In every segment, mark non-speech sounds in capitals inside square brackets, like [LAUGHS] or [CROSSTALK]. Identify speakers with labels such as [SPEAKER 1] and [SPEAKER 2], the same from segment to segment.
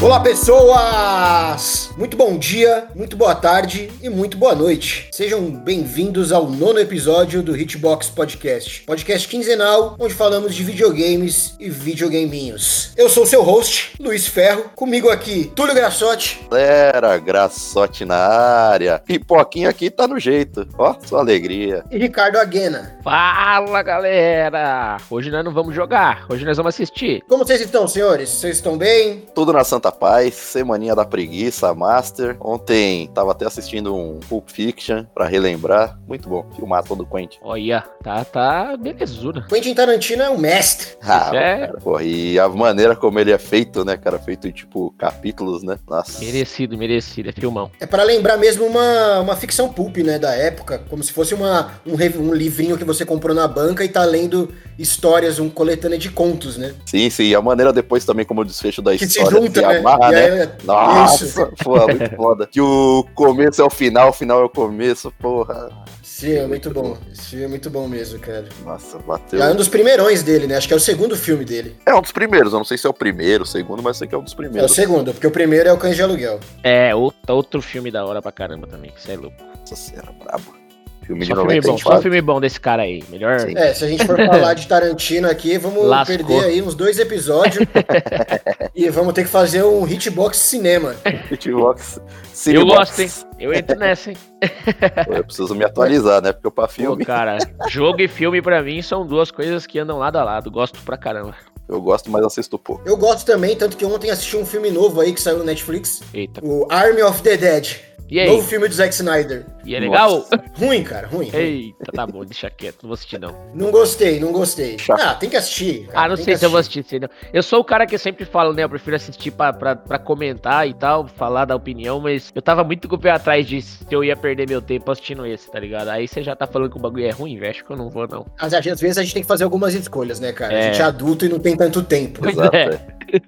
[SPEAKER 1] Olá, pessoas! Muito bom dia, muito boa tarde e muito boa noite. Sejam bem-vindos ao nono episódio do Hitbox Podcast, podcast quinzenal onde falamos de videogames e videogaminhos. Eu sou o seu host, Luiz Ferro, comigo aqui, Túlio Graçotti.
[SPEAKER 2] Galera, graçote na área. Pipoquinha aqui tá no jeito. Ó, só alegria.
[SPEAKER 1] E Ricardo Aguena.
[SPEAKER 3] Fala galera! Hoje nós não vamos jogar, hoje nós vamos assistir.
[SPEAKER 1] Como vocês estão, senhores? Vocês estão bem?
[SPEAKER 2] Tudo na Santa Paz, Semaninha da Preguiça, Master. Ontem tava até assistindo um Pulp Fiction pra relembrar. Muito bom. Filmar todo o Quentin. [LAUGHS]
[SPEAKER 3] Olha, tá, tá belezura.
[SPEAKER 1] Quentin Tarantino é um mestre.
[SPEAKER 2] Ah,
[SPEAKER 3] É.
[SPEAKER 2] cara, porra, e a maneira como ele é feito, né, cara? Feito em, tipo capítulos, né? Nossa.
[SPEAKER 3] Merecido, merecido, é filmão.
[SPEAKER 1] É pra lembrar mesmo uma, uma ficção pulp, né, da época, como se fosse uma, um, rev- um livrinho que você comprou na banca e tá lendo histórias, um coletânea de contos, né?
[SPEAKER 2] Sim, sim. E a maneira depois também como o desfecho da
[SPEAKER 1] Que se
[SPEAKER 2] história
[SPEAKER 1] junta, né?
[SPEAKER 2] amarra,
[SPEAKER 1] E
[SPEAKER 2] né?
[SPEAKER 1] aí,
[SPEAKER 2] Nossa,
[SPEAKER 1] Isso.
[SPEAKER 2] [LAUGHS] pô, muito foda. Que o começo é o final, o final é o começo, porra.
[SPEAKER 1] Esse filme é muito bom. Esse filme é muito bom mesmo, cara.
[SPEAKER 2] Nossa, bateu.
[SPEAKER 1] É um dos primeirões dele, né? Acho que é o segundo filme dele.
[SPEAKER 2] É um dos primeiros, eu não sei se é o primeiro, o segundo, mas sei que é um dos
[SPEAKER 1] É o
[SPEAKER 2] primeiros.
[SPEAKER 1] segundo, porque o primeiro é o Cães de Aluguel.
[SPEAKER 3] É, outro, outro filme da hora pra caramba também, que cê é louco.
[SPEAKER 2] Nossa senhora, brabo. Filme de
[SPEAKER 3] Só filme bom,
[SPEAKER 2] 94. [LAUGHS]
[SPEAKER 3] só filme bom desse cara aí. Melhor.
[SPEAKER 2] Sim.
[SPEAKER 1] É, se a gente for falar de Tarantino aqui, vamos
[SPEAKER 3] Lascou.
[SPEAKER 1] perder aí uns dois
[SPEAKER 2] [LAUGHS]
[SPEAKER 1] episódios e vamos ter que fazer um hitbox cinema.
[SPEAKER 2] Hitbox,
[SPEAKER 3] Eu
[SPEAKER 2] Cinebox.
[SPEAKER 3] gosto, hein? Eu
[SPEAKER 2] [LAUGHS]
[SPEAKER 3] entro nessa, hein?
[SPEAKER 2] Pô, Eu preciso me atualizar, né? Porque eu pra
[SPEAKER 3] Pô,
[SPEAKER 2] filme,
[SPEAKER 3] cara, jogo e filme pra mim são duas coisas que andam lado a lado. Gosto pra caramba.
[SPEAKER 2] eu gosto, mas assisto pouco.
[SPEAKER 1] Eu gosto também, tanto que ontem assisti um filme novo aí que saiu no Netflix,
[SPEAKER 3] Eita.
[SPEAKER 1] o Army of the Dead.
[SPEAKER 3] E aí?
[SPEAKER 1] Novo filme do Zack Snyder.
[SPEAKER 3] E é legal?
[SPEAKER 2] Nossa.
[SPEAKER 1] Ruim, cara, ruim.
[SPEAKER 3] Eita, tá bom, deixa quieto, não vou assistir não.
[SPEAKER 1] Não gostei, não gostei.
[SPEAKER 2] Chato.
[SPEAKER 1] Ah, tem que assistir. cara,
[SPEAKER 3] Ah, não
[SPEAKER 1] tem
[SPEAKER 3] sei
[SPEAKER 1] que
[SPEAKER 3] se eu vou
[SPEAKER 1] assistir.
[SPEAKER 3] assistir, sei não. Eu sou o cara que sempre falo, né? Eu prefiro assistir pra, pra, pra comentar e tal, falar da opinião, mas eu tava muito com o pé atrás disso, se eu ia perder meu tempo assistindo esse, tá ligado? Aí você já tá falando que o bagulho é ruim, velho, acho que eu não vou, não.
[SPEAKER 1] Mas às vezes a gente tem que fazer algumas escolhas, né, cara? A
[SPEAKER 3] É.
[SPEAKER 1] gente é adulto e não tem tanto tempo.
[SPEAKER 3] [LAUGHS] Pois
[SPEAKER 2] Exato.
[SPEAKER 3] é.
[SPEAKER 2] é.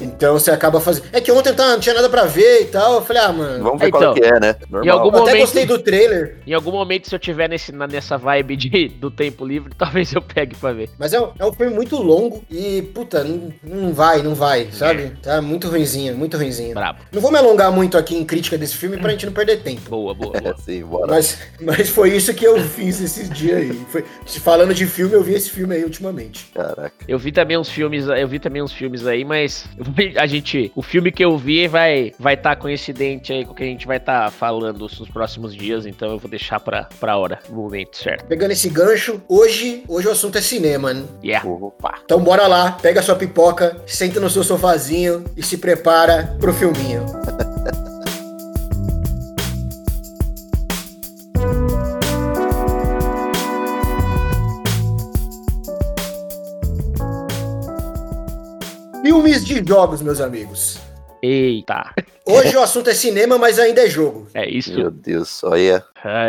[SPEAKER 1] Então você acaba fazendo. É que ontem eu tava, não tinha nada pra ver e tal. Eu falei, ah, mano.
[SPEAKER 2] Vamos ver
[SPEAKER 3] Então,
[SPEAKER 2] qual que é, né?
[SPEAKER 3] em algum
[SPEAKER 1] eu até
[SPEAKER 3] momento-
[SPEAKER 1] gostei do trailer,
[SPEAKER 3] Em algum momento, se eu tiver nesse, na- nessa vibe de, [LAUGHS] do tempo livre, talvez eu pegue pra ver.
[SPEAKER 1] mas é um, é um filme muito longo e, puta, não, não vai, não vai,
[SPEAKER 3] É.
[SPEAKER 1] sabe? Tá muito ruinzinho, muito ruinzinho.
[SPEAKER 3] Brabo.
[SPEAKER 1] Não vou me alongar muito aqui em crítica desse filme
[SPEAKER 3] Hum.
[SPEAKER 1] pra gente não perder tempo.
[SPEAKER 3] Boa, boa,
[SPEAKER 1] [LAUGHS]
[SPEAKER 2] É,
[SPEAKER 3] boa.
[SPEAKER 2] sim, bora.
[SPEAKER 1] Mas, mas foi isso que eu fiz esses dias aí. Foi- falando de filme, eu vi esse filme aí ultimamente.
[SPEAKER 2] Caraca.
[SPEAKER 3] Eu vi também uns filmes, eu vi também uns filmes aí, mas [LAUGHS] a gente, o filme que eu vi vai vai estar coincidente aí com o que a gente vai estar falando nos próximos dias, então eu vou deixar pra, pra hora, no momento certo.
[SPEAKER 1] Pegando esse gancho, hoje, hoje o assunto é cinema, né?
[SPEAKER 3] Yeah.
[SPEAKER 2] Opa.
[SPEAKER 1] Então bora lá, pega sua pipoca, senta no seu sofazinho e se prepara pro filminho. [LAUGHS] Filmes de jogos, meus amigos.
[SPEAKER 3] Eita, [LAUGHS]
[SPEAKER 1] Hoje o assunto é cinema, mas ainda é jogo.
[SPEAKER 3] é isso.
[SPEAKER 2] Meu Deus, olha.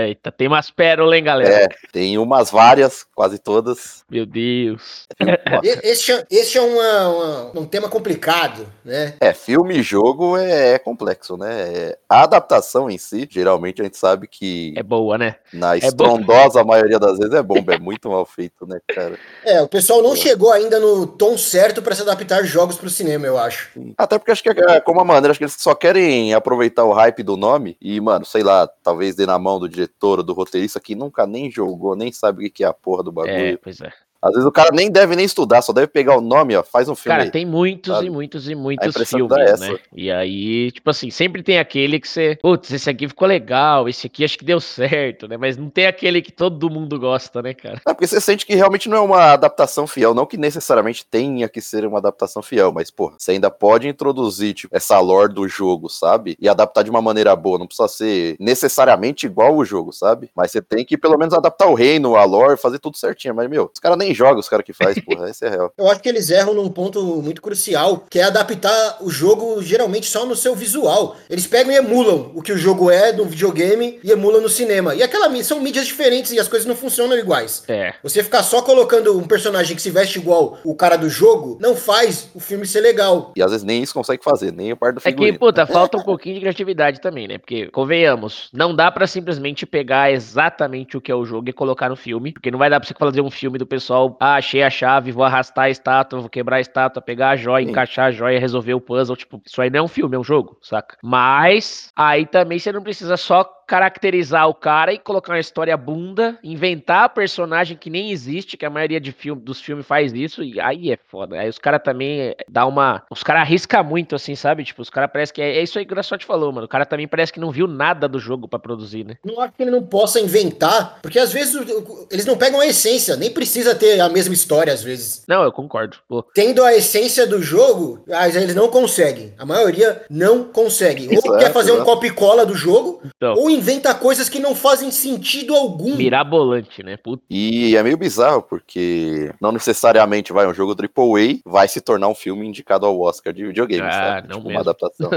[SPEAKER 3] Eita, tem umas pérolas, hein, galera?
[SPEAKER 2] É, tem umas várias, quase todas.
[SPEAKER 3] Meu Deus.
[SPEAKER 1] E- Este é, este é uma- uma- um tema complicado, né?
[SPEAKER 2] É, filme e jogo é, é complexo, né? É, a adaptação em si, geralmente a gente sabe que
[SPEAKER 3] É boa, né?
[SPEAKER 2] na
[SPEAKER 3] bom.
[SPEAKER 2] estrondosa maioria das vezes é bomba, é muito mal feito, né, cara?
[SPEAKER 1] É, o pessoal não
[SPEAKER 2] É.
[SPEAKER 1] chegou ainda no tom certo pra se adaptar jogos pro cinema, eu acho.
[SPEAKER 2] Até porque acho que, é, como a maneira, acho que eles só querem aproveitar o hype do nome e, mano, sei lá, talvez dê na mão do diretor ou do roteirista que nunca nem jogou, nem sabe o que que é a porra do bagulho.
[SPEAKER 3] É, pois é.
[SPEAKER 2] Às vezes o cara nem deve nem estudar, só deve pegar o nome, ó, faz um filme.
[SPEAKER 3] Cara, tem muitos
[SPEAKER 2] sabe?
[SPEAKER 3] e muitos e muitos
[SPEAKER 2] impressão
[SPEAKER 3] filmes,
[SPEAKER 2] dá essa.
[SPEAKER 3] né? E aí, tipo assim, sempre tem aquele que você, putz, esse aqui ficou legal, esse aqui acho que deu certo, né? Mas não tem aquele que todo mundo gosta, né, cara?
[SPEAKER 2] É porque você sente que realmente não é uma adaptação fiel, não que necessariamente tenha que ser uma adaptação fiel, mas, pô, você ainda pode introduzir tipo, essa lore do jogo, sabe? E adaptar de uma maneira boa, não precisa ser necessariamente igual o jogo, sabe? Mas você tem que pelo menos adaptar o reino, a lore, fazer tudo certinho. Mas, meu, os caras nem jogam, os caras que faz, porra, esse é real.
[SPEAKER 1] Eu acho que eles erram num ponto muito crucial, que é adaptar o jogo geralmente só no seu visual. Eles pegam e emulam o que o jogo é do videogame e emulam no cinema. E aquela mí- são mídias diferentes e as coisas não funcionam iguais.
[SPEAKER 3] É.
[SPEAKER 1] Você ficar só colocando um personagem que se veste igual o cara do jogo não faz o filme ser legal.
[SPEAKER 2] E às vezes nem isso consegue fazer, nem a parte do
[SPEAKER 3] É que,
[SPEAKER 2] figurino.
[SPEAKER 3] puta, falta um pouquinho de criatividade também, né? Porque, convenhamos, não dá pra simplesmente pegar exatamente o que é o jogo e colocar no filme, porque não vai dar pra você fazer um filme do pessoal pessoal, ah, achei a chave, vou arrastar a estátua, vou quebrar a estátua, pegar a joia,
[SPEAKER 2] Sim.
[SPEAKER 3] encaixar a joia, resolver o puzzle. Tipo, isso aí não é um filme, é um jogo, saca? Mas aí também você não precisa só caracterizar o cara e colocar uma história bunda, inventar personagem que nem existe, que a maioria de filme, dos filmes faz isso, e aí é foda. Aí os caras também eh, dá uma. Os caras arriscam muito, assim, sabe? Tipo, os caras parece que. É, é isso aí que o Graçote falou, mano. O cara também parece que não viu nada do jogo pra produzir, né?
[SPEAKER 1] Não acho que ele não possa inventar, porque às vezes o- o- eles não pegam a essência, nem precisa ter a mesma história às vezes.
[SPEAKER 3] Não, eu concordo. Pô,
[SPEAKER 1] Tendo a essência do jogo, ah, eles não conseguem. A maioria não consegue. Ou
[SPEAKER 2] Exato,
[SPEAKER 1] quer fazer um
[SPEAKER 2] exato.
[SPEAKER 1] copy e cola do jogo,
[SPEAKER 3] Então.
[SPEAKER 1] ou inventa coisas que não fazem sentido algum.
[SPEAKER 3] mirabolante, né? Puta.
[SPEAKER 2] E é meio bizarro, porque não necessariamente vai um jogo AAA vai se tornar um filme indicado ao Oscar de videogame,
[SPEAKER 3] Ah,
[SPEAKER 2] sabe?
[SPEAKER 3] não
[SPEAKER 2] tipo,
[SPEAKER 3] mesmo.
[SPEAKER 2] uma
[SPEAKER 3] [LAUGHS]
[SPEAKER 2] adaptação.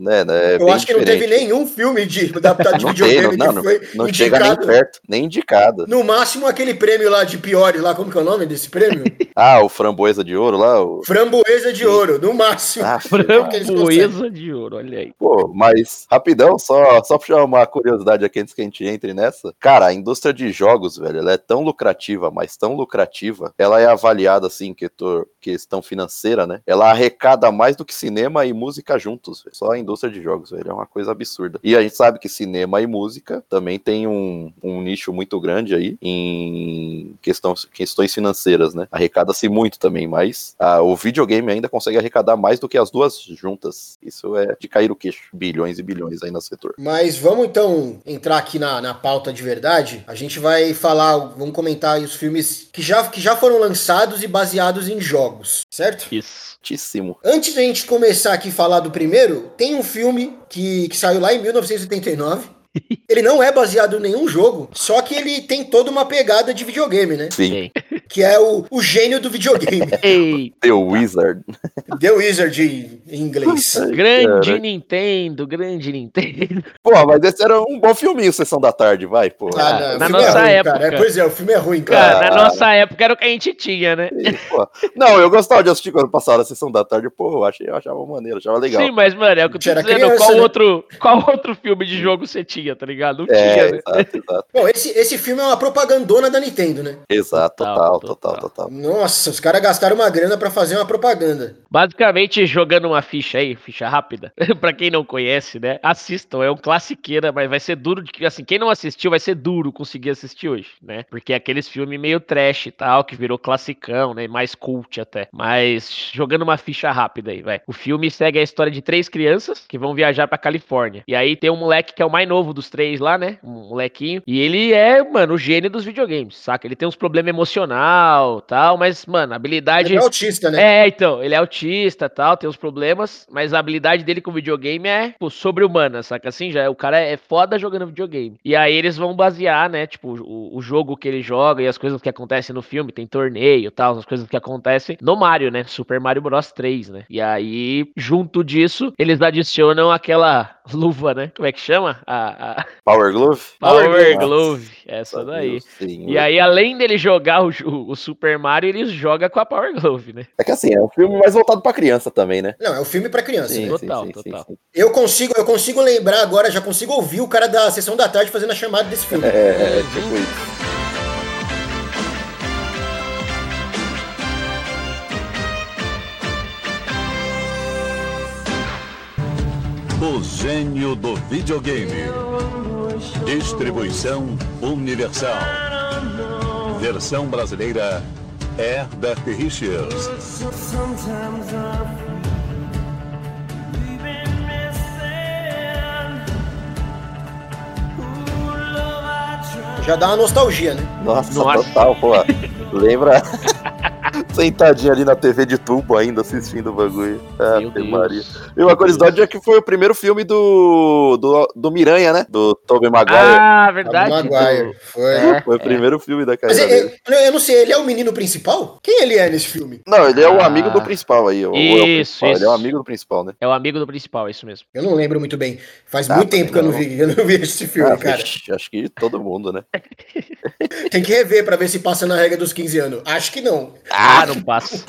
[SPEAKER 2] né, né, é
[SPEAKER 1] Eu
[SPEAKER 2] bem
[SPEAKER 1] acho que não teve
[SPEAKER 2] diferente.
[SPEAKER 1] nenhum filme de [LAUGHS] adaptado de
[SPEAKER 2] [LAUGHS] Não tem,
[SPEAKER 1] videogame
[SPEAKER 2] não, não,
[SPEAKER 1] que
[SPEAKER 2] não,
[SPEAKER 1] foi
[SPEAKER 2] não
[SPEAKER 1] indicado.
[SPEAKER 2] chega nem perto, nem indicado.
[SPEAKER 1] No máximo aquele prêmio lá de Piori, lá, como que é o nome desse
[SPEAKER 2] [LAUGHS]
[SPEAKER 1] prêmio?
[SPEAKER 2] Ah, o Framboesa de Ouro
[SPEAKER 1] [LAUGHS]
[SPEAKER 2] lá, o...
[SPEAKER 1] Framboesa de ouro, no máximo.
[SPEAKER 2] Ah,
[SPEAKER 3] Framboesa de ouro, olha aí.
[SPEAKER 2] Pô, mas rapidão, só, só puxar uma curiosidade aqui antes que a gente entre nessa. Cara, a indústria de jogos, velho, ela é tão lucrativa, mas tão lucrativa, ela é avaliada assim, que tô- questão financeira, né? Ela arrecada mais do que cinema e música juntos, velho. só a indústria de jogos, velho, é uma coisa absurda. E a gente sabe que cinema e música também tem um, um nicho muito grande aí em questão, questões financeiras, né? Arrecada-se muito também, mas ah, o videogame ainda consegue arrecadar mais do que as duas juntas. Isso é de cair o queixo. Bilhões e bilhões aí no setor.
[SPEAKER 1] Mas vamos então entrar aqui na, na pauta de verdade. A gente vai falar, vamos comentar aí os filmes que já, que já foram lançados e baseados em jogos, certo?
[SPEAKER 3] Isso.
[SPEAKER 2] Tíssimo.
[SPEAKER 1] Antes da gente começar aqui a falar do primeiro, tem um filme que, que saiu lá em
[SPEAKER 3] [LAUGHS]
[SPEAKER 1] 1989. Ele não é baseado em nenhum jogo, só que ele tem toda uma pegada de videogame, né?
[SPEAKER 2] Sim.
[SPEAKER 1] Que é o, o gênio do videogame. [LAUGHS]
[SPEAKER 3] Ei,
[SPEAKER 2] The Wizard.
[SPEAKER 1] The Wizard em em inglês.
[SPEAKER 3] grande
[SPEAKER 2] Cara.
[SPEAKER 3] Nintendo, grande Nintendo.
[SPEAKER 2] Pô, mas esse era um bom filminho, Sessão da Tarde, vai, pô.
[SPEAKER 1] Ah, não, o
[SPEAKER 3] Na
[SPEAKER 1] filme
[SPEAKER 3] nossa
[SPEAKER 1] é ruim,
[SPEAKER 3] época.
[SPEAKER 1] Cara. É, Pois é, o filme é ruim, cara.
[SPEAKER 3] Cara, na nossa época era o que a gente tinha, né?
[SPEAKER 2] Pô, Não, eu gostava de assistir quando passava a Sessão da Tarde, pô, eu, achei, eu achava maneiro, achava legal.
[SPEAKER 3] Sim, mas, mano, é o que eu tô
[SPEAKER 1] Era
[SPEAKER 3] dizendo.
[SPEAKER 1] criança,
[SPEAKER 3] qual,
[SPEAKER 1] né?
[SPEAKER 3] outro, qual outro filme de jogo você tinha, tá ligado? Não
[SPEAKER 2] é,
[SPEAKER 3] tinha, né?
[SPEAKER 2] exato, exato,
[SPEAKER 1] Bom, esse, esse filme é uma propagandona da Nintendo, né?
[SPEAKER 2] exato,
[SPEAKER 3] Total,
[SPEAKER 2] total, total,
[SPEAKER 3] total.
[SPEAKER 2] total.
[SPEAKER 1] Nossa, os caras gastaram uma grana pra fazer uma propaganda.
[SPEAKER 3] Basicamente, jogando uma ficha aí, ficha rápida, [LAUGHS] pra quem não conhece, né? Assistam, é um classiqueira, mas vai ser duro de. Assim, quem não assistiu, vai ser duro conseguir assistir hoje, né? Porque é aqueles filmes meio trash e tal, que virou classicão, né? Mais cult até. Mas jogando uma ficha rápida aí, vai. O filme segue a história de três crianças que vão viajar pra Califórnia. E aí tem um moleque que é o mais novo dos três lá, né? Um molequinho. E ele é, mano, o gênio dos videogames, saca? Ele tem uns problemas emocional tal, mas, mano, a habilidade.
[SPEAKER 1] Ele é autista, né?
[SPEAKER 3] É, então, ele é autista e tal, tem uns problemas, mas a habilidade dele com videogame é, tipo, sobre-humana, saca assim? Já, é- o cara é foda jogando videogame. E aí eles vão basear, né, tipo, o, o jogo que ele joga e as coisas que acontecem no filme, tem torneio e tal, as coisas que acontecem no Mario, né, Super Mario Bros 3, né? E aí, junto disso, eles adicionam aquela [LAUGHS] luva, né, como é que chama? A, a-
[SPEAKER 2] Power Glove?
[SPEAKER 3] Power,
[SPEAKER 2] Glove.
[SPEAKER 3] Glove, essa
[SPEAKER 2] Nossa,
[SPEAKER 3] daí.
[SPEAKER 2] meu senhor.
[SPEAKER 3] E aí, além dele jogar o, jo- o Super Mario, ele joga com a Power Glove, né?
[SPEAKER 2] É que assim, é um filme mais voltado pra criança também, né?
[SPEAKER 1] Não, é um filme pra criança. né?
[SPEAKER 3] total, total.
[SPEAKER 1] Eu consigo, eu consigo lembrar agora, já consigo ouvir o cara da sessão da tarde fazendo a chamada desse filme.
[SPEAKER 2] É, é, tipo
[SPEAKER 3] Uhum.
[SPEAKER 2] isso.
[SPEAKER 4] O gênio do videogame. Distribuição Universal. Versão brasileira Herbert Richards.
[SPEAKER 5] Sometimes I've been missing. Ooh, love, I try.
[SPEAKER 1] Já dá uma nostalgia, né?
[SPEAKER 2] Nossa,
[SPEAKER 3] Nossa.
[SPEAKER 2] total, pô. Lembra? [LAUGHS] Sentadinha ali na TV de tubo ainda assistindo o bagulho. Ah,
[SPEAKER 3] Meu
[SPEAKER 2] Ave
[SPEAKER 3] Deus.
[SPEAKER 2] Maria. E uma curiosidade é que foi o primeiro filme do, do, do Miranha, né? Do Tobey Maguire.
[SPEAKER 3] Ah, verdade.
[SPEAKER 1] Tobey Maguire.
[SPEAKER 3] do-
[SPEAKER 1] Foi.
[SPEAKER 3] É.
[SPEAKER 2] foi o primeiro filme da
[SPEAKER 1] Mas é,
[SPEAKER 2] carreira
[SPEAKER 1] eu,
[SPEAKER 2] dele.
[SPEAKER 1] eu- eu não sei, ele é o menino principal? Quem ele é nesse filme?
[SPEAKER 2] Não, ele é o
[SPEAKER 3] Ah.
[SPEAKER 2] amigo do principal aí. ou é o
[SPEAKER 3] Isso,
[SPEAKER 2] principal, Ele é o
[SPEAKER 3] isso.
[SPEAKER 2] amigo do principal, né?
[SPEAKER 3] É o amigo do principal, é isso mesmo.
[SPEAKER 1] Eu não lembro muito bem. Faz
[SPEAKER 2] Ah,
[SPEAKER 1] muito tempo que eu não
[SPEAKER 2] também
[SPEAKER 1] vi, eu não vi esse filme,
[SPEAKER 2] Ah,
[SPEAKER 1] cara.
[SPEAKER 2] vixe, acho que todo mundo, né?
[SPEAKER 1] Tem que rever pra ver se passa na regra dos 15 anos. Acho que não.
[SPEAKER 3] Ah, não
[SPEAKER 2] [LAUGHS]
[SPEAKER 3] passo.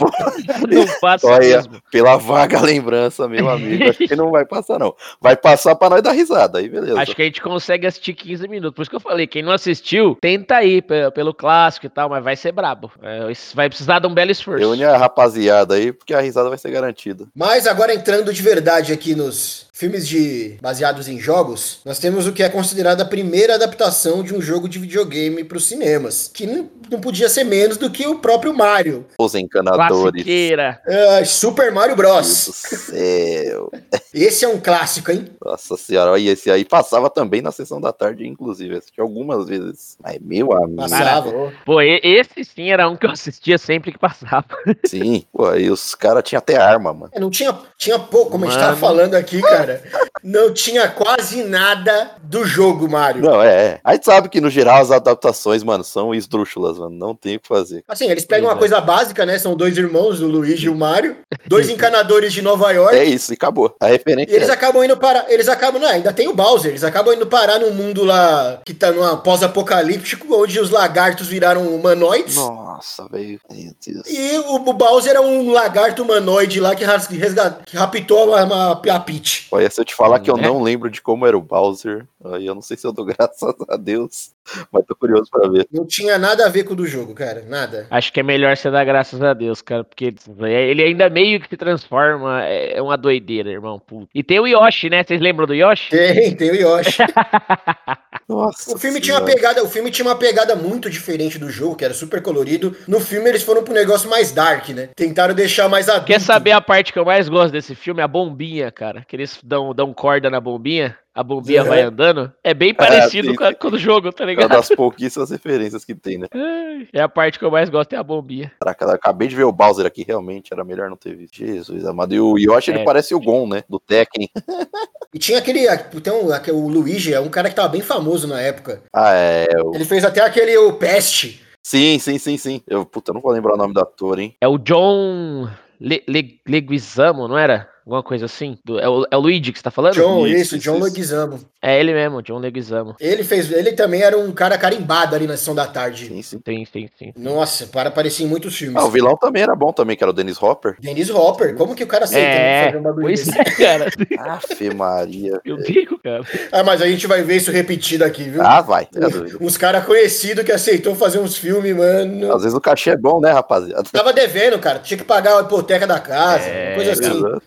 [SPEAKER 3] não passo
[SPEAKER 2] Olha,
[SPEAKER 3] mesmo.
[SPEAKER 2] pela vaga [LAUGHS] lembrança, meu amigo, acho que não vai passar, não. Vai passar pra nós dar risada, aí beleza.
[SPEAKER 3] Acho que a gente consegue assistir 15 minutos. Por isso que eu falei, quem não assistiu, tenta aí pe- pelo clássico e tal, mas vai ser brabo. É, isso vai precisar de um belo esforço.
[SPEAKER 2] Reúne a rapaziada aí, porque a risada vai ser garantida.
[SPEAKER 1] Mas agora entrando de verdade aqui nos filmes de baseados em jogos, nós temos o que é considerado a primeira adaptação de um jogo de videogame para os cinemas, que não, não podia ser menos do que o próprio Mario,
[SPEAKER 2] Os encanadores.
[SPEAKER 3] Classiqueira.
[SPEAKER 1] Ah, Super Mario
[SPEAKER 2] Meu
[SPEAKER 1] Bros.
[SPEAKER 2] Deus do céu.
[SPEAKER 1] Esse é um clássico, hein?
[SPEAKER 2] Nossa senhora, olha esse aí. Passava também na sessão da tarde, inclusive. Assisti algumas vezes. Mas, meu amigo.
[SPEAKER 1] Passava.
[SPEAKER 3] Pô, e- esse sim era um que eu assistia sempre que passava. [LAUGHS]
[SPEAKER 2] Sim. Pô, aí os caras tinham até arma, mano.
[SPEAKER 1] É, não tinha, tinha pouco, como a gente tava
[SPEAKER 3] Mano.
[SPEAKER 1] falando aqui, cara. Não tinha quase nada do jogo, Mario.
[SPEAKER 2] Não, é, é. A gente sabe que, no geral, as adaptações, mano, são esdrúxulas, mano. Não tem o que fazer.
[SPEAKER 1] Assim, eles pegam uma
[SPEAKER 3] Pois
[SPEAKER 1] coisa básica, né? São dois irmãos, o Luigi e o Mario, dois encanadores de Nova York.
[SPEAKER 2] É isso, e acabou. A
[SPEAKER 1] E eles
[SPEAKER 2] referência é.
[SPEAKER 1] acabam indo para. Eles acabam. Não, ainda tem o Bowser. Eles acabam indo parar num mundo lá que tá numa pós-apocalíptico, onde os lagartos viraram humanoides.
[SPEAKER 2] Nossa, velho. Meu Deus.
[SPEAKER 1] E o, o Bowser é um lagarto humanoide lá que, ras- que resga- que raptou a, uma, a Peach.
[SPEAKER 2] Olha, se eu te falar que eu
[SPEAKER 3] Né?
[SPEAKER 2] não lembro de como era o Bowser, aí eu não sei se eu dou [LAUGHS] graças a Deus, mas tô curioso pra ver.
[SPEAKER 1] Não tinha nada a ver com o do jogo, cara. Nada.
[SPEAKER 3] Acho que é melhor você dar graças a Deus, cara, porque ele ainda meio que se transforma. É é uma doideira, irmão. puta. E tem o Yoshi, né? Vocês lembram do Yoshi?
[SPEAKER 1] Tem, tem o Yoshi.
[SPEAKER 2] Nossa.
[SPEAKER 1] O filme tinha uma
[SPEAKER 2] Senhora.
[SPEAKER 1] pegada, o filme tinha uma pegada muito diferente do jogo, que era super colorido. No filme eles foram pro negócio mais dark, né? Tentaram deixar mais adulto.
[SPEAKER 3] Quer saber a parte que eu mais gosto desse filme? A bombinha, cara. Que eles dão, dão corda na bombinha, a bombinha
[SPEAKER 1] Uhum.
[SPEAKER 3] vai andando. É bem parecido
[SPEAKER 2] sim,
[SPEAKER 3] com, a- com o do jogo, tá
[SPEAKER 2] É uma
[SPEAKER 3] ligado?
[SPEAKER 2] das pouquíssimas referências que tem, né?
[SPEAKER 3] É a parte que eu mais gosto, é a bombinha.
[SPEAKER 2] Caraca, eu acabei de ver o Bowser aqui, realmente, era melhor não ter visto. Jesus amado. E o Yoshi, ele
[SPEAKER 3] É.
[SPEAKER 2] parece o Gon, né? Do Tekken.
[SPEAKER 1] E tinha aquele. Tem um, aquele- o Luigi, é um cara que tava bem famoso na época.
[SPEAKER 2] Ah, é. o-
[SPEAKER 1] Ele fez até aquele o Peste.
[SPEAKER 2] Sim, sim, sim, sim. Eu, puta, eu não vou lembrar o nome do ator, hein?
[SPEAKER 3] É o John Le, Le- Leguizamo, não era? Alguma coisa assim? Do- é, o, é o Luigi que você tá falando?
[SPEAKER 1] John,
[SPEAKER 2] Isso,
[SPEAKER 1] isso,
[SPEAKER 2] isso,
[SPEAKER 1] John
[SPEAKER 2] isso.
[SPEAKER 1] Leguizamo.
[SPEAKER 3] É ele mesmo, John Leguizamo.
[SPEAKER 1] Ele fez. Ele também era um cara carimbado ali na sessão da tarde.
[SPEAKER 2] Sim, sim.
[SPEAKER 3] Sim, sim, sim.
[SPEAKER 1] Nossa, para aparecer em muitos filmes.
[SPEAKER 2] Ah, o vilão também era bom também, que era o Dennis Hopper.
[SPEAKER 1] Dennis Hopper, como que o cara aceita né,
[SPEAKER 3] É,
[SPEAKER 1] fazer um bagulho
[SPEAKER 3] pois
[SPEAKER 1] desse?
[SPEAKER 3] é, cara.
[SPEAKER 2] Afe Maria.
[SPEAKER 3] Eu digo, cara.
[SPEAKER 1] Ah, mas a gente vai ver isso repetido aqui, viu?
[SPEAKER 2] é. Ah, vai. é doido.
[SPEAKER 1] Uns caras conhecidos que aceitou fazer uns filmes, mano.
[SPEAKER 2] Às vezes o cachê é bom, né, rapaziada?
[SPEAKER 1] Tava devendo, cara. Tinha que pagar a hipoteca da casa,
[SPEAKER 3] É,
[SPEAKER 1] coisa assim.
[SPEAKER 2] Exato.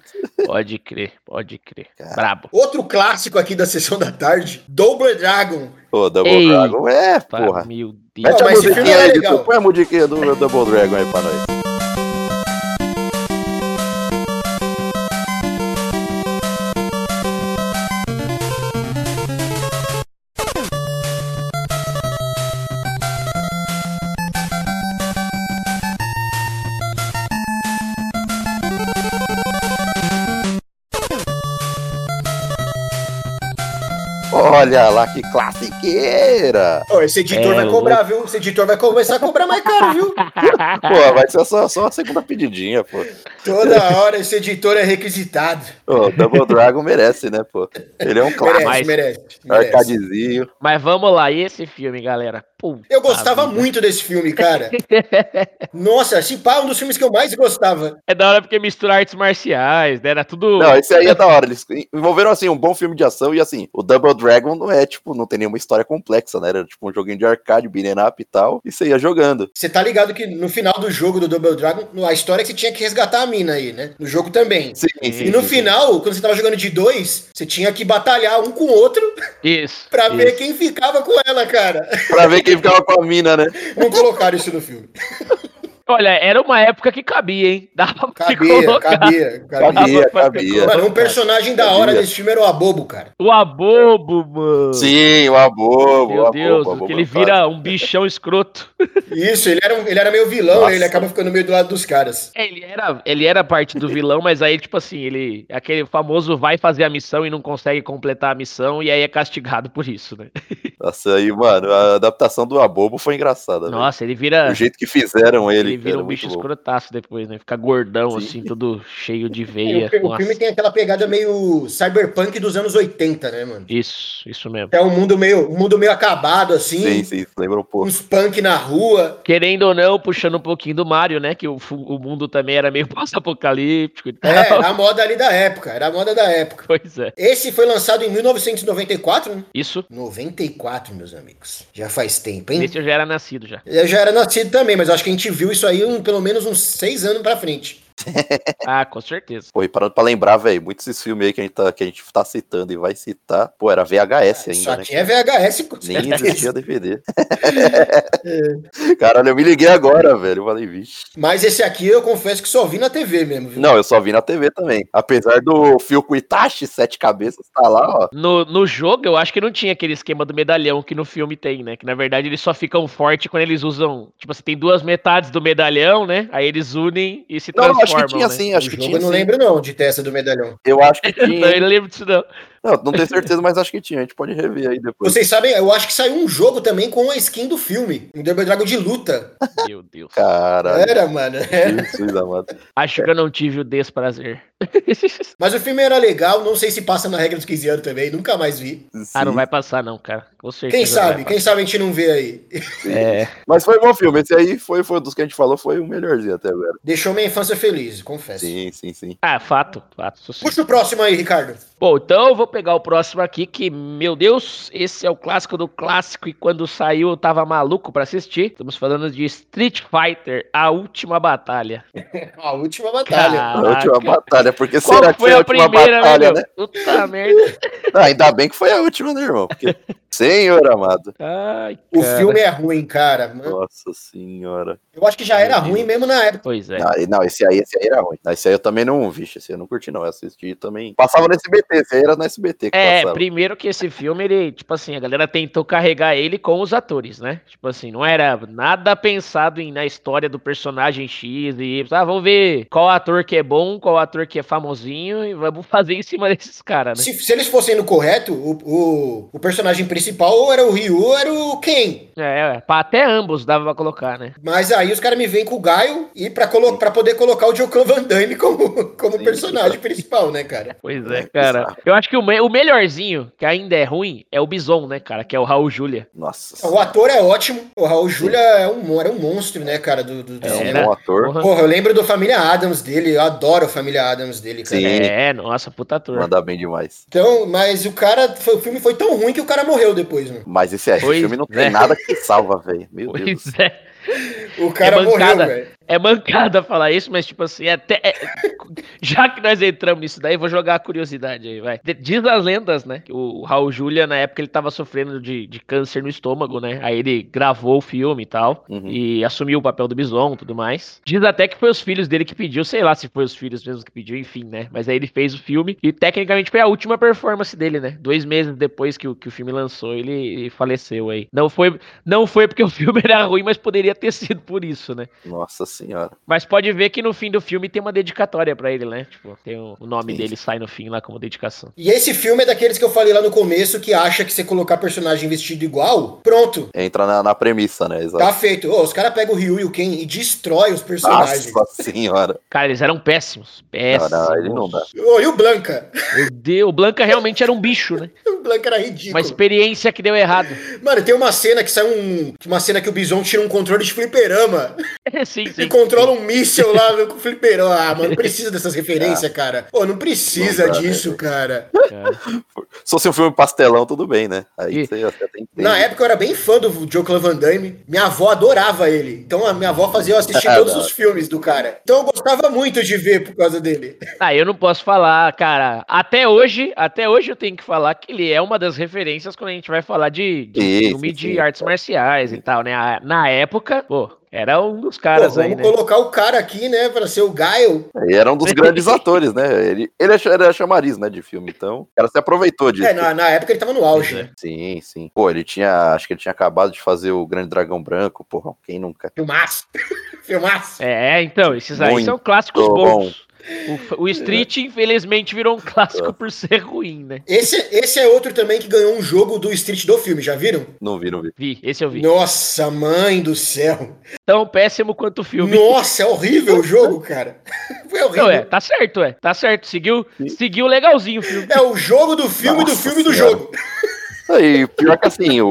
[SPEAKER 3] Pode crer, pode crer.
[SPEAKER 2] Cara.
[SPEAKER 3] Brabo.
[SPEAKER 1] Outro clássico aqui da sessão da tarde, Double Dragon.
[SPEAKER 2] Pô, Double
[SPEAKER 3] Ei.
[SPEAKER 2] Dragon. É,
[SPEAKER 3] Tá,
[SPEAKER 2] porra.
[SPEAKER 3] Meu Deus.
[SPEAKER 2] Mete
[SPEAKER 1] Não,
[SPEAKER 2] a
[SPEAKER 1] mas esse filme
[SPEAKER 2] musiquinha
[SPEAKER 1] é
[SPEAKER 2] aí,
[SPEAKER 1] legal.
[SPEAKER 2] Vitor. Põe a musiquinha do Double Dragon aí pra nós. Olha lá que classiqueira!
[SPEAKER 1] Ó, esse editor
[SPEAKER 3] É
[SPEAKER 1] vai cobrar, viu? Esse editor vai começar a cobrar mais caro, viu?
[SPEAKER 2] Pô, vai ser só, só a segunda pedidinha, pô.
[SPEAKER 1] Toda hora esse editor é requisitado.
[SPEAKER 2] Ô, Double Dragon merece, né, pô? Ele é um
[SPEAKER 1] Merece,
[SPEAKER 2] clássico. um
[SPEAKER 3] mas-
[SPEAKER 1] merece, merece.
[SPEAKER 2] Arcadezinho.
[SPEAKER 1] é-
[SPEAKER 3] Mas vamos lá, e esse filme, galera? Puta
[SPEAKER 1] Eu
[SPEAKER 2] Ah,
[SPEAKER 1] gostava
[SPEAKER 3] vida.
[SPEAKER 1] muito desse filme,
[SPEAKER 2] [LAUGHS]
[SPEAKER 1] cara. Nossa, esse pá, é um dos filmes que eu mais gostava.
[SPEAKER 3] É da hora porque mistura artes marciais, né? Era tudo.
[SPEAKER 2] Não, esse aí é da hora. Eles envolveram, assim, um bom filme de ação e, assim, o Double Dragon não é, tipo, não tem nenhuma história complexa, né? Era, tipo, um joguinho de arcade, beat'em up e tal, e você ia jogando.
[SPEAKER 1] Você tá ligado que no final do jogo do Double Dragon, no- a história é que você tinha que resgatar a mina aí, né? No jogo também.
[SPEAKER 2] Sim, sim.
[SPEAKER 1] E no
[SPEAKER 2] sim, sim.
[SPEAKER 1] final, quando você tava jogando de dois, você tinha que batalhar um com o outro
[SPEAKER 3] Isso.
[SPEAKER 1] pra
[SPEAKER 3] isso.
[SPEAKER 1] ver quem ficava com ela, cara.
[SPEAKER 2] Pra ver quem ficava com a mina, né?
[SPEAKER 1] Não colocaram isso no
[SPEAKER 2] [LAUGHS]
[SPEAKER 1] filme.
[SPEAKER 3] Olha, era uma época que cabia, hein? Dava pra [LAUGHS] se
[SPEAKER 1] Cabia,
[SPEAKER 3] colocar.
[SPEAKER 1] cabia, cabia.
[SPEAKER 3] [LAUGHS]
[SPEAKER 2] Cabia,
[SPEAKER 3] pra-
[SPEAKER 2] cabia.
[SPEAKER 1] Mano, um personagem da hora
[SPEAKER 2] Cabia.
[SPEAKER 1] desse filme era o Abobo, cara.
[SPEAKER 3] O abobo, mano.
[SPEAKER 2] Sim, o abobo. o
[SPEAKER 3] Meu
[SPEAKER 2] abobo,
[SPEAKER 3] Deus,
[SPEAKER 2] o abobo
[SPEAKER 3] que ele
[SPEAKER 2] é fácil.
[SPEAKER 3] vira um bichão escroto. [LAUGHS]
[SPEAKER 1] Isso, ele era, um- ele era meio vilão,
[SPEAKER 2] Nossa.
[SPEAKER 1] ele acaba ficando meio do lado dos caras.
[SPEAKER 3] É, Ele era, ele era parte do vilão, mas aí, tipo assim, ele. Aquele famoso vai fazer a missão e não consegue completar a missão, e aí é castigado por isso, né?
[SPEAKER 2] Nossa, aí, mano, a adaptação do abobo foi engraçada. velho.
[SPEAKER 3] Nossa, ele vira.
[SPEAKER 2] O jeito que fizeram ele,
[SPEAKER 3] Ele vira
[SPEAKER 2] Era
[SPEAKER 3] um bicho
[SPEAKER 2] muito bom.
[SPEAKER 3] escrotaço depois, né? Fica gordão,
[SPEAKER 2] Sim.
[SPEAKER 3] assim, todo cheio de
[SPEAKER 1] E
[SPEAKER 3] veia.
[SPEAKER 1] o fi- o
[SPEAKER 3] Nossa.
[SPEAKER 1] um filme tem aquela pegada meio cyberpunk dos anos 80, né, mano?
[SPEAKER 3] Isso, isso mesmo.
[SPEAKER 1] É um mundo meio, um mundo meio acabado, assim.
[SPEAKER 2] Sim, sim, lembra um pouco.
[SPEAKER 1] Uns punk na rua.
[SPEAKER 3] Querendo ou não, puxando um pouquinho do Mario, né? Que o, fu- o mundo também era meio [LAUGHS] pós-apocalíptico [LAUGHS] e tal.
[SPEAKER 1] É, era a moda ali da época, era a moda da época.
[SPEAKER 3] Pois é.
[SPEAKER 1] Esse foi lançado em 1994, né?
[SPEAKER 3] Isso.
[SPEAKER 1] 94, meus amigos. Já faz tempo, hein?
[SPEAKER 3] Esse eu já era nascido
[SPEAKER 2] [LAUGHS]
[SPEAKER 3] já.
[SPEAKER 1] Eu já era nascido também, mas eu acho que a gente viu isso aí um, pelo menos uns seis anos pra frente.
[SPEAKER 2] É.
[SPEAKER 3] Ah, com certeza.
[SPEAKER 2] Pô, e parando pra lembrar, velho, muitos desses filmes aí que a, gente tá, que a gente tá citando e vai citar, pô, era VHS
[SPEAKER 1] É, Só
[SPEAKER 2] ainda, né?
[SPEAKER 1] tinha VHS. com
[SPEAKER 2] Nem
[SPEAKER 1] certeza. [LAUGHS]
[SPEAKER 2] existia DVD.
[SPEAKER 1] É.
[SPEAKER 2] Caralho, eu me liguei agora, velho. Eu falei, vixe.
[SPEAKER 1] Mas esse aqui eu confesso que só vi na TV mesmo, viu?
[SPEAKER 2] Não, eu só vi na TV também. Apesar do Fio Itachi, Sete Cabeças, tá lá, ó.
[SPEAKER 3] No, no jogo, eu acho que não tinha aquele esquema do medalhão que no filme tem, né? Que na verdade eles só ficam fortes quando eles usam. Tipo assim, tem duas metades do medalhão, né? Aí eles unem e se
[SPEAKER 2] Não, não, acho
[SPEAKER 3] transformam.
[SPEAKER 2] que tinha
[SPEAKER 3] né?
[SPEAKER 2] sim,
[SPEAKER 1] O
[SPEAKER 2] acho que
[SPEAKER 1] jogo
[SPEAKER 2] tinha
[SPEAKER 1] eu não
[SPEAKER 2] sim.
[SPEAKER 1] lembro, não, de ter essa do medalhão.
[SPEAKER 2] Eu
[SPEAKER 1] [LAUGHS]
[SPEAKER 2] acho que
[SPEAKER 3] Não, Então, eu
[SPEAKER 2] tinha.
[SPEAKER 3] não lembro disso, não. [LAUGHS]
[SPEAKER 2] Não, não tenho certeza, mas acho que tinha. A gente pode rever
[SPEAKER 1] [LAUGHS]
[SPEAKER 2] aí depois.
[SPEAKER 1] Vocês sabem, eu acho que saiu um jogo também com a skin do filme. Um Double Dragon de luta.
[SPEAKER 3] Meu Deus.
[SPEAKER 2] Caralho.
[SPEAKER 1] Era, mano. é. era.
[SPEAKER 2] Jesus amado.
[SPEAKER 3] Acho que eu não tive o desprazer. [LAUGHS]
[SPEAKER 1] Mas o filme era legal, não sei se passa na regra dos 15 anos também, nunca mais vi.
[SPEAKER 3] ah, não
[SPEAKER 2] Sim. é
[SPEAKER 3] vai passar, não, cara. Com certeza.
[SPEAKER 1] Quem
[SPEAKER 3] não vai
[SPEAKER 1] sabe, quem
[SPEAKER 3] passar.
[SPEAKER 1] sabe a gente não vê aí.
[SPEAKER 3] É.
[SPEAKER 2] Mas foi um bom filme. Esse aí foi, foi dos que a gente falou, foi o melhorzinho até agora.
[SPEAKER 1] Deixou minha infância feliz, confesso.
[SPEAKER 2] Sim, sim, sim.
[SPEAKER 3] Ah, fato, fato. isso sim.
[SPEAKER 1] Puxa o próximo aí, Ricardo.
[SPEAKER 3] Bom, então eu vou pegar o próximo aqui, que, meu Deus, esse é o clássico do clássico e quando saiu eu tava maluco pra assistir. Estamos falando de Street Fighter, A Última Batalha.
[SPEAKER 1] A última batalha.
[SPEAKER 2] A última
[SPEAKER 3] Caraca.
[SPEAKER 2] batalha, porque
[SPEAKER 3] Qual
[SPEAKER 2] será que
[SPEAKER 3] foi
[SPEAKER 2] foi a,
[SPEAKER 3] a
[SPEAKER 2] última
[SPEAKER 3] primeira,
[SPEAKER 2] batalha,
[SPEAKER 3] né,
[SPEAKER 2] né? [LAUGHS]
[SPEAKER 3] meu? Puta merda.
[SPEAKER 2] Ah, ainda bem que foi a última, né, irmão?
[SPEAKER 3] [LAUGHS]
[SPEAKER 2] Porque- Senhor amado.
[SPEAKER 3] Ai,
[SPEAKER 1] o
[SPEAKER 3] cara.
[SPEAKER 1] filme é ruim, cara. mano.
[SPEAKER 2] Nossa senhora.
[SPEAKER 1] Eu acho que já era
[SPEAKER 3] Meu
[SPEAKER 1] ruim mesmo na época.
[SPEAKER 3] Pois é.
[SPEAKER 2] Não, e- não, esse aí, esse aí era ruim. Não, Esse aí eu também não vi, esse aí eu não curti, não. Eu assisti também. Passava no SBT, esse aí era no SBT que
[SPEAKER 3] É,
[SPEAKER 2] passava.
[SPEAKER 3] primeiro que esse filme, ele, tipo assim, a galera tentou carregar ele com os atores, né? Tipo assim, não era nada pensado em, na história do personagem X e Y. Ah, vamos ver qual ator que é bom, qual ator que é famosinho e vamos [LAUGHS] fazer em cima desses caras, né?
[SPEAKER 1] Se, se eles fossem no correto, o, o, o personagem principal ou era o Ryu ou era o Ken.
[SPEAKER 3] É, é, pra até ambos dava pra colocar, né?
[SPEAKER 1] Mas aí os caras me vêm com o Gaio e pra, colo pra poder colocar o Jocan Van Damme como, como
[SPEAKER 2] Sim.
[SPEAKER 1] personagem principal, né, cara?
[SPEAKER 3] Pois
[SPEAKER 2] É,
[SPEAKER 3] é, cara.
[SPEAKER 2] bizarro.
[SPEAKER 3] Eu acho que o, me- o melhorzinho, que ainda é ruim, é o Bison, né, cara? Que é o Raul Júlia.
[SPEAKER 2] Nossa.
[SPEAKER 1] O ator é ótimo. O Raul Júlia é um, era um monstro, né, cara? Do, do, do
[SPEAKER 2] É um
[SPEAKER 1] cinema.
[SPEAKER 3] Era.
[SPEAKER 2] bom ator.
[SPEAKER 3] Porra.
[SPEAKER 1] Porra, eu lembro do Família Adams dele, eu adoro a Família Adams dele, cara.
[SPEAKER 2] Sim.
[SPEAKER 3] É, nossa, puta ator.
[SPEAKER 2] Manda bem demais.
[SPEAKER 1] Então, mas o cara, foi- o filme foi tão ruim que o cara morreu depois, mano.
[SPEAKER 2] Mas esse, esse
[SPEAKER 3] Pois
[SPEAKER 2] filme não tem
[SPEAKER 3] é.
[SPEAKER 2] nada que salva, velho. Meu Deus. do céu.
[SPEAKER 3] Pois é.
[SPEAKER 1] O cara
[SPEAKER 3] É
[SPEAKER 1] morreu,
[SPEAKER 3] bancada.
[SPEAKER 1] velho.
[SPEAKER 3] É mancada falar isso, mas tipo assim, até. é- já que nós entramos nisso daí, vou jogar a curiosidade aí, vai. D- Diz as lendas, né? que O Raul Julia, na época, ele tava sofrendo de, de câncer no estômago, né? Aí ele gravou o filme e tal.
[SPEAKER 2] Uhum.
[SPEAKER 3] E assumiu o papel do Bison e tudo mais. Diz até que foi os filhos dele que pediu, sei lá se foi os filhos mesmo que pediu, enfim, né? Mas aí ele fez o filme e tecnicamente foi a última performance dele, né? Dois meses depois que o, que o filme lançou, ele, ele faleceu aí. Não foi, não foi porque o filme [LAUGHS] era ruim, mas poderia ter sido por isso, né?
[SPEAKER 2] Nossa senhora.
[SPEAKER 3] Mas pode ver que no fim do filme tem uma dedicatória pra ele, né? Tipo, tem o, o nome
[SPEAKER 2] Sim.
[SPEAKER 3] dele sai no fim lá como dedicação.
[SPEAKER 1] E esse filme é daqueles que eu falei lá no começo que acha que você colocar personagem vestido igual, pronto,
[SPEAKER 2] Entra na, na premissa, né? Exato.
[SPEAKER 1] tá feito. Ô, os caras pegam o Ryu e o Ken e destrói os personagens.
[SPEAKER 2] Nossa senhora.
[SPEAKER 3] Cara, eles eram péssimos. Péssimos.
[SPEAKER 2] Não, não, ele não dá.
[SPEAKER 1] Ô, e o Blanca?
[SPEAKER 3] Meu Deus, o Blanca realmente era um bicho, né?
[SPEAKER 1] O Blanca era ridículo.
[SPEAKER 3] Uma experiência que deu errado. [LAUGHS]
[SPEAKER 1] Mano, tem uma cena que sai um. Uma cena que o Bison tira um controle de fliperama
[SPEAKER 3] É, sim, sim.
[SPEAKER 1] e controla um míssel lá no fliperama. Ah,
[SPEAKER 3] [LAUGHS]
[SPEAKER 1] mano, não precisa dessas referências,
[SPEAKER 3] Ah.
[SPEAKER 1] cara. Ô, não precisa
[SPEAKER 2] Não dá,
[SPEAKER 1] disso,
[SPEAKER 2] né?
[SPEAKER 1] cara.
[SPEAKER 3] Cara.
[SPEAKER 2] Se fosse um filme pastelão, tudo bem, né? Aí
[SPEAKER 3] E-
[SPEAKER 2] você você até entende.
[SPEAKER 1] Na época eu era bem fã do Joe Van Damme. Minha avó adorava ele. Então a minha avó fazia eu assistir
[SPEAKER 2] Ah,
[SPEAKER 1] todos
[SPEAKER 2] não.
[SPEAKER 1] os filmes do cara. Então eu gostava muito de ver por causa dele.
[SPEAKER 3] Ah, eu não posso falar, cara. Até hoje, até hoje eu tenho que falar que ele é uma das referências quando a gente vai falar de, de
[SPEAKER 2] Sim,
[SPEAKER 3] filme
[SPEAKER 2] sim,
[SPEAKER 3] de
[SPEAKER 2] sim.
[SPEAKER 3] artes marciais e tal, né? A- Na época, pô, era um dos
[SPEAKER 1] Pô,
[SPEAKER 3] caras
[SPEAKER 1] vamos
[SPEAKER 3] aí, né?
[SPEAKER 1] colocar o cara aqui, né, pra ser o Gaio.
[SPEAKER 2] E era um dos grandes atores, né? Ele, ele era- era chamariz, né, de filme, então. O cara se aproveitou disso.
[SPEAKER 1] É, na, na época ele tava no auge,
[SPEAKER 3] é.
[SPEAKER 1] né?
[SPEAKER 2] Sim, sim. Pô, ele tinha. Acho que ele tinha acabado de fazer o Grande Dragão Branco, porra. Quem nunca?
[SPEAKER 1] Filmaço. [LAUGHS] Filmaço.
[SPEAKER 3] É, então, esses aí
[SPEAKER 2] Muito
[SPEAKER 3] são clássicos
[SPEAKER 2] bom.
[SPEAKER 3] bons. O, f- o Street, infelizmente, virou um clássico por ser ruim, né?
[SPEAKER 1] Esse, esse é outro também que ganhou um jogo do Street do filme, já viram?
[SPEAKER 2] Não vi, não vi.
[SPEAKER 3] Vi, esse eu vi.
[SPEAKER 1] Nossa, mãe do céu.
[SPEAKER 3] Tão péssimo quanto o filme.
[SPEAKER 1] Nossa, é horrível o jogo, cara. [LAUGHS] Foi horrível.
[SPEAKER 3] Não, é, tá certo, é. Tá certo. Seguiu, seguiu legalzinho o filme.
[SPEAKER 1] É o jogo do filme do
[SPEAKER 2] Nossa
[SPEAKER 1] filme do
[SPEAKER 2] Senhora.
[SPEAKER 1] jogo.
[SPEAKER 2] E pior que assim, o,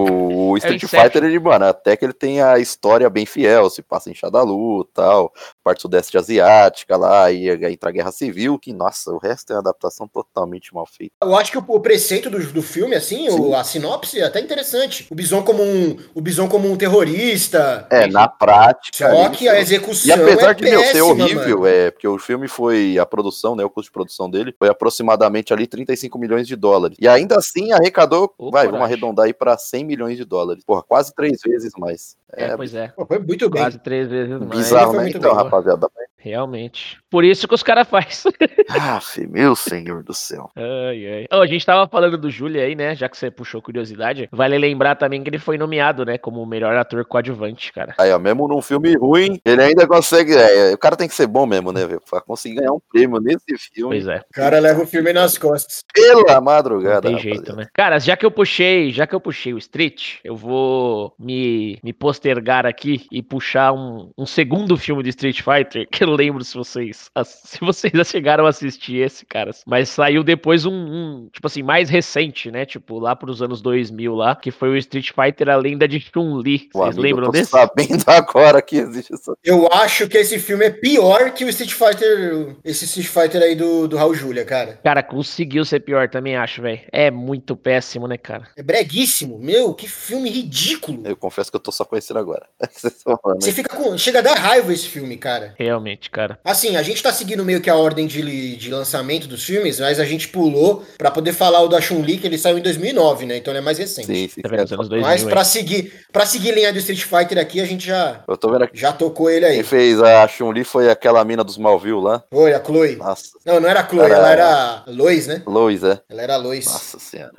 [SPEAKER 2] o Street
[SPEAKER 3] Inception.
[SPEAKER 2] Fighter, ele, mano, até que ele tem a história bem fiel, se passa em Shadalu e tal, parte sudeste asiática lá, e aí entra a guerra civil, que, nossa, o resto é uma adaptação totalmente mal feita.
[SPEAKER 1] Eu acho que o, o preceito do, do filme, assim, o,
[SPEAKER 2] Sim.
[SPEAKER 1] a sinopse é até interessante. O Bison como um, o Bison como um terrorista.
[SPEAKER 2] É, na prática.
[SPEAKER 1] Só
[SPEAKER 2] ele-
[SPEAKER 1] que a execução. é
[SPEAKER 2] E apesar de meu,
[SPEAKER 1] meu
[SPEAKER 2] ser horrível, é, porque o filme foi a produção, né, o custo de produção dele foi aproximadamente ali 35 milhões de dólares. E ainda assim arrecadou,
[SPEAKER 3] Ô,
[SPEAKER 2] vai,
[SPEAKER 3] coragem.
[SPEAKER 2] vamos arredondar aí pra 100 milhões de dólares. Porra, quase três vezes mais.
[SPEAKER 3] É,
[SPEAKER 2] É,
[SPEAKER 3] pois é.
[SPEAKER 1] Foi muito bem.
[SPEAKER 3] Quase três vezes mais.
[SPEAKER 2] bizarro,
[SPEAKER 1] foi
[SPEAKER 2] né?
[SPEAKER 1] muito
[SPEAKER 2] Então,
[SPEAKER 3] boa.
[SPEAKER 2] rapaziada.
[SPEAKER 3] Realmente. Por isso que os caras fazem.
[SPEAKER 2] [LAUGHS] Aff, meu senhor do céu.
[SPEAKER 3] [LAUGHS] Ai, ai. Ó, a gente tava falando do Júlio aí, né? Já que você puxou curiosidade. Vale lembrar também que ele foi nomeado, né? Como o melhor ator coadjuvante, cara.
[SPEAKER 2] Aí, ó, mesmo num filme ruim, ele ainda consegue. é, o cara tem que ser bom mesmo, né, velho? Pra conseguir ganhar um prêmio nesse filme.
[SPEAKER 3] Pois é,
[SPEAKER 1] O cara leva o filme nas costas.
[SPEAKER 2] Pela
[SPEAKER 3] não
[SPEAKER 2] madrugada.
[SPEAKER 3] tem jeito, né? Cara, já que eu puxei, já que eu puxei o Street, eu vou me, me postergar aqui e puxar um, um segundo filme de Street Fighter, que eu não lembro se vocês ass- se vocês já chegaram a assistir esse, cara. Mas saiu depois um, um, tipo assim, mais recente, né? Tipo, lá pros anos 2000 lá, que foi o Street Fighter A Lenda de Chun-Li.
[SPEAKER 2] O
[SPEAKER 3] Vocês
[SPEAKER 2] amigo,
[SPEAKER 3] lembram
[SPEAKER 2] eu tô
[SPEAKER 3] desse?
[SPEAKER 2] sabendo [LAUGHS] agora que existe essa.
[SPEAKER 1] Eu acho que esse filme é pior que o Street Fighter. Esse Street Fighter aí do, do Raul Júlia, cara.
[SPEAKER 3] Cara, conseguiu ser pior também, acho, velho. É muito péssimo, né, cara?
[SPEAKER 1] É breguíssimo. Meu, que filme ridículo.
[SPEAKER 2] Eu confesso que eu tô só conhecendo agora. [LAUGHS] Vocês estão falando,
[SPEAKER 1] Você
[SPEAKER 2] né?
[SPEAKER 1] fica com. Chega a dar raiva esse filme, cara.
[SPEAKER 3] Realmente, cara.
[SPEAKER 1] Assim, a gente tá seguindo meio que a ordem de, li- de lançamento dos filmes, mas a gente pulou pra poder falar o da Chun-Li, que ele saiu em 2009, né? Então ele é mais recente.
[SPEAKER 2] Sim, sim.
[SPEAKER 3] Tá vendo? Nos
[SPEAKER 2] sim.
[SPEAKER 3] anos 2000.
[SPEAKER 1] Mas
[SPEAKER 3] hein?
[SPEAKER 1] pra seguir, pra seguir linha do Street Fighter aqui, a gente já,
[SPEAKER 2] Eu tô vendo aqui.
[SPEAKER 1] já tocou ele
[SPEAKER 2] Quem
[SPEAKER 1] aí.
[SPEAKER 2] fez a Chun-Li foi aquela mina dos Malville lá.
[SPEAKER 1] Oi, a Chloe.
[SPEAKER 2] Nossa.
[SPEAKER 1] Não, não era a Chloe,
[SPEAKER 2] Era-
[SPEAKER 1] ela era a Lois, né?
[SPEAKER 2] Lois, é?
[SPEAKER 1] Ela era a Lois.
[SPEAKER 2] Nossa
[SPEAKER 3] [LAUGHS]
[SPEAKER 2] senhora.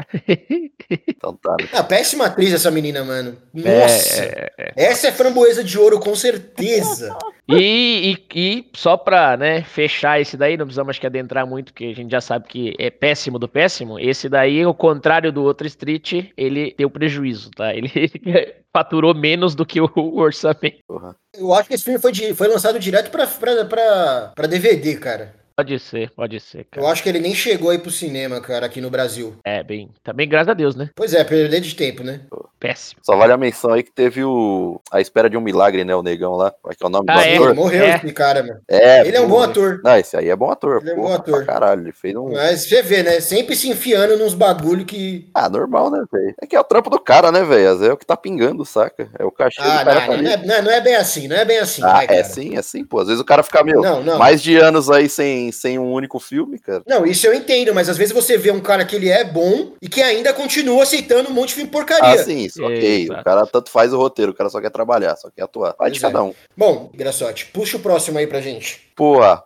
[SPEAKER 2] Então tá, né?
[SPEAKER 1] Ah, péssima atriz essa menina, mano.
[SPEAKER 3] É,
[SPEAKER 1] Nossa.
[SPEAKER 3] é,
[SPEAKER 1] Essa é framboesa de ouro, com certeza.
[SPEAKER 3] E, e- e só pra né, fechar esse daí, não precisamos acho que adentrar muito, porque a gente já sabe que é péssimo do péssimo. Esse daí, ao contrário do outro Street, ele deu prejuízo, tá? Ele [LAUGHS] faturou menos do que o orçamento.
[SPEAKER 2] Porra.
[SPEAKER 1] Eu acho que esse filme foi, di- foi lançado direto pra, pra, pra, pra DVD, cara.
[SPEAKER 3] Pode ser, pode ser,
[SPEAKER 1] Eu
[SPEAKER 2] É.
[SPEAKER 3] cara.
[SPEAKER 1] acho que ele nem chegou aí pro cinema, cara, aqui no Brasil.
[SPEAKER 3] É, bem, também graças a Deus, né?
[SPEAKER 1] Pois é, perder de tempo, né?
[SPEAKER 3] Péssimo.
[SPEAKER 2] Só vale a menção aí que teve o. A espera de um milagre, né? O negão lá. Como é que é o nome
[SPEAKER 3] Ah,
[SPEAKER 2] do
[SPEAKER 3] é?
[SPEAKER 1] Ele
[SPEAKER 2] ator?
[SPEAKER 1] morreu
[SPEAKER 3] É.
[SPEAKER 1] esse cara, mano.
[SPEAKER 2] É.
[SPEAKER 1] Ele é um
[SPEAKER 2] pô.
[SPEAKER 1] bom ator.
[SPEAKER 2] Não, esse aí é bom ator.
[SPEAKER 1] Ele é um
[SPEAKER 2] porra,
[SPEAKER 1] bom ator.
[SPEAKER 2] Pra caralho, ele fez um.
[SPEAKER 1] Mas você vê, né? Sempre se enfiando nos bagulho que.
[SPEAKER 2] Ah, normal, né, velho? É que é o trampo do cara, né, velho? Às vezes É o que tá pingando, saca? É o cachê
[SPEAKER 1] Ah,
[SPEAKER 2] do cara.
[SPEAKER 1] não,
[SPEAKER 2] tá
[SPEAKER 1] não,
[SPEAKER 2] ali.
[SPEAKER 1] não é, não é- não é bem assim, não é bem assim.
[SPEAKER 2] Ah,
[SPEAKER 1] vai,
[SPEAKER 2] é
[SPEAKER 1] cara.
[SPEAKER 2] sim, é sim, pô. Às vezes o cara fica, meu,
[SPEAKER 1] Não, não.
[SPEAKER 2] mais de anos aí sem, sem um único filme, cara.
[SPEAKER 1] Não, isso eu entendo, mas às vezes você vê um cara que ele é bom e que ainda continua aceitando um monte de filme
[SPEAKER 2] Ah,
[SPEAKER 1] porcaria.
[SPEAKER 2] sim, isso,
[SPEAKER 3] É,
[SPEAKER 2] ok.
[SPEAKER 3] exato.
[SPEAKER 2] O cara tanto faz o roteiro, o cara só quer trabalhar, só quer atuar. Vai de
[SPEAKER 1] Pois é.
[SPEAKER 2] cada um.
[SPEAKER 1] Bom, Graçote, puxa o próximo aí pra gente.
[SPEAKER 2] Porra.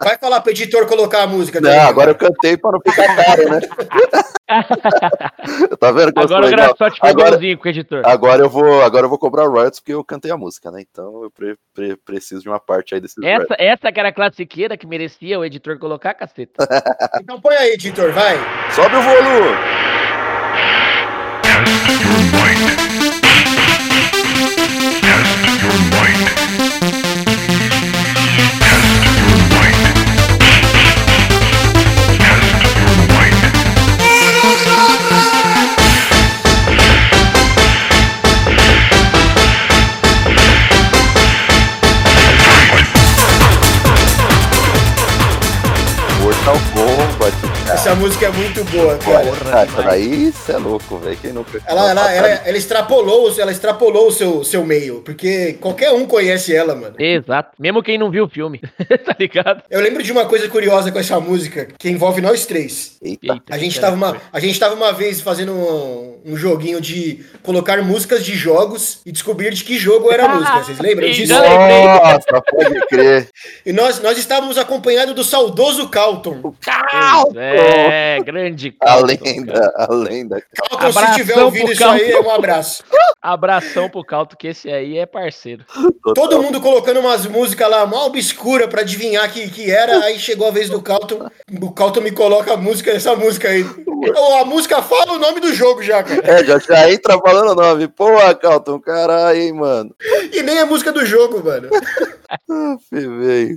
[SPEAKER 1] Vai falar pro editor colocar a música.
[SPEAKER 2] Não,
[SPEAKER 1] Daniel.
[SPEAKER 2] agora eu cantei pra não ficar caro, né? tá vendo como eu sou
[SPEAKER 3] Agora o
[SPEAKER 2] legal?
[SPEAKER 3] Graçote foi
[SPEAKER 2] Agora- Ah,
[SPEAKER 3] bonzinho com o editor.
[SPEAKER 2] Agora eu vou, agora eu vou cobrar royalties porque eu cantei a música, né? Então eu pre- pre- preciso de uma parte aí desses royalties.
[SPEAKER 3] Essa, essa que era a classiqueira que merecia o editor colocar, caceta.
[SPEAKER 1] Então põe aí, editor, vai.
[SPEAKER 2] Sobe o volume. Mortal Kombat.
[SPEAKER 1] Essa música é muito boa, cara.
[SPEAKER 2] Ah, essa daí você é louco, velho. Quem nunca.
[SPEAKER 1] Ela, ela, ela, é- ela extrapolou, ela extrapolou o seu, seu meio, porque qualquer um conhece ela, mano.
[SPEAKER 3] Exato. Mesmo quem não viu o filme, [LAUGHS] tá ligado?
[SPEAKER 1] Eu lembro de uma coisa curiosa com essa música que envolve nós três.
[SPEAKER 2] Eita,
[SPEAKER 3] Eita,
[SPEAKER 1] A gente
[SPEAKER 3] cara,
[SPEAKER 1] tava uma, a gente tava uma vez fazendo um, um joguinho de colocar músicas de jogos e descobrir de que jogo era a
[SPEAKER 3] [LAUGHS]
[SPEAKER 1] música. Vocês lembram
[SPEAKER 3] sim,
[SPEAKER 1] disso?
[SPEAKER 3] já lembrei.
[SPEAKER 2] Nossa, pode crer.
[SPEAKER 1] E nós, nós estávamos acompanhados do saudoso Calton.
[SPEAKER 2] Calton!
[SPEAKER 3] É, grande
[SPEAKER 2] A
[SPEAKER 3] Calton, cara.
[SPEAKER 2] lenda, a lenda.
[SPEAKER 1] Calton, se
[SPEAKER 3] Abração
[SPEAKER 1] tiver ouvindo
[SPEAKER 3] pro
[SPEAKER 1] isso aí, é
[SPEAKER 3] Calton.
[SPEAKER 1] um abraço.
[SPEAKER 3] Abração pro Calto, que esse aí é parceiro.
[SPEAKER 1] Todo mundo colocando umas músicas lá mal obscura pra adivinhar que, que era, aí chegou a vez do Calton. O Calton me coloca a música, essa música aí. Ou a música fala o nome do jogo já, cara.
[SPEAKER 2] É, já, já entra falando o nome. Porra, Calton, caralho, hein, mano.
[SPEAKER 1] E nem a música do jogo, mano.
[SPEAKER 2] Fivei.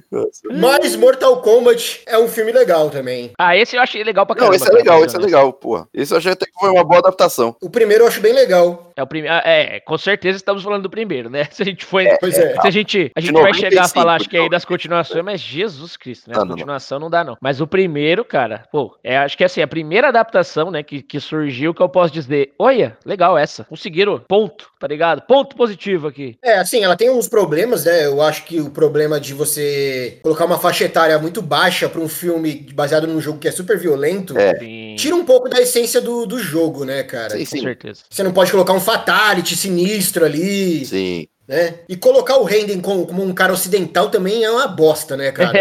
[SPEAKER 1] Mas Mortal Kombat é um filme legal também.
[SPEAKER 3] Ah, esse eu achei legal pra caramba. né?
[SPEAKER 2] Não, esse é
[SPEAKER 3] cara,
[SPEAKER 2] legal,
[SPEAKER 3] mas
[SPEAKER 2] esse é
[SPEAKER 3] honesto.
[SPEAKER 2] legal, porra. Esse eu achei até que foi uma boa adaptação.
[SPEAKER 1] O primeiro eu acho bem legal.
[SPEAKER 3] É o primeiro. É, com certeza estamos falando do primeiro, né? [LAUGHS] Se a gente foi.
[SPEAKER 1] Pois é.
[SPEAKER 3] Se a gente, a
[SPEAKER 2] De
[SPEAKER 3] gente vai
[SPEAKER 2] 95,
[SPEAKER 3] chegar a falar, acho que aí
[SPEAKER 2] então.
[SPEAKER 3] das continuações, mas Jesus Cristo, né?
[SPEAKER 2] Ah, não, não.
[SPEAKER 3] continuação não. dá, não. Mas o primeiro, cara, pô, é, acho que assim, a primeira adaptação, né, que, que surgiu, que eu posso dizer, olha, legal essa, conseguiram, ponto, tá ligado? Ponto positivo aqui.
[SPEAKER 1] É, assim, ela tem uns problemas, né? Eu acho que o problema de você colocar uma faixa etária muito baixa pra um filme baseado num jogo que é super violento
[SPEAKER 2] É.
[SPEAKER 3] Sim,
[SPEAKER 1] tira um pouco da essência do, do jogo, né, cara?
[SPEAKER 2] Sim,
[SPEAKER 3] com
[SPEAKER 2] sim.
[SPEAKER 3] certeza.
[SPEAKER 1] Você não pode colocar um fatality sinistro ali,
[SPEAKER 2] Sim.
[SPEAKER 1] né? E colocar o Raiden como, como um cara ocidental também é uma bosta, né,
[SPEAKER 3] [LAUGHS]
[SPEAKER 1] cara?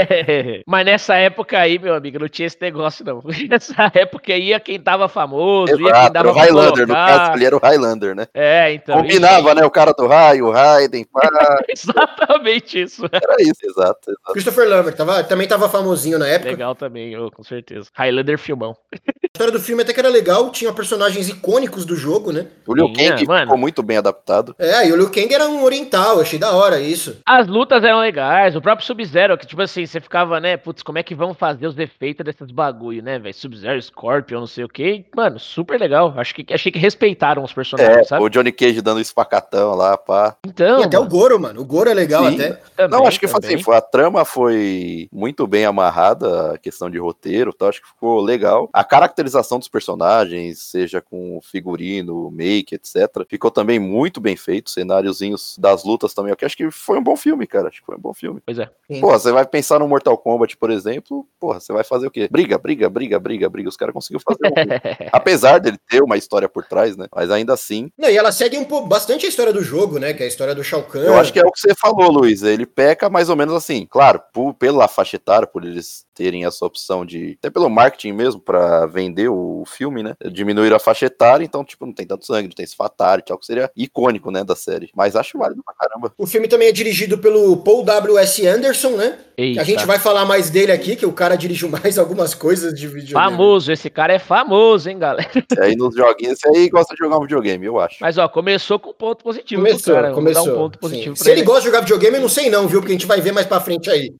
[SPEAKER 3] Mas nessa época aí, meu amigo, não tinha esse negócio, não. [LAUGHS] Nessa época aí ia quem tava famoso, ia quem
[SPEAKER 2] Exato, era
[SPEAKER 3] dava
[SPEAKER 2] o Highlander, no
[SPEAKER 3] colocar.
[SPEAKER 2] caso ali era o Highlander, né?
[SPEAKER 3] É, então.
[SPEAKER 2] Combinava, né? O cara do raio, o Raiden, pá,
[SPEAKER 3] [LAUGHS] Exatamente isso.
[SPEAKER 2] era isso, exato, exato.
[SPEAKER 1] Christopher Lambert tava, também tava famosinho na época.
[SPEAKER 3] É Legal também, eu, com certeza. Highlander filmão.
[SPEAKER 1] A história do filme até que era legal, tinha personagens icônicos do jogo, né?
[SPEAKER 2] O Liu
[SPEAKER 3] Sim, é,
[SPEAKER 2] Kang
[SPEAKER 3] mano.
[SPEAKER 2] ficou muito bem adaptado.
[SPEAKER 1] É, e o Liu Kang era um oriental, achei da hora isso.
[SPEAKER 3] As lutas eram legais, o próprio Sub-Zero, que tipo assim, você ficava, né, putz, como é que vão fazer os defeitos desses bagulho, né, velho? Sub-Zero, Scorpion, não sei o que. Mano, super legal. Acho que, achei que respeitaram os personagens,
[SPEAKER 2] É,
[SPEAKER 3] sabe?
[SPEAKER 2] o Johnny Cage dando espacatão lá, pá.
[SPEAKER 3] Então.
[SPEAKER 1] e até o
[SPEAKER 3] mano,
[SPEAKER 1] Goro, mano. O Goro é legal
[SPEAKER 2] Sim.
[SPEAKER 1] até.
[SPEAKER 3] também,
[SPEAKER 2] Não, acho que foi
[SPEAKER 3] também.
[SPEAKER 2] assim, foi- a trama foi muito bem amarrada, a questão de roteiro, e tal, acho que ficou legal. A caracterização dos personagens, seja com o figurino, o make, etc, ficou também muito bem feito, cenáriozinhos das lutas também, que acho que foi um bom filme, cara, acho que foi um bom filme.
[SPEAKER 3] Pois é.
[SPEAKER 1] Sim.
[SPEAKER 2] Porra, você vai pensar no Mortal Kombat, por exemplo, porra, você vai fazer o quê? Briga, briga, briga, briga, briga, os caras conseguiram fazer um...
[SPEAKER 3] [LAUGHS]
[SPEAKER 2] Apesar dele ter uma história por trás, né, mas ainda assim,
[SPEAKER 1] Não, e ela segue um pouco, bastante a história do jogo, né? Que é a história do Shao Kahn.
[SPEAKER 2] Eu acho que é o que você falou, Luiz. Ele peca mais ou menos assim. Claro, por- pela faixa etária, por eles terem essa opção de. Até pelo marketing mesmo, pra vender o filme, né? Diminuir a faixa etária, então, tipo, não tem tanto sangue, não tem esse fatality, tal, que seria icônico, né, da série. Mas acho válido pra caramba.
[SPEAKER 1] O filme também é dirigido pelo Paul W.S. Anderson, né?
[SPEAKER 3] Eita.
[SPEAKER 1] A gente vai falar mais dele aqui, que o cara dirigiu [LAUGHS] mais algumas coisas de videogame.
[SPEAKER 3] Famoso, esse cara é famoso, hein, galera.
[SPEAKER 2] E aí nos joguinhos, esse aí gosta de jogar um videogame, eu acho.
[SPEAKER 3] Mas ó, começou com um ponto positivo pro
[SPEAKER 1] Começou,
[SPEAKER 3] cara. Vamos
[SPEAKER 1] começou.
[SPEAKER 3] Dar um ponto
[SPEAKER 1] sim.
[SPEAKER 3] positivo
[SPEAKER 1] Se
[SPEAKER 3] pra
[SPEAKER 1] ele
[SPEAKER 3] ele.
[SPEAKER 1] gosta de jogar videogame, eu não sei não, viu? Porque a gente vai ver mais pra frente aí.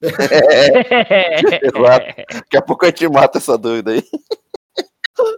[SPEAKER 3] É.
[SPEAKER 2] [LAUGHS] Exato. Daqui a pouco a gente mata essa dúvida aí.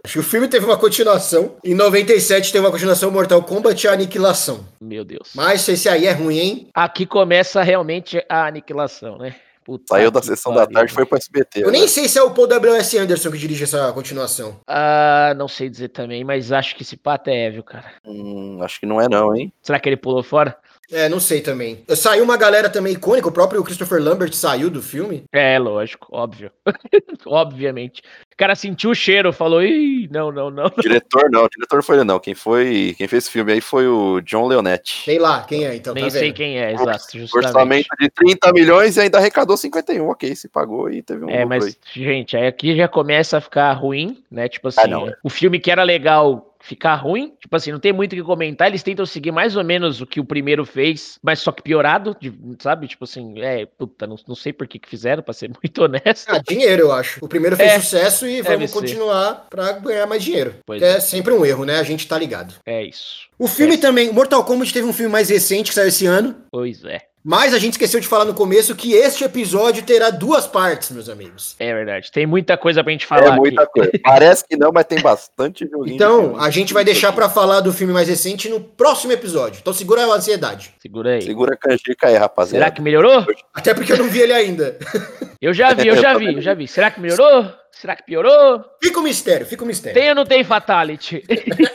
[SPEAKER 1] Acho que o filme teve uma continuação. Em 97 teve uma continuação Mortal Kombat e a Aniquilação.
[SPEAKER 3] [LAUGHS] Meu Deus.
[SPEAKER 1] Mas esse aí é ruim, hein?
[SPEAKER 3] Aqui começa realmente a aniquilação, né? Puta
[SPEAKER 2] Saiu da
[SPEAKER 3] que
[SPEAKER 2] sessão da
[SPEAKER 3] pariu,
[SPEAKER 2] tarde e
[SPEAKER 3] né?
[SPEAKER 2] foi pro SBT.
[SPEAKER 1] Eu
[SPEAKER 2] né?
[SPEAKER 1] nem sei se é o Paul W.S. Anderson que dirige essa continuação.
[SPEAKER 3] Ah, não sei dizer também, mas acho que esse pato é viu, cara.
[SPEAKER 2] Hum, acho que não é, não, hein?
[SPEAKER 3] Será que ele pulou fora?
[SPEAKER 1] É, não sei também. Saiu uma galera também icônica, o próprio Christopher Lambert saiu do filme.
[SPEAKER 3] É, lógico, óbvio. [LAUGHS] Obviamente. O cara sentiu o cheiro, falou: ih, não, não, não.
[SPEAKER 2] Diretor não, diretor foi ele não. Quem foi, quem fez esse filme aí foi o John Leonetti.
[SPEAKER 1] Sei lá quem é, então,
[SPEAKER 3] Nem
[SPEAKER 1] tá vendo?
[SPEAKER 3] sei quem é, exato. Justamente.
[SPEAKER 2] Orçamento de 30 milhões e ainda arrecadou 51. Ok, se pagou e teve um
[SPEAKER 3] É,
[SPEAKER 2] lucro
[SPEAKER 3] mas,
[SPEAKER 2] aí.
[SPEAKER 3] gente, aí aqui já começa a ficar ruim, né? Tipo assim,
[SPEAKER 2] não, é.
[SPEAKER 3] o filme que era legal ficar ruim, tipo assim, não tem muito o que comentar, eles tentam seguir mais ou menos o que o primeiro fez, mas só que piorado, de- sabe? Tipo assim, é, puta, não, não sei por que que fizeram, pra ser [LAUGHS] muito honesto.
[SPEAKER 1] Ah, dinheiro, eu acho. O primeiro fez
[SPEAKER 3] É,
[SPEAKER 1] sucesso e
[SPEAKER 3] deve
[SPEAKER 1] vamos
[SPEAKER 3] ser.
[SPEAKER 1] continuar pra ganhar mais dinheiro.
[SPEAKER 3] Pois
[SPEAKER 1] Que é sempre um erro, né? A gente tá ligado.
[SPEAKER 3] É isso.
[SPEAKER 1] O filme
[SPEAKER 3] É.
[SPEAKER 1] também, Mortal Kombat teve um filme mais recente que saiu esse ano,
[SPEAKER 3] Pois é.
[SPEAKER 1] mas a gente esqueceu de falar no começo que este episódio terá duas partes, meus amigos.
[SPEAKER 3] É verdade. Tem muita coisa pra gente falar.
[SPEAKER 2] É
[SPEAKER 3] aqui.
[SPEAKER 2] muita coisa.
[SPEAKER 3] [LAUGHS]
[SPEAKER 2] Parece que não, mas tem bastante joguinho.
[SPEAKER 1] Então, a gente vai deixar pra falar do filme mais recente no próximo episódio. Então segura a ansiedade.
[SPEAKER 3] Segura aí.
[SPEAKER 2] Segura a canjica aí,
[SPEAKER 3] Será
[SPEAKER 2] rapaziada.
[SPEAKER 3] que melhorou?
[SPEAKER 1] Até porque eu não vi ele ainda. [LAUGHS]
[SPEAKER 3] Eu já vi, eu já
[SPEAKER 2] [LAUGHS] Eu
[SPEAKER 3] vi, eu já vi. Será que melhorou? Será que piorou?
[SPEAKER 1] Fica o mistério, fica o mistério.
[SPEAKER 3] Tem ou não tem fatality? [LAUGHS]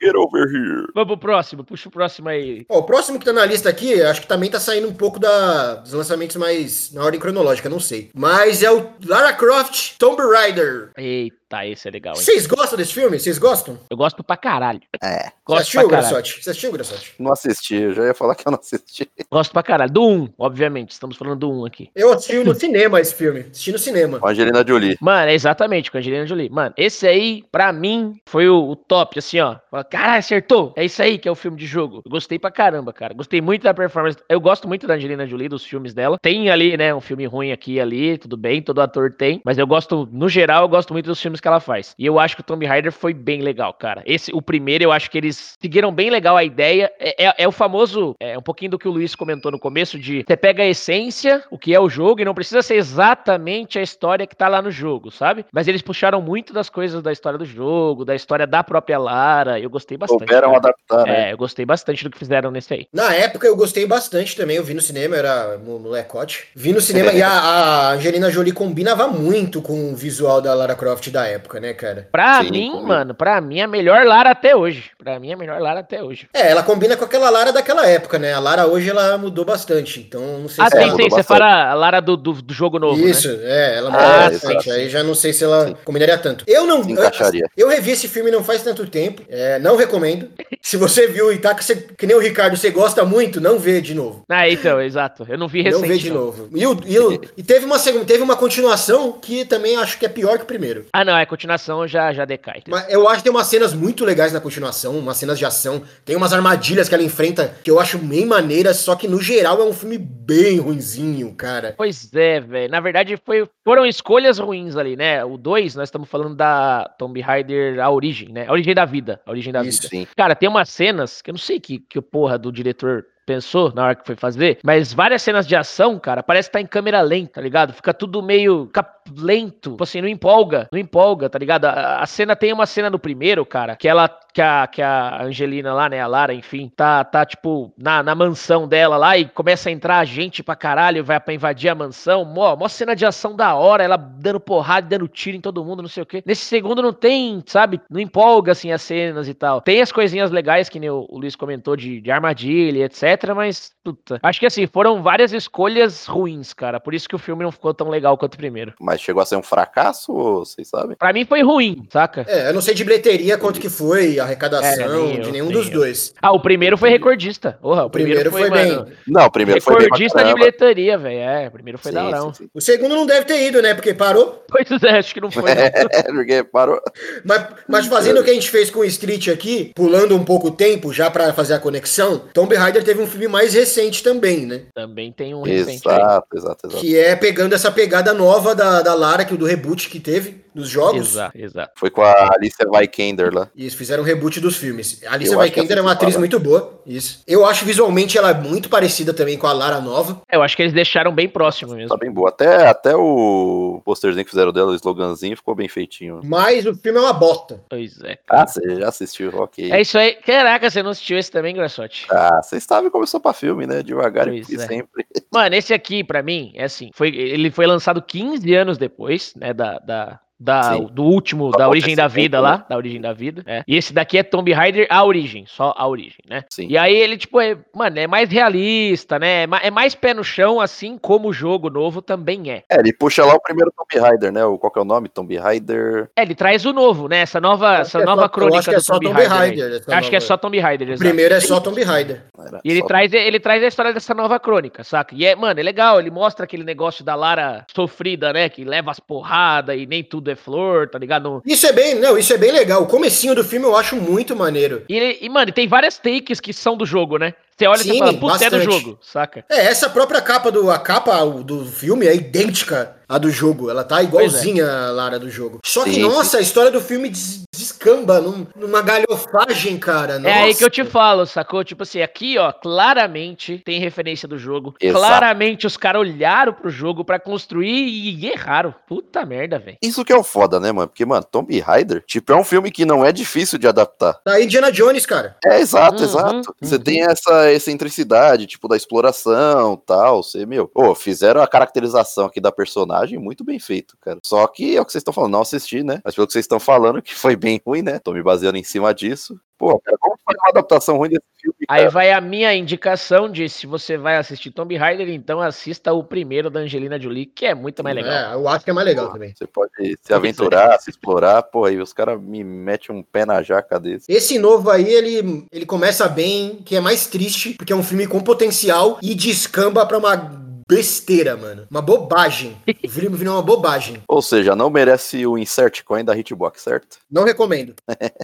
[SPEAKER 2] Get over here.
[SPEAKER 3] Vamos pro próximo, puxa o próximo aí.
[SPEAKER 1] Ó, o próximo que tá na lista aqui, acho que também tá saindo um pouco da, dos lançamentos mais na ordem cronológica, não sei. Mas é o Lara Croft Tomb Raider.
[SPEAKER 3] Eita, Tá, esse é legal, hein?
[SPEAKER 1] Vocês gostam desse filme? Vocês gostam?
[SPEAKER 3] Eu gosto pra caralho.
[SPEAKER 2] É.
[SPEAKER 1] Você
[SPEAKER 3] Gosto
[SPEAKER 1] assistiu,
[SPEAKER 3] pra caralho.
[SPEAKER 1] Grassotti? Você assistiu, Grassotti?
[SPEAKER 2] Não assisti, eu já ia falar que eu não
[SPEAKER 3] [LAUGHS]
[SPEAKER 2] assisti.
[SPEAKER 3] Gosto pra caralho. Do 1, obviamente. Estamos falando do 1 aqui.
[SPEAKER 1] Eu assisti no cinema esse filme. Assisti no cinema.
[SPEAKER 2] Com a Angelina Jolie.
[SPEAKER 3] Mano, é exatamente, com a Angelina Jolie. Mano, esse aí, pra mim, foi o, o top, assim, ó. Fala, Caralho, acertou. É isso aí que é o filme de jogo. Eu gostei pra caramba, cara. Gostei muito da performance. Eu gosto muito da Angelina Jolie, dos filmes dela. Tem ali, né, um filme ruim aqui e ali, tudo bem, todo ator tem. Mas eu gosto, no geral, eu gosto muito dos filmes que ela faz. E eu acho que o Tomb Raider foi bem legal, cara. Esse, o primeiro, eu acho que eles seguiram bem legal a ideia. É, é- é o famoso, é um pouquinho do que o Luiz comentou no começo, de você pega a essência, o que é o jogo, e não precisa ser exatamente a história que tá lá no jogo, sabe? Mas eles puxaram muito das coisas da história do jogo, da história da própria Lara. Eu gostei bastante.
[SPEAKER 2] Souberam
[SPEAKER 3] cara.
[SPEAKER 2] adaptar, né?
[SPEAKER 3] É, eu gostei bastante do que fizeram nesse aí.
[SPEAKER 1] Na época eu gostei bastante também, eu vi no cinema, eu era mo- molecote. Vi no cinema e a, a Angelina Jolie combinava muito com o visual da Lara Croft da época, né, cara?
[SPEAKER 3] Pra
[SPEAKER 2] Sim,
[SPEAKER 3] mim,
[SPEAKER 2] comigo.
[SPEAKER 3] mano, pra mim é a melhor Lara até hoje. Pra mim é a melhor Lara até hoje.
[SPEAKER 1] É, ela combina com aquela Lara daquela época, né? A Lara hoje ela mudou bastante, então não sei
[SPEAKER 3] Ah,
[SPEAKER 1] se
[SPEAKER 3] sim,
[SPEAKER 1] ela...
[SPEAKER 2] mudou
[SPEAKER 3] sim, você
[SPEAKER 2] bastante.
[SPEAKER 3] fala a Lara do, do, do jogo novo, né?
[SPEAKER 1] Isso, é, ela mudou
[SPEAKER 3] Ah,
[SPEAKER 1] bastante.
[SPEAKER 2] sim, sim.
[SPEAKER 1] Aí já não sei se ela
[SPEAKER 2] Sim.
[SPEAKER 1] combinaria tanto. Eu não.
[SPEAKER 2] Se encaixaria.
[SPEAKER 1] Eu, eu revi esse filme não faz tanto tempo. é, não recomendo. Se você viu e tá que, você- que nem o Ricardo, você gosta muito, não vê de novo.
[SPEAKER 3] Ah, então, exato. Eu não vi recente. né?
[SPEAKER 1] não vê de
[SPEAKER 3] não.
[SPEAKER 1] novo. E, o- e o- e teve uma segunda, teve uma continuação que também acho que é pior que o primeiro.
[SPEAKER 3] Ah, não, é continuação, já, já decai.
[SPEAKER 1] Mas eu acho que tem umas cenas muito legais na continuação, umas cenas de ação. Tem umas armadilhas que ela enfrenta que eu acho bem maneiras, só que no geral é um filme bem ruinzinho, cara.
[SPEAKER 3] Pois é, velho. Na verdade, foi, foram escolhas ruins ali, né? O 2, nós estamos falando da Tomb Raider, a origem, né? A origem da vida. A origem da
[SPEAKER 1] Isso.
[SPEAKER 3] vida.
[SPEAKER 2] Sim.
[SPEAKER 3] Cara, tem umas cenas que eu não sei que, que o porra do diretor pensou na hora que foi fazer, mas várias cenas de ação, cara, parece que tá em câmera lenta, tá ligado? Fica tudo meio fica lento, tipo assim, não empolga, não empolga, tá ligado? A, a cena tem uma cena no primeiro, cara, que ela que a, que a Angelina lá, né, a Lara, enfim, tá tá tipo na, na mansão dela lá e começa a entrar gente pra caralho, vai pra invadir a mansão, mó, mó cena de ação da hora, ela dando porrada, e dando tiro em todo mundo, não sei o quê. Nesse segundo não tem, sabe, não empolga assim as cenas e tal. Tem as coisinhas legais que nem o, o Luiz comentou de, de armadilha, e etc, mas puta, acho que assim, foram várias escolhas ruins, cara, por isso que o filme não ficou tão legal quanto o primeiro.
[SPEAKER 2] Mas chegou a ser um fracasso, ou vocês sabem?
[SPEAKER 3] Pra mim foi ruim, saca?
[SPEAKER 1] É, eu não sei de bilheteria quanto que foi, arrecadação,
[SPEAKER 3] É, nem eu,
[SPEAKER 1] de nenhum
[SPEAKER 3] nem
[SPEAKER 1] dos
[SPEAKER 3] eu.
[SPEAKER 1] dois.
[SPEAKER 3] Ah, o primeiro foi recordista. Porra, o
[SPEAKER 1] O primeiro,
[SPEAKER 3] primeiro,
[SPEAKER 1] foi,
[SPEAKER 3] foi, mano,
[SPEAKER 1] bem.
[SPEAKER 2] Não, o primeiro foi bem pra
[SPEAKER 3] recordista de
[SPEAKER 2] caramba.
[SPEAKER 3] bilheteria, velho. É, o primeiro foi
[SPEAKER 2] Sim,
[SPEAKER 3] da daurão.
[SPEAKER 2] sim, [LAUGHS] sim.
[SPEAKER 1] O segundo não deve ter ido, né? Porque parou.
[SPEAKER 3] [LAUGHS] Pois é, acho que não foi. não.
[SPEAKER 2] [LAUGHS] É, porque parou.
[SPEAKER 1] Mas, mas fazendo o que a gente fez com o Street aqui, pulando um pouco o tempo já pra fazer a conexão, Tomb Raider teve um filme mais recente também, né?
[SPEAKER 3] Também tem um recente aí.
[SPEAKER 2] Exato, exato, exato.
[SPEAKER 1] Que é pegando essa pegada nova da, da Lara, que o do reboot que teve dos jogos.
[SPEAKER 3] Exato, exato.
[SPEAKER 2] Foi com a Alicia Vikander lá.
[SPEAKER 1] E eles fizeram um reboot dos filmes. A Alicia
[SPEAKER 2] Eu acho que
[SPEAKER 1] Vikander
[SPEAKER 2] é
[SPEAKER 1] é uma
[SPEAKER 2] assim que
[SPEAKER 1] atriz
[SPEAKER 2] fala.
[SPEAKER 1] muito boa. Isso. Eu acho visualmente ela é muito parecida também com a Lara nova.
[SPEAKER 3] É, Eu acho que eles deixaram bem próximo
[SPEAKER 2] Tá
[SPEAKER 3] mesmo.
[SPEAKER 2] bem boa. Até, até o posterzinho que fizeram dela, o sloganzinho, ficou bem feitinho.
[SPEAKER 1] Mas o filme é uma bosta.
[SPEAKER 3] Pois é.
[SPEAKER 2] Ah, você já assistiu, ok.
[SPEAKER 3] É isso aí. Caraca, você não assistiu esse também, Graçote?
[SPEAKER 2] Ah, vocês sabem como eu sou pra filme, né? Devagar e
[SPEAKER 3] Pois é.
[SPEAKER 2] sempre.
[SPEAKER 3] Mano, esse aqui, pra mim, é assim. Foi, ele foi lançado 15 anos depois, né? Da. da... Da,
[SPEAKER 2] Sim.
[SPEAKER 3] do último,
[SPEAKER 2] Do
[SPEAKER 3] da origem da vida lá,
[SPEAKER 1] né?
[SPEAKER 2] acontecimento,
[SPEAKER 3] da origem da vida, é. E esse daqui é Tomb Raider, a origem, só a origem, né?
[SPEAKER 2] Sim.
[SPEAKER 3] E aí ele, tipo, é, mano, é mais realista, né? É ma- É mais pé no chão, assim como o jogo novo também é.
[SPEAKER 2] É, ele puxa lá o primeiro Tomb Raider, né? O, qual que é o nome? Tomb Raider.
[SPEAKER 3] É, ele traz o novo, né? Essa nova, essa
[SPEAKER 1] é só-
[SPEAKER 3] nova
[SPEAKER 1] eu
[SPEAKER 3] crônica
[SPEAKER 1] acho que é só Tomb
[SPEAKER 3] aí.
[SPEAKER 1] Raider, essa
[SPEAKER 3] Acho que é
[SPEAKER 1] nova-
[SPEAKER 3] só Tomb Raider,
[SPEAKER 1] O
[SPEAKER 3] exato.
[SPEAKER 1] primeiro é só Tomb Raider.
[SPEAKER 2] Era
[SPEAKER 3] E ele
[SPEAKER 2] só-
[SPEAKER 3] traz, ele traz a história dessa nova crônica, saca? E é, mano, é legal, ele mostra aquele negócio da Lara sofrida, né? Que leva as porradas e nem tudo é flor, tá ligado?
[SPEAKER 1] Isso é bem, não, isso é bem legal. O comecinho do filme eu acho muito maneiro.
[SPEAKER 3] E, ele- e, mano, tem várias takes que são do jogo, né? Você olha e você
[SPEAKER 1] Sim,
[SPEAKER 3] fala, puta, é do
[SPEAKER 1] bastante.
[SPEAKER 3] jogo, saca?
[SPEAKER 1] É, essa própria capa do a capa o- do filme é idêntica à do jogo. Ela
[SPEAKER 3] é.
[SPEAKER 1] tá igualzinha à Lara do jogo. Só que
[SPEAKER 2] Sim,
[SPEAKER 1] nossa, a história do filme des- descamba num- numa galhofagem, cara.
[SPEAKER 3] É aí
[SPEAKER 1] Nossa.
[SPEAKER 3] que eu te falo, sacou? Tipo assim, aqui, ó, claramente tem referência do jogo.
[SPEAKER 2] Exato.
[SPEAKER 3] Claramente os caras olharam pro jogo pra construir e erraram. Puta merda, velho.
[SPEAKER 2] Isso que é o foda, né, mano? Porque, mano, Tomb Raider, tipo, é um filme que não é difícil de adaptar.
[SPEAKER 1] Da Indiana Jones, cara.
[SPEAKER 2] É, exato,
[SPEAKER 3] Uhum,
[SPEAKER 2] exato. Você
[SPEAKER 3] uhum.
[SPEAKER 2] tem essa excentricidade, tipo, da exploração tal. Você, meu, ô, fizeram a caracterização aqui da personagem muito bem feito, cara. Só que é o que vocês estão falando, não assisti, né? Mas pelo que vocês estão falando, que foi bem ruim, né? Tô me baseando em cima disso. Pô, cara, como fazer uma adaptação ruim desse filme?
[SPEAKER 3] Aí
[SPEAKER 1] É.
[SPEAKER 2] cara?
[SPEAKER 3] vai a minha indicação de se você vai assistir Tomb Raider, então assista o primeiro da Angelina Jolie, que é muito mais legal.
[SPEAKER 1] É, eu acho que é mais legal também.
[SPEAKER 2] Você pode se aventurar, se explorar, pô, aí os caras me metem um pé na jaca desse.
[SPEAKER 1] Esse novo aí, ele, ele começa bem, que é mais triste, porque é um filme com potencial e descamba pra uma besteira, mano. Uma
[SPEAKER 3] [LAUGHS]
[SPEAKER 1] bobagem. O filme virou uma bobagem.
[SPEAKER 2] Ou seja, não merece o insert coin da Hitbox, certo?
[SPEAKER 1] Não recomendo.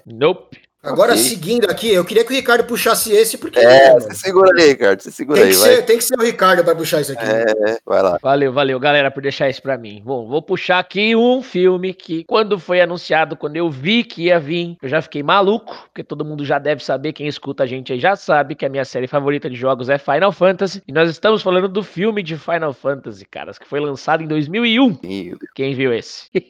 [SPEAKER 3] Nope.
[SPEAKER 1] Agora,
[SPEAKER 2] Ok.
[SPEAKER 1] seguindo aqui, eu queria que o Ricardo puxasse esse, porque
[SPEAKER 2] É,
[SPEAKER 1] mano,
[SPEAKER 2] você segura aí, Ricardo, você segura
[SPEAKER 1] tem,
[SPEAKER 2] aí,
[SPEAKER 1] que
[SPEAKER 2] vai.
[SPEAKER 1] ser, tem que ser o Ricardo pra puxar isso aqui.
[SPEAKER 2] É, vai lá.
[SPEAKER 3] Valeu, valeu, galera, por deixar isso pra mim. Bom, vou puxar aqui um filme que, quando foi anunciado, quando eu vi que ia vir, eu já fiquei maluco, porque todo mundo já deve saber, quem escuta a gente aí já sabe que a minha série favorita de jogos é Final Fantasy. E nós estamos falando do filme de Final Fantasy, caras, que foi lançado em 2001.
[SPEAKER 2] Ih,
[SPEAKER 3] Quem viu esse? [LAUGHS]
[SPEAKER 2] tá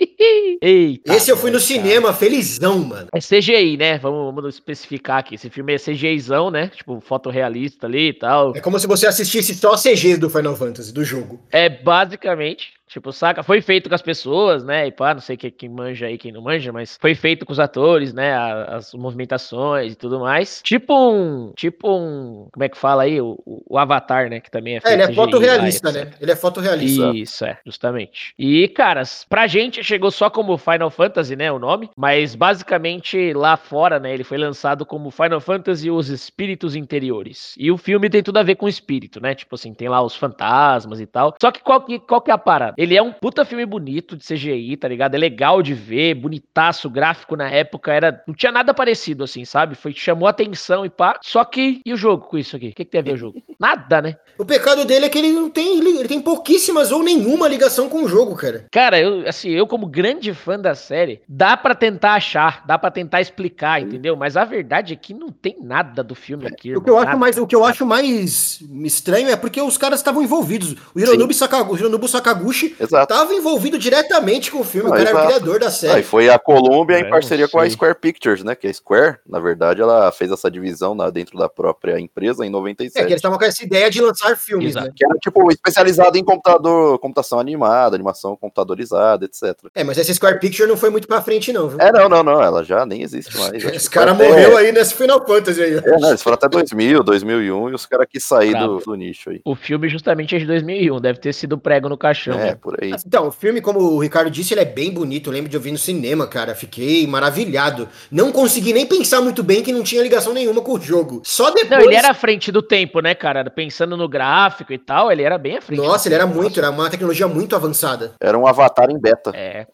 [SPEAKER 3] Eita.
[SPEAKER 1] Esse eu fui no
[SPEAKER 3] nós, cara.
[SPEAKER 1] cinema, felizão, mano.
[SPEAKER 3] É CGI, né? Vamos, vamos especificar aqui. Esse filme é CGIzão, né? Tipo, fotorrealista ali e tal.
[SPEAKER 1] É como se você assistisse só CGs do Final Fantasy, do jogo.
[SPEAKER 3] É basicamente, tipo, saca? Foi feito com as pessoas, né? E pá, não sei que- quem manja aí, quem não manja, mas foi feito com os atores, né? a- As movimentações e tudo mais. Tipo um. Tipo um. Como é que fala aí? O, o- o Avatar, né? Que também é
[SPEAKER 1] É, ele é
[SPEAKER 3] CGI lá,
[SPEAKER 1] fotorrealista,
[SPEAKER 3] etc.
[SPEAKER 1] né? Ele é fotorrealista.
[SPEAKER 3] Isso, é, justamente. E, caras, pra gente chegou só como Final Fantasy, né, o nome, mas basicamente lá fora, né, ele foi lançado como Final Fantasy Os Espíritos Interiores. E o filme tem tudo a ver com espírito, né, tipo assim, tem lá os fantasmas e tal. Só que qual que, qual que é a parada? Ele é um puta filme bonito de CGI, tá ligado? É legal de ver, bonitaço, gráfico na época, era, não tinha nada parecido assim, sabe? Foi, chamou atenção e pá. Só que, e o jogo com isso aqui? O que, que tem a ver o jogo? Nada, né?
[SPEAKER 1] O pecado dele é que ele não tem. Ele, ele tem pouquíssimas ou nenhuma ligação com o jogo, cara.
[SPEAKER 3] Cara, eu, assim, eu como grande fã da série, dá pra tentar achar, dá pra tentar explicar, entendeu? Mas a verdade é que não tem nada do filme aqui,
[SPEAKER 1] É, O que, eu
[SPEAKER 3] irmão,
[SPEAKER 2] ah,
[SPEAKER 1] acho
[SPEAKER 3] nada.
[SPEAKER 1] mais, o que eu acho mais estranho é porque os caras estavam envolvidos. O Hironobu, Sakagu, o Hironobu Sakaguchi
[SPEAKER 2] Exato.
[SPEAKER 1] estava envolvido diretamente com o filme. o
[SPEAKER 2] Ah,
[SPEAKER 1] cara era o
[SPEAKER 2] exato.
[SPEAKER 1] criador da
[SPEAKER 2] Ah, e
[SPEAKER 1] série.
[SPEAKER 2] foi a Columbia
[SPEAKER 3] É,
[SPEAKER 2] em parceria
[SPEAKER 3] não
[SPEAKER 2] com a
[SPEAKER 3] sei.
[SPEAKER 2] Square Pictures, né? Que a Square, na verdade, ela fez essa divisão na, dentro da própria empresa em
[SPEAKER 1] é, que
[SPEAKER 2] 97.
[SPEAKER 1] eles estavam com essa ideia de lançar filmes,
[SPEAKER 3] Exato.
[SPEAKER 1] né?
[SPEAKER 2] que era tipo especializado em computador, computação animada, animação computadorizada, etc.
[SPEAKER 1] É, mas essa Square Picture não foi muito pra frente, não, viu?
[SPEAKER 2] É, não, não, não, ela já nem existe mais.
[SPEAKER 1] Esse cara morreu aí nesse Final Fantasy aí. ó.
[SPEAKER 2] É, não, eles foram até 2000, 2001 e os caras que saíram do, do nicho aí.
[SPEAKER 3] O filme justamente é de 2001, deve ter sido prego no caixão.
[SPEAKER 2] É,
[SPEAKER 3] né?
[SPEAKER 2] por aí.
[SPEAKER 1] Então, o filme, como o Ricardo disse, ele é bem bonito. Eu lembro de ouvir no cinema, cara. Fiquei maravilhado. Não consegui nem pensar muito bem que não tinha ligação nenhuma com o jogo. Só
[SPEAKER 3] Não,
[SPEAKER 1] depois.
[SPEAKER 3] ele era à frente do tempo, né, cara? Pensando no gráfico e tal, ele era bem à frente.
[SPEAKER 1] Nossa,
[SPEAKER 3] do
[SPEAKER 1] ele era
[SPEAKER 3] tempo.
[SPEAKER 1] muito, era uma tecnologia muito avançada.
[SPEAKER 2] Era um avatar em beta.
[SPEAKER 3] É.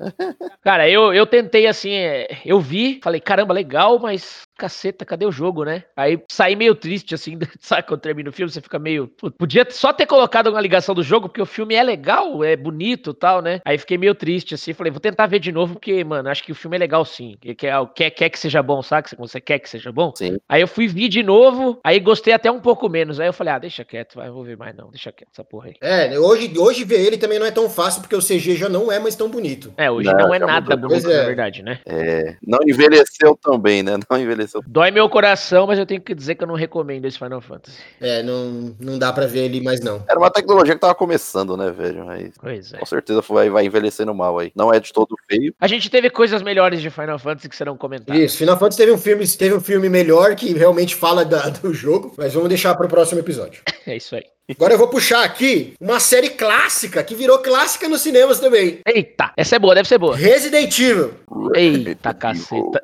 [SPEAKER 3] Cara, eu, eu tentei assim, é, eu vi, falei, caramba, legal, mas caceta, cadê o jogo, né? Aí saí meio triste, assim, [LAUGHS] sabe, quando termina o filme, você fica meio. "Pô, Podia só ter colocado uma ligação do jogo, porque o filme é legal, é bonito e tal, né? Aí fiquei meio triste, assim, falei, vou tentar ver de novo, porque, mano, acho que o filme é legal sim. que- que é o- Quer, quer que seja bom, sabe? Quando Você quer que seja bom?
[SPEAKER 2] Sim.
[SPEAKER 3] Aí eu fui ver de novo, aí gostei até um pouco menos. Aí eu falei, ah, deixa quieto, vai, vou ver mais não, deixa quieto essa porra aí.
[SPEAKER 1] É, hoje, hoje ver ele também não é tão fácil, porque o CG já não é mais tão bonito.
[SPEAKER 3] É, hoje
[SPEAKER 2] Não,
[SPEAKER 3] não, é
[SPEAKER 2] já
[SPEAKER 3] nada
[SPEAKER 2] mudou.
[SPEAKER 3] bonito,
[SPEAKER 1] Pois é.
[SPEAKER 3] na verdade, né?
[SPEAKER 2] Não envelheceu também, né? Não envelheceu.
[SPEAKER 3] Dói meu coração, mas eu tenho que dizer que eu não recomendo esse Final Fantasy.
[SPEAKER 1] É, não, não dá pra ver ele mais, não.
[SPEAKER 2] Era uma tecnologia que tava começando, né, velho? Mas
[SPEAKER 3] Pois é.
[SPEAKER 2] com certeza vai, vai envelhecendo mal aí. Não é de todo feio.
[SPEAKER 3] A gente teve coisas melhores de Final Fantasy que serão comentadas.
[SPEAKER 1] Isso, Final Fantasy teve um filme, teve um filme melhor que realmente fala da- do jogo, mas vamos deixar pro próximo episódio.
[SPEAKER 3] É isso aí.
[SPEAKER 1] Agora eu vou puxar aqui uma série clássica que virou clássica nos cinemas também.
[SPEAKER 3] Eita, essa é boa, deve ser boa.
[SPEAKER 1] Resident Evil.
[SPEAKER 3] Eita, caceta.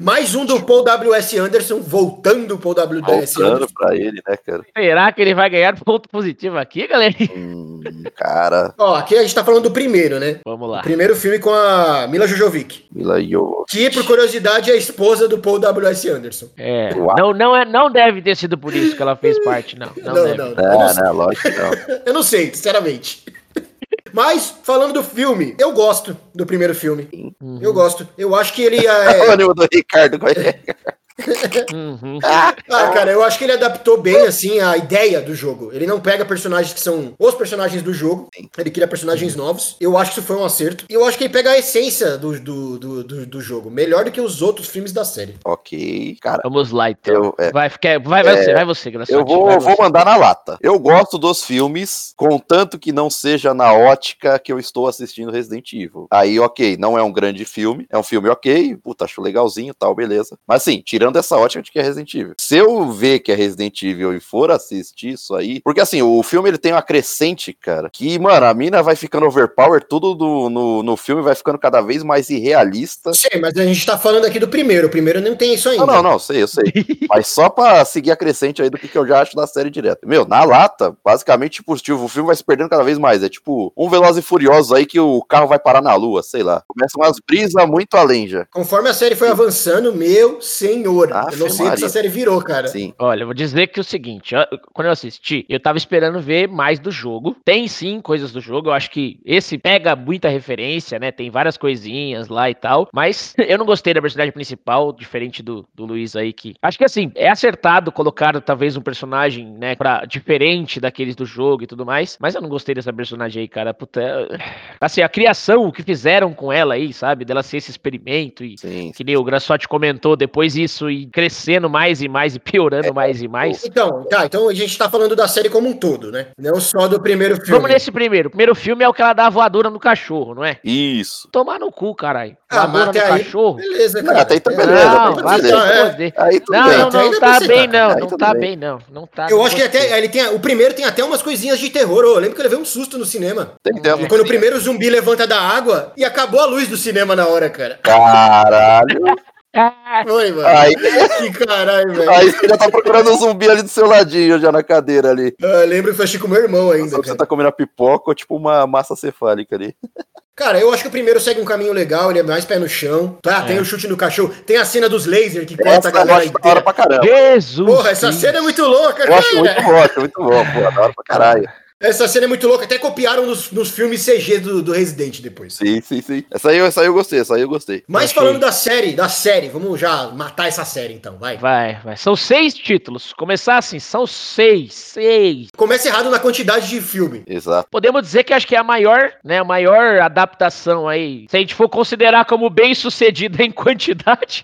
[SPEAKER 1] Mais um do Paul W.S. Anderson voltando pro Paul W.S.
[SPEAKER 2] Voltando
[SPEAKER 1] Anderson.
[SPEAKER 2] pra ele, né, cara?
[SPEAKER 3] Será que ele vai ganhar ponto positivo aqui, galera?
[SPEAKER 2] Hum, cara,
[SPEAKER 1] Ó, aqui a gente tá falando do primeiro, né?
[SPEAKER 3] Vamos lá.
[SPEAKER 1] Primeiro filme com a Mila Jojovic,
[SPEAKER 2] Mila Jovovich.
[SPEAKER 1] que por curiosidade é a esposa do Paul W.S. Anderson.
[SPEAKER 3] É,
[SPEAKER 2] Uau.
[SPEAKER 3] não, não, é, não deve ter sido por isso que ela fez parte, não. Não,
[SPEAKER 1] Não,
[SPEAKER 3] deve.
[SPEAKER 1] não, não. Eu, não
[SPEAKER 2] É, né? Lógico que não.
[SPEAKER 1] sei- eu não sei, sinceramente. [LAUGHS] Mas, falando do filme, eu gosto do primeiro filme. Eu gosto. Eu acho que ele
[SPEAKER 2] O
[SPEAKER 1] é.
[SPEAKER 2] ânimo Tá do Ricardo. como é que é?
[SPEAKER 3] Uhum.
[SPEAKER 1] Ah,
[SPEAKER 2] Então,
[SPEAKER 1] cara, eu acho que ele adaptou bem, assim, a ideia do jogo. Ele não pega personagens que são os personagens do jogo. Ele cria personagens novos. Eu acho que isso foi um acerto. E eu acho que ele pega a essência do, do, do, do, do jogo. Melhor do que os outros filmes da série.
[SPEAKER 2] Ok, cara.
[SPEAKER 3] Vamos lá, então.
[SPEAKER 2] Eu- é.
[SPEAKER 3] vai, fica- vai, vai você, vai você, Graçote.
[SPEAKER 2] Eu vou,
[SPEAKER 3] vai
[SPEAKER 2] vou
[SPEAKER 3] você.
[SPEAKER 2] mandar na lata. Eu gosto dos filmes, contanto que não seja na ótica que eu estou assistindo Resident Evil. Aí, ok, não é um grande filme, é um filme ok, puta, acho legalzinho tal, beleza. Mas assim, tirando essa ótica de que é Resident Evil. Se eu ver que é Resident Evil e for assistir isso aí, porque assim, o filme ele tem uma crescente, cara, que, mano, a mina vai ficando overpower, tudo do- no, no filme vai ficando cada vez mais irrealista.
[SPEAKER 1] Sei, mas a gente tá falando aqui do primeiro. O primeiro não tem isso ainda.
[SPEAKER 2] Ah, Não, não, não, sei, eu sei. Mas só pra seguir a crescente aí do que, que eu já acho da série direto. Meu, na lata, basicamente, tipo, o filme vai se perdendo cada vez mais. É tipo um Veloz e Furioso aí que o carro vai parar na lua, sei lá. Começam umas brisas muito além já.
[SPEAKER 1] Conforme a série foi avançando, meu senhor.
[SPEAKER 2] Aff,
[SPEAKER 1] eu não sei o que
[SPEAKER 2] Ah, Maria.
[SPEAKER 1] essa série virou, cara.
[SPEAKER 2] Sim.
[SPEAKER 3] Olha, eu vou dizer que é o seguinte, ó, quando eu assisti, eu tava esperando ver mais do jogo. Tem sim coisas do jogo, eu acho que esse pega muita referência, né? Tem várias coisinhas lá e tal, mas [LAUGHS] eu não gostei da personagem principal, diferente do, do Luiz aí que. Acho que assim, é acertado colocar talvez um personagem, né, para diferente daqueles do jogo e tudo mais, mas eu não gostei dessa personagem aí, cara. Puta, eh, assim, a criação, o que fizeram com ela aí, sabe? Dela ser esse experimento e
[SPEAKER 2] Sim.
[SPEAKER 3] que nem o Grassotti comentou, depois isso e crescendo mais e mais e piorando mais e mais.
[SPEAKER 1] Então, tá, então a gente tá falando da série como um todo, né? Não só do primeiro filme.
[SPEAKER 3] Vamos nesse primeiro. O primeiro filme é o que ela dá a voadora no cachorro, não é?
[SPEAKER 2] Isso.
[SPEAKER 3] Tomar no cu, caralho.
[SPEAKER 1] Ah, mas
[SPEAKER 3] Voadora
[SPEAKER 1] até
[SPEAKER 3] no
[SPEAKER 1] aí,
[SPEAKER 3] cachorro.
[SPEAKER 1] beleza,
[SPEAKER 2] Não,
[SPEAKER 1] cara.
[SPEAKER 2] até aí tá
[SPEAKER 1] É,
[SPEAKER 2] beleza, tá
[SPEAKER 3] Não,
[SPEAKER 1] tá
[SPEAKER 3] vai se
[SPEAKER 2] beleza,
[SPEAKER 1] tá, é.
[SPEAKER 3] foder.
[SPEAKER 2] Aí tudo
[SPEAKER 3] Não,
[SPEAKER 2] bem.
[SPEAKER 1] Aí
[SPEAKER 3] não, não
[SPEAKER 1] dá
[SPEAKER 3] tá
[SPEAKER 1] pra aceitar,
[SPEAKER 3] bem, não.
[SPEAKER 2] cara. Aí
[SPEAKER 3] Não
[SPEAKER 2] tudo
[SPEAKER 3] tá
[SPEAKER 2] bem.
[SPEAKER 3] bem, não. Não tá.
[SPEAKER 1] Eu
[SPEAKER 3] não
[SPEAKER 1] acho que
[SPEAKER 3] gostei.
[SPEAKER 1] até ele tem. O primeiro tem até umas coisinhas de terror. Ô, Eu lembro que eu levei um susto no cinema.
[SPEAKER 2] Tem que
[SPEAKER 3] Tá
[SPEAKER 2] ter uma-
[SPEAKER 1] Quando o primeiro zumbi levanta da água e acabou a luz do cinema na hora, cara.
[SPEAKER 2] Caralho.
[SPEAKER 3] Ah,
[SPEAKER 1] Oi, mano.
[SPEAKER 2] Aí-
[SPEAKER 1] Que caralho, velho.
[SPEAKER 2] Aí você já tá procurando um zumbi ali do seu ladinho, já na cadeira ali.
[SPEAKER 1] Ah, eu lembro que eu assisti com meu irmão ainda,
[SPEAKER 2] Só que você
[SPEAKER 1] cara.
[SPEAKER 2] tá comendo a pipoca ou tipo uma massa cefálica ali.
[SPEAKER 1] Cara, eu acho que o primeiro segue um caminho legal, ele é mais pé no chão. Tá,
[SPEAKER 3] É.
[SPEAKER 1] tem o chute no cachorro, tem a cena dos lasers que corta
[SPEAKER 2] Essa
[SPEAKER 1] a
[SPEAKER 2] eu
[SPEAKER 1] galera
[SPEAKER 2] acho da hora
[SPEAKER 1] inteira.
[SPEAKER 2] pra caramba.
[SPEAKER 3] Jesus.
[SPEAKER 1] Porra, essa
[SPEAKER 3] Cristo.
[SPEAKER 1] cena é muito louca,
[SPEAKER 2] Eu
[SPEAKER 1] cara.
[SPEAKER 2] acho
[SPEAKER 1] [LAUGHS]
[SPEAKER 2] muito bom, acho muito bom, pô, da hora pra caralho.
[SPEAKER 1] Essa cena é muito louca, até copiaram nos, nos filmes CG do, do Resident depois.
[SPEAKER 2] Sim, sim, sim. Essa aí, essa aí eu gostei, essa aí eu gostei.
[SPEAKER 1] Mas
[SPEAKER 3] Achei.
[SPEAKER 1] falando da série, da série, vamos já matar essa série então, vai.
[SPEAKER 3] Vai, vai. São seis títulos. Começar assim, são seis. Seis.
[SPEAKER 1] Começa errado na quantidade de filme.
[SPEAKER 2] Exato.
[SPEAKER 3] Podemos dizer que acho que é a maior, né, a maior adaptação aí. Se a gente for considerar como bem sucedida [LAUGHS] em quantidade,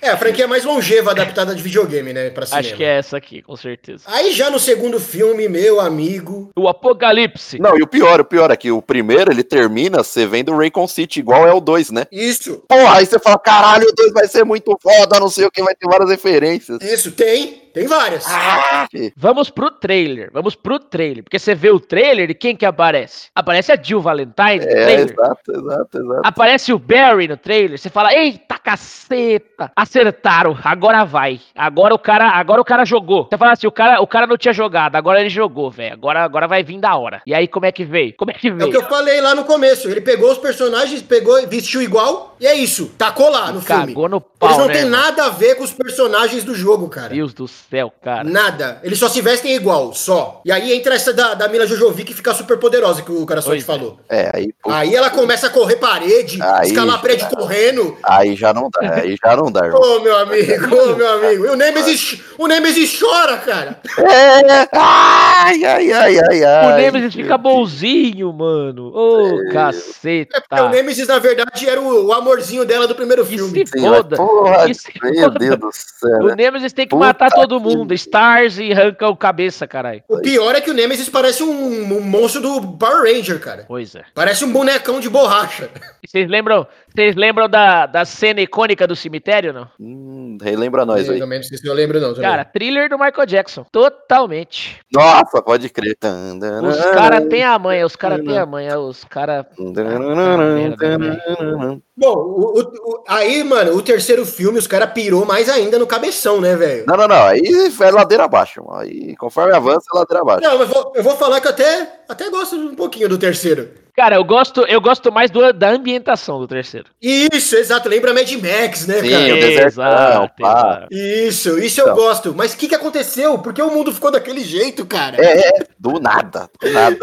[SPEAKER 1] É, a franquia mais longeva adaptada de videogame, né, pra cinema.
[SPEAKER 3] acho que é essa aqui, com certeza.
[SPEAKER 1] Aí já no segundo filme, meu amigo,
[SPEAKER 3] O Apocalipse.
[SPEAKER 2] Não, e o pior, o pior é que o primeiro ele termina, você vem do Raycon City, igual é o 2, né?
[SPEAKER 1] isso,
[SPEAKER 2] Porra, aí você fala, caralho, o 2 vai ser muito foda, não sei o que, vai ter várias referências.
[SPEAKER 1] isso, tem, tem várias.
[SPEAKER 2] Ah, fi.
[SPEAKER 3] Vamos pro trailer, vamos pro trailer, porque você vê o trailer e quem que aparece? Aparece a Jill Valentine no
[SPEAKER 2] é,
[SPEAKER 3] trailer.
[SPEAKER 2] exato, exato, exato.
[SPEAKER 3] Aparece o Barry no trailer, você fala: "Eita caceta, acertaram, agora vai. Agora o cara, agora o cara jogou". Você fala assim: "O cara, o cara não tinha jogado, agora ele jogou, velho. Agora agora vai vir da hora". E aí como é que veio? Como é que
[SPEAKER 1] É o
[SPEAKER 3] veio?
[SPEAKER 1] que eu falei lá no começo. Ele pegou os personagens, pegou, vestiu igual e é isso. Tacou lá no
[SPEAKER 3] Cagou
[SPEAKER 1] filme.
[SPEAKER 3] no pau,
[SPEAKER 1] Eles não
[SPEAKER 3] né,
[SPEAKER 1] têm
[SPEAKER 3] irmão?
[SPEAKER 1] nada a ver com os personagens do jogo, cara.
[SPEAKER 3] Deus do céu, cara.
[SPEAKER 1] Nada. Eles só se vestem igual, só. E aí entra essa da, da Mila Jojovic que fica super poderosa, que o cara só
[SPEAKER 3] Pois
[SPEAKER 1] te falou.
[SPEAKER 2] É, aí, pô,
[SPEAKER 1] Aí ela começa a correr parede,
[SPEAKER 2] Aí,
[SPEAKER 1] escalar prédio
[SPEAKER 2] cara.
[SPEAKER 1] correndo.
[SPEAKER 2] aí já não dá, aí já não dá,
[SPEAKER 1] Ô,
[SPEAKER 2] irmão.
[SPEAKER 3] [LAUGHS]
[SPEAKER 1] meu amigo, ô, meu amigo. E o Nemesis, o Nemesis chora, cara.
[SPEAKER 2] É, ai, ai, ai, ai,
[SPEAKER 3] O
[SPEAKER 2] ai.
[SPEAKER 3] Nemesis fica bonzinho, mano. Ô,
[SPEAKER 1] É
[SPEAKER 3] caceta.
[SPEAKER 2] Tá.
[SPEAKER 1] porque o Nemesis, na verdade, era o, o amorzinho dela do primeiro
[SPEAKER 3] Que
[SPEAKER 1] filme.
[SPEAKER 3] se
[SPEAKER 2] Sim, mas
[SPEAKER 3] foda.
[SPEAKER 2] Porra,
[SPEAKER 3] Que se
[SPEAKER 2] meu
[SPEAKER 3] foda.
[SPEAKER 2] Deus
[SPEAKER 3] [LAUGHS]
[SPEAKER 2] do céu.
[SPEAKER 3] O
[SPEAKER 2] né?
[SPEAKER 3] Nemesis tem que
[SPEAKER 2] Puta
[SPEAKER 3] matar todo
[SPEAKER 2] que-
[SPEAKER 3] mundo. Stars e arranca o cabeça, caralho.
[SPEAKER 1] O pior é que o Nemesis parece um- um monstro do Power Ranger, cara.
[SPEAKER 3] Pois é.
[SPEAKER 1] Parece um bonecão de borracha.
[SPEAKER 3] E Vocês lembram, vocês lembram da, da cena icônica do cemitério, não?
[SPEAKER 2] Hum, relembra nós aí.
[SPEAKER 1] Pelo menos isso eu lembro, não. também.
[SPEAKER 3] Cara, thriller do Michael Jackson. Totalmente.
[SPEAKER 2] Nossa, pode crer. Tan, tan,
[SPEAKER 3] Os
[SPEAKER 2] tan,
[SPEAKER 3] caras têm a manha, os caras têm a manha, os caras.
[SPEAKER 2] tan, tan,
[SPEAKER 3] né,
[SPEAKER 2] tan.
[SPEAKER 1] Bom, o- o- o- aí, mano, o terceiro filme, os caras pirou mais ainda no cabeção, né, velho?
[SPEAKER 2] Não, não, não. Aí é ladeira abaixo. irmão. Aí, conforme avança, é ladeira abaixo.
[SPEAKER 1] Não, mas vou- eu vou falar que eu até, até gosto um pouquinho do terceiro.
[SPEAKER 3] Cara, eu gosto, eu gosto mais do, da ambientação do terceiro.
[SPEAKER 1] Isso, exato. Lembra Mad Max, né,
[SPEAKER 2] Sim,
[SPEAKER 1] cara?
[SPEAKER 2] o desertão, pá.
[SPEAKER 3] exato.
[SPEAKER 1] Isso, isso eu
[SPEAKER 2] Então.
[SPEAKER 1] gosto. Mas o que, que aconteceu? Por que o mundo ficou daquele jeito, cara?
[SPEAKER 2] É, é, do nada, do nada.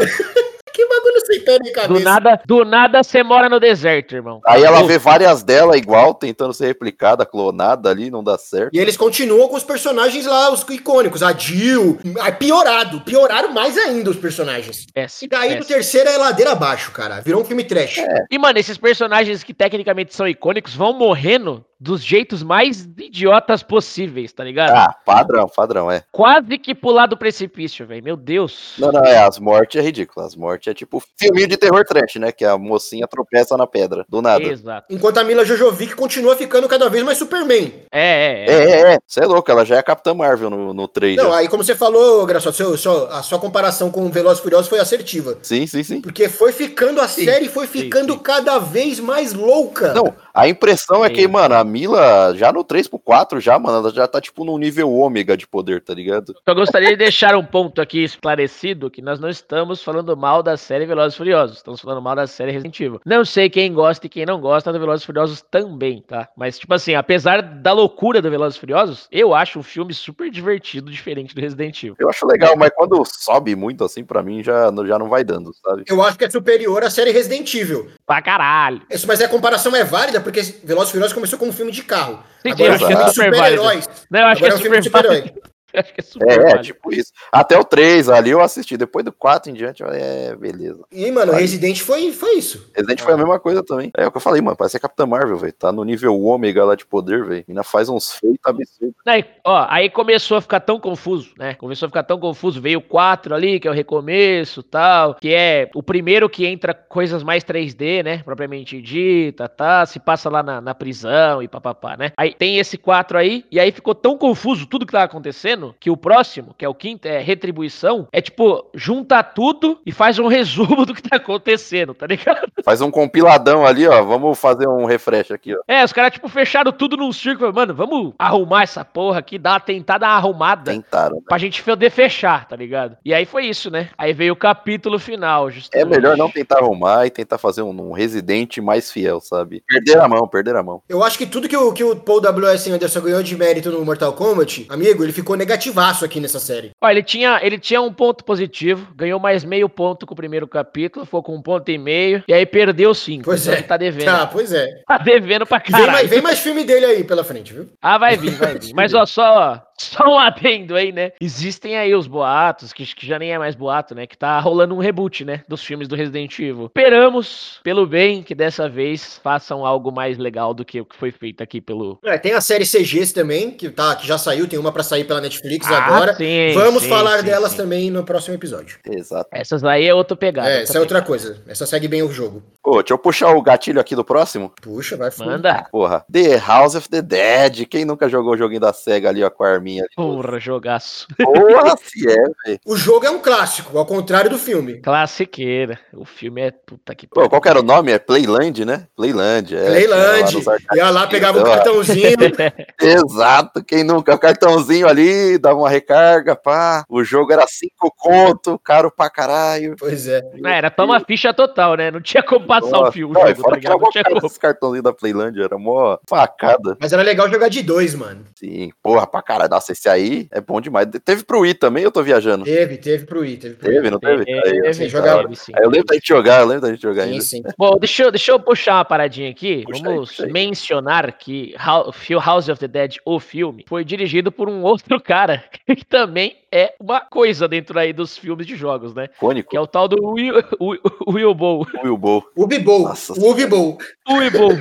[SPEAKER 1] Que bagulho sem pé nem
[SPEAKER 3] Do
[SPEAKER 1] cabeça.
[SPEAKER 3] nada, do nada você mora no deserto, irmão.
[SPEAKER 1] Ah,
[SPEAKER 2] Aí ela vê várias dela igual, tentando ser replicada, clonada ali, não dá certo.
[SPEAKER 1] E eles continuam com os personagens lá, os icônicos. A Jill. Ah, Piorado. Pioraram mais ainda os personagens. E
[SPEAKER 3] Péssimo,
[SPEAKER 1] daí do
[SPEAKER 3] péssimo.
[SPEAKER 1] terceiro é ladeira
[SPEAKER 3] É.
[SPEAKER 1] abaixo, cara. Virou um filme trash.
[SPEAKER 3] E, mano, esses personagens que tecnicamente são icônicos vão morrendo dos jeitos mais idiotas possíveis, tá ligado?
[SPEAKER 2] Ah, padrão, padrão, é.
[SPEAKER 3] Quase que pular do precipício, velho. Meu Deus.
[SPEAKER 2] Não, não, é, as mortes é ridículo. As mortes é tipo filminho de terror trash, né? Que a mocinha tropeça na pedra, do nada.
[SPEAKER 3] Exato.
[SPEAKER 1] Enquanto a Mila Jojovic continua ficando cada vez mais Superman.
[SPEAKER 3] É, é, é.
[SPEAKER 2] É, é, é. Você é louco, ela já é a Capitã Marvel no, no trailer.
[SPEAKER 1] Não, aí como você falou, Graçoso, seu- seu- a sua comparação com Veloz Furioso foi assertiva.
[SPEAKER 2] Sim, sim, sim.
[SPEAKER 1] Porque foi ficando, a série foi
[SPEAKER 3] sim,
[SPEAKER 1] ficando
[SPEAKER 3] sim.
[SPEAKER 1] cada vez mais louca.
[SPEAKER 2] Não, a impressão é que,
[SPEAKER 3] Sim.
[SPEAKER 2] mano, a Mila já no 3 pro 4 já, mano, ela já tá tipo num nível ômega de poder, tá ligado?
[SPEAKER 3] Só gostaria de deixar um ponto aqui esclarecido, que nós não estamos falando mal da série Velozes e Furiosos, estamos falando mal da série Resident Evil. Não sei quem gosta e quem não gosta do Velozes e Furiosos também, tá? Mas, tipo assim, apesar da loucura do Velozes e Furiosos, eu acho um filme super divertido, diferente do Resident Evil.
[SPEAKER 2] Eu acho legal, mas quando sobe muito assim pra mim já, já não vai dando, sabe?
[SPEAKER 1] Eu acho que é superior à série Resident Evil.
[SPEAKER 3] Pra caralho!
[SPEAKER 1] Isso, mas a comparação é válida porque Veloz Furioso começou como um filme de carro.
[SPEAKER 3] Sim,
[SPEAKER 1] Agora é um
[SPEAKER 2] sim, eu acho
[SPEAKER 1] filme de
[SPEAKER 3] super válido.
[SPEAKER 1] super-heróis.
[SPEAKER 3] Não, eu acho
[SPEAKER 1] Agora é um
[SPEAKER 3] que é
[SPEAKER 1] filme de
[SPEAKER 3] super válido.
[SPEAKER 1] super-herói.
[SPEAKER 3] [LAUGHS] Eu acho que é super
[SPEAKER 2] É, é,
[SPEAKER 3] válido.
[SPEAKER 2] tipo isso. Até o 3 ali eu assisti, depois do 4 em diante, eu- é, beleza.
[SPEAKER 1] E, mano, Resident foi, foi isso.
[SPEAKER 2] Resident foi a mesma coisa também. É o que eu falei, mano, parece a Capitã Marvel, velho. Tá no nível ômega lá de poder, velho. Ainda faz uns feitos absurdos.
[SPEAKER 3] Aí, ó, aí começou a ficar tão confuso, né? Começou a ficar tão confuso. Veio o 4 ali, que é o recomeço tal. Que é o primeiro que entra coisas mais 3D, né? Propriamente dita, tá? Se passa lá na, na prisão e papapá, né? Aí tem esse 4 aí. E aí ficou tão confuso tudo que tava acontecendo. Que o próximo, que é o quinto, é retribuição. É tipo, junta tudo e faz um [LAUGHS] resumo do que tá acontecendo, tá ligado?
[SPEAKER 2] Faz um compiladão ali, ó. Vamos fazer um refresh aqui, ó.
[SPEAKER 3] É, os caras, tipo, fecharam tudo num círculo. Mano, vamos arrumar essa porra aqui, dar uma tentada uma arrumada.
[SPEAKER 2] Tentaram.
[SPEAKER 3] Pra gente poder fechar, tá ligado? E aí foi isso, né? Aí veio o capítulo final,
[SPEAKER 2] É
[SPEAKER 3] justamente.
[SPEAKER 2] melhor não tentar arrumar e tentar fazer um, um residente mais fiel, sabe? Perder a mão, perder a mão.
[SPEAKER 1] Eu acho que tudo que o, que o Paul W.S. Anderson ganhou de mérito no Mortal Kombat, amigo, ele ficou negativaço aqui nessa série.
[SPEAKER 3] Ó, ele tinha, ele tinha um ponto positivo, ganhou mais meio ponto com o primeiro capítulo, foi com um ponto e meio, e aí perdeu cinco.
[SPEAKER 1] Pois
[SPEAKER 3] Então
[SPEAKER 1] é.
[SPEAKER 3] ele tá devendo.
[SPEAKER 1] Ah, pois é.
[SPEAKER 3] Tá devendo pra
[SPEAKER 1] Vem
[SPEAKER 3] caralho.
[SPEAKER 1] mais, vem mais filme dele aí pela frente, viu?
[SPEAKER 3] Ah, vai vir, vai vir. Mas ó, só, só um adendo aí, né? Existem aí os boatos, que, que já nem é mais boato, né? Que tá rolando um reboot, né? Dos filmes do Resident Evil. Esperamos, pelo bem, que dessa vez façam algo mais legal do que o que foi feito aqui pelo.
[SPEAKER 1] É, tem a série CGs também, que, tá, que já saiu, tem uma pra sair pela Netflix
[SPEAKER 3] Ah,
[SPEAKER 1] agora.
[SPEAKER 3] sim,
[SPEAKER 1] Vamos
[SPEAKER 3] sim,
[SPEAKER 1] falar
[SPEAKER 3] sim,
[SPEAKER 1] delas
[SPEAKER 3] sim.
[SPEAKER 1] também no próximo episódio.
[SPEAKER 2] Exato.
[SPEAKER 3] Essas aí é outra pegada.
[SPEAKER 1] é, essa é outra coisa. Essa segue bem o jogo.
[SPEAKER 2] Ô, deixa eu puxar o gatilho aqui do próximo.
[SPEAKER 1] Puxa, vai fundo.
[SPEAKER 3] Manda.
[SPEAKER 2] Porra. The House of the Dead. Quem nunca jogou o joguinho da SEGA ali, ó, com a arminha?
[SPEAKER 3] Porra, jogaço. [LAUGHS]
[SPEAKER 2] Porra, se é, velho.
[SPEAKER 1] O jogo é um clássico, ao contrário do filme.
[SPEAKER 3] Classiqueira. O filme é puta que
[SPEAKER 2] Pô, qual que era o nome? É Playland, né? Playland. É,
[SPEAKER 1] Leyland,
[SPEAKER 2] Tinha lá nos arca-
[SPEAKER 1] ia lá, pegava o
[SPEAKER 2] Então, ó.
[SPEAKER 1] cartãozinho.
[SPEAKER 2] [LAUGHS] Exato, quem nunca? O cartãozinho ali, dava uma recarga, pá. O jogo era cinco conto, caro pra caralho.
[SPEAKER 1] pois é.
[SPEAKER 3] [LAUGHS] Não, era toma ficha total, né? Não tinha como passar o
[SPEAKER 2] Nossa,
[SPEAKER 3] filme.
[SPEAKER 2] não,
[SPEAKER 3] o
[SPEAKER 2] e
[SPEAKER 3] jogo, tá
[SPEAKER 2] fora que
[SPEAKER 3] ligado? Não tinha
[SPEAKER 2] era mó caro
[SPEAKER 3] como.
[SPEAKER 2] esses cartãozinhos da Playland, era mó facada.
[SPEAKER 1] Mas era legal jogar de dois, mano.
[SPEAKER 2] Sim, porra, pra caralho. Nossa, esse aí é bom demais. Teve pro Wii também, eu tô viajando.
[SPEAKER 1] Teve, teve pro I, teve pro I.
[SPEAKER 2] Teve, não teve?
[SPEAKER 3] Teve,
[SPEAKER 2] Aí, ó.
[SPEAKER 1] Sim,
[SPEAKER 3] teve,
[SPEAKER 1] jogava.
[SPEAKER 3] teve, sim.
[SPEAKER 2] assim, Aí eu lembro da gente jogar, eu lembro da gente jogar
[SPEAKER 1] Sim,
[SPEAKER 2] ainda.
[SPEAKER 1] sim.
[SPEAKER 3] Bom, deixa eu, deixa eu puxar uma paradinha aqui.
[SPEAKER 2] Puxa aí,
[SPEAKER 3] Vamos
[SPEAKER 2] puxa aí.
[SPEAKER 3] mencionar que Hou- Fio- House of the Dead, o filme, foi dirigido por um [LAUGHS] outro cara, que também é uma coisa dentro aí dos filmes de jogos, né?
[SPEAKER 2] Icônico,
[SPEAKER 3] Que é o tal do Will, [LAUGHS] Will, Will Bow.
[SPEAKER 2] o Will Bowl.
[SPEAKER 1] Ubi Bowl,
[SPEAKER 2] Nossa.
[SPEAKER 1] o Ubi Bowl.
[SPEAKER 3] Ui, Bow.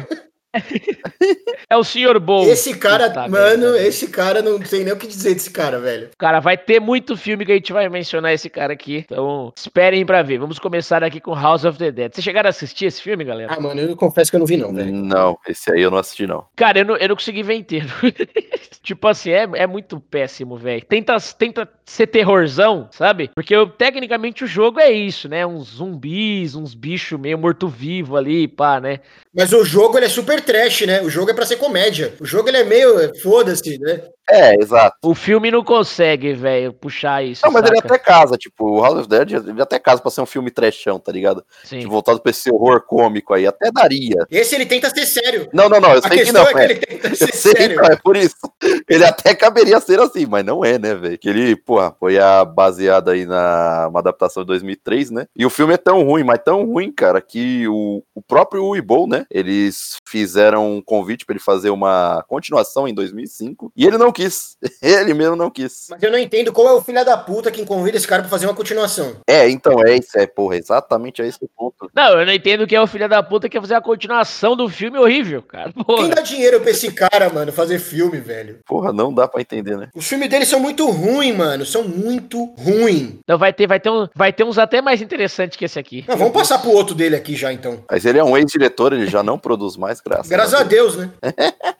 [SPEAKER 3] [LAUGHS] É o senhor Bow.
[SPEAKER 1] Esse cara,
[SPEAKER 3] Puta
[SPEAKER 1] mano,
[SPEAKER 3] merda.
[SPEAKER 1] esse cara, não tem nem o que dizer desse cara, velho.
[SPEAKER 3] Cara, vai ter muito filme que a gente vai mencionar esse cara aqui. Então, esperem pra ver. Vamos começar aqui com House of the Dead. Vocês chegaram a assistir esse filme, galera?
[SPEAKER 1] Ah, mano, eu confesso que eu não
[SPEAKER 3] É.
[SPEAKER 1] vi não, velho.
[SPEAKER 2] Não, esse aí eu não assisti, não.
[SPEAKER 3] Cara, eu não, eu não consegui ver inteiro. [LAUGHS] tipo assim, é, é muito péssimo, velho. Tenta, tenta ser terrorzão, sabe? Porque eu- tecnicamente o jogo é isso, né? Uns zumbis, uns bichos meio morto-vivo ali, pá, né?
[SPEAKER 1] Mas o jogo, ele é super trash, né? O jogo é pra ser comédia. O jogo, ele é meio, é, foda-se, né?
[SPEAKER 2] É, exato.
[SPEAKER 3] O filme não consegue, velho, puxar isso.
[SPEAKER 2] Não, mas ele
[SPEAKER 3] saca?
[SPEAKER 2] até casa, tipo, o House of Dead, ele até casa pra ser um filme trechão, tá ligado?
[SPEAKER 3] Sim.
[SPEAKER 1] Tipo-
[SPEAKER 2] Voltado pra esse horror cômico aí, até daria.
[SPEAKER 1] Esse, ele tenta ser sério.
[SPEAKER 2] Não, não, não, eu
[SPEAKER 1] A
[SPEAKER 2] sei que
[SPEAKER 1] questão
[SPEAKER 2] não,
[SPEAKER 1] é que
[SPEAKER 2] é.
[SPEAKER 1] ele tenta
[SPEAKER 2] [LAUGHS] Eu
[SPEAKER 1] ser
[SPEAKER 2] sei,
[SPEAKER 1] sério.
[SPEAKER 2] então, é por isso. Ele até caberia ser assim, mas não é, né, velho? Que ele, porra, foi a, baseado aí na uma adaptação de 2003, né? E o filme é tão ruim, mas tão ruim, cara, que o, o próprio Uibol, né? Eles fizeram um convite pra ele fazer uma continuação em 2005 e ele não quis. [LAUGHS] Ele mesmo não quis.
[SPEAKER 1] Mas eu não entendo qual é o filho da puta que convida esse cara pra fazer uma continuação.
[SPEAKER 2] É, então é isso, é, porra, exatamente é esse o ponto.
[SPEAKER 3] Não, eu não entendo que é o filho da puta que quer fazer a continuação do filme horrível, cara.
[SPEAKER 1] Quem
[SPEAKER 3] Porra.
[SPEAKER 1] dá dinheiro pra esse cara, mano, fazer filme, velho?
[SPEAKER 2] Porra, não dá pra entender, né?
[SPEAKER 1] Os filmes dele são muito ruins, mano. São muito ruins.
[SPEAKER 3] Não, vai ter, vai, ter um, vai ter uns até mais interessantes que esse aqui.
[SPEAKER 1] Não, Ah, vamos passar pro outro dele aqui já, então.
[SPEAKER 2] Mas ele é um ex-diretor, ele já não produz mais, graças,
[SPEAKER 1] Graças a Deus, né?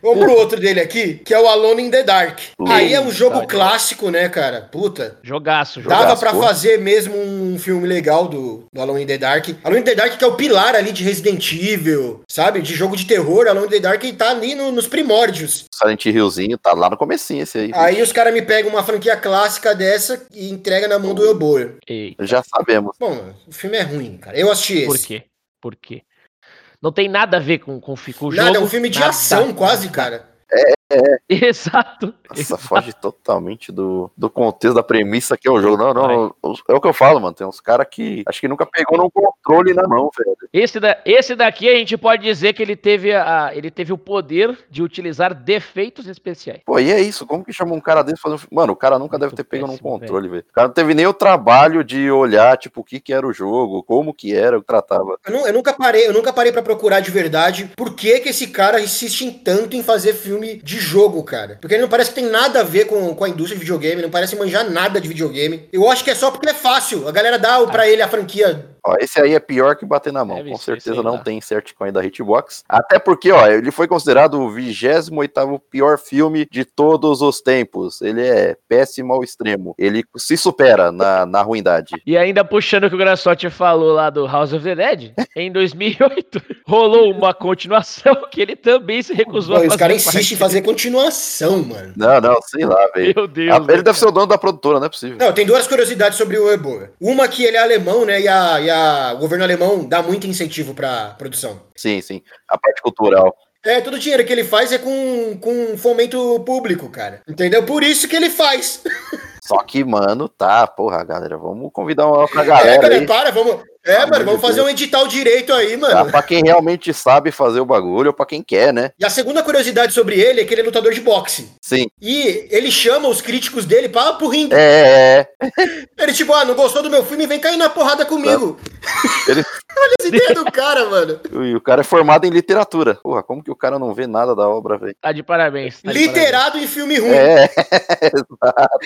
[SPEAKER 1] Vamos pro outro dele aqui, que é o Alone in the Dark. Aí é um jogo
[SPEAKER 3] Dark.
[SPEAKER 1] clássico, né, cara? Puta.
[SPEAKER 3] Jogaço, jogaço.
[SPEAKER 1] Dava pra
[SPEAKER 2] pô.
[SPEAKER 1] fazer mesmo um filme legal do, do Alone in the Dark. Alone in the Dark que é o pilar ali de Resident Evil, sabe? De jogo de terror, Alone in the Dark tá ali no- nos primórdios.
[SPEAKER 2] Silent Hillzinho tá lá no comecinho esse aí.
[SPEAKER 1] Aí os caras me pegam uma franquia clássica dessa e entrega na mão do Euboio.
[SPEAKER 3] Ei,
[SPEAKER 2] Já sabemos.
[SPEAKER 1] Bom, o filme é ruim, cara. Eu assisti esse.
[SPEAKER 3] por quê? Por quê? Não tem nada a ver com, com, fi- com o jogo.
[SPEAKER 1] Nada, é um filme de
[SPEAKER 3] nada. [LAUGHS]
[SPEAKER 1] ação quase, cara.
[SPEAKER 3] Exato. [LAUGHS]
[SPEAKER 2] Nossa, foge totalmente do, do contexto, da premissa que é o jogo. Não, não, é o que eu falo, mano. Tem uns caras que acho que nunca pegou no controle na mão, velho.
[SPEAKER 3] Esse, da, esse daqui a gente pode dizer que ele teve, a, ele teve o poder de utilizar defeitos especiais.
[SPEAKER 2] Pô, e é isso, como que chama um cara desse pra fazer um filme? Mano, o cara nunca deve
[SPEAKER 3] Muito
[SPEAKER 2] ter pego num
[SPEAKER 3] péssimo,
[SPEAKER 2] controle, velho. O cara não teve nem o trabalho de olhar, tipo, o que que era o jogo, como que era, o que tratava.
[SPEAKER 1] Eu, nu- eu nunca parei, eu nunca parei para procurar de verdade por que que esse cara insiste em tanto em fazer filme de jogo, cara. Porque ele não parece que tem nada a ver com, com a indústria de videogame, não parece manjar nada de videogame. Eu acho que é só porque é fácil. A galera dá o- pra ele a franquia.
[SPEAKER 2] Ó, esse aí é pior que bater na mão,
[SPEAKER 3] Deve
[SPEAKER 2] com
[SPEAKER 3] ser,
[SPEAKER 2] certeza
[SPEAKER 3] sei
[SPEAKER 2] não
[SPEAKER 3] lá.
[SPEAKER 2] tem certcoin da Hitbox. Até porque, ó, ele foi considerado o 28º pior filme de todos os tempos. Ele é péssimo ao extremo. Ele se supera na, na ruindade.
[SPEAKER 3] E ainda puxando o que o Grassotti falou lá do House of the
[SPEAKER 1] [LAUGHS]
[SPEAKER 3] Dead, em 2008 rolou uma continuação que ele também se recusou
[SPEAKER 1] Pô, e os caras
[SPEAKER 3] parte.
[SPEAKER 1] insistem em fazer continuação, mano.
[SPEAKER 2] Não, não, sei lá, velho.
[SPEAKER 3] Meu Deus.
[SPEAKER 2] Ah,
[SPEAKER 3] né,
[SPEAKER 2] Ele deve ser o dono da produtora, não é possível.
[SPEAKER 1] Não, tem duas curiosidades sobre o Eboa. Uma que ele é alemão, né? E, a, e a- o governo alemão dá muito incentivo pra produção.
[SPEAKER 2] Sim, sim. A parte cultural.
[SPEAKER 1] É, todo o dinheiro que ele faz é com, com fomento público, cara. Entendeu? Por isso que ele faz. [LAUGHS]
[SPEAKER 2] Só que, mano, tá, porra, galera. Vamos convidar uma pra
[SPEAKER 1] É,
[SPEAKER 2] galera
[SPEAKER 1] cara, [LAUGHS]
[SPEAKER 2] aí.
[SPEAKER 1] para, vamos. É,
[SPEAKER 2] né? Pelo
[SPEAKER 1] mano,
[SPEAKER 2] amor
[SPEAKER 1] vamos
[SPEAKER 2] de
[SPEAKER 1] fazer
[SPEAKER 2] Deus.
[SPEAKER 1] um edital direito aí,
[SPEAKER 2] Tá?
[SPEAKER 1] mano.
[SPEAKER 2] Pra quem realmente sabe fazer o bagulho, ou pra quem quer, né?
[SPEAKER 1] E a segunda curiosidade sobre ele é que ele é lutador de boxe.
[SPEAKER 2] Sim.
[SPEAKER 1] E ele chama os críticos dele pra pro ringue.
[SPEAKER 2] É, é, é.
[SPEAKER 1] Ele, tipo, ah, não gostou do meu filme, vem cair na porrada comigo.
[SPEAKER 2] Tá. Ele-
[SPEAKER 1] [LAUGHS] Olha essa ideia do cara, mano.
[SPEAKER 2] E o cara é formado em literatura. Porra, como que o cara não vê nada da obra, velho?
[SPEAKER 3] Tá de parabéns. tá de
[SPEAKER 1] Literado em filme ruim.
[SPEAKER 2] É, [LAUGHS] exato.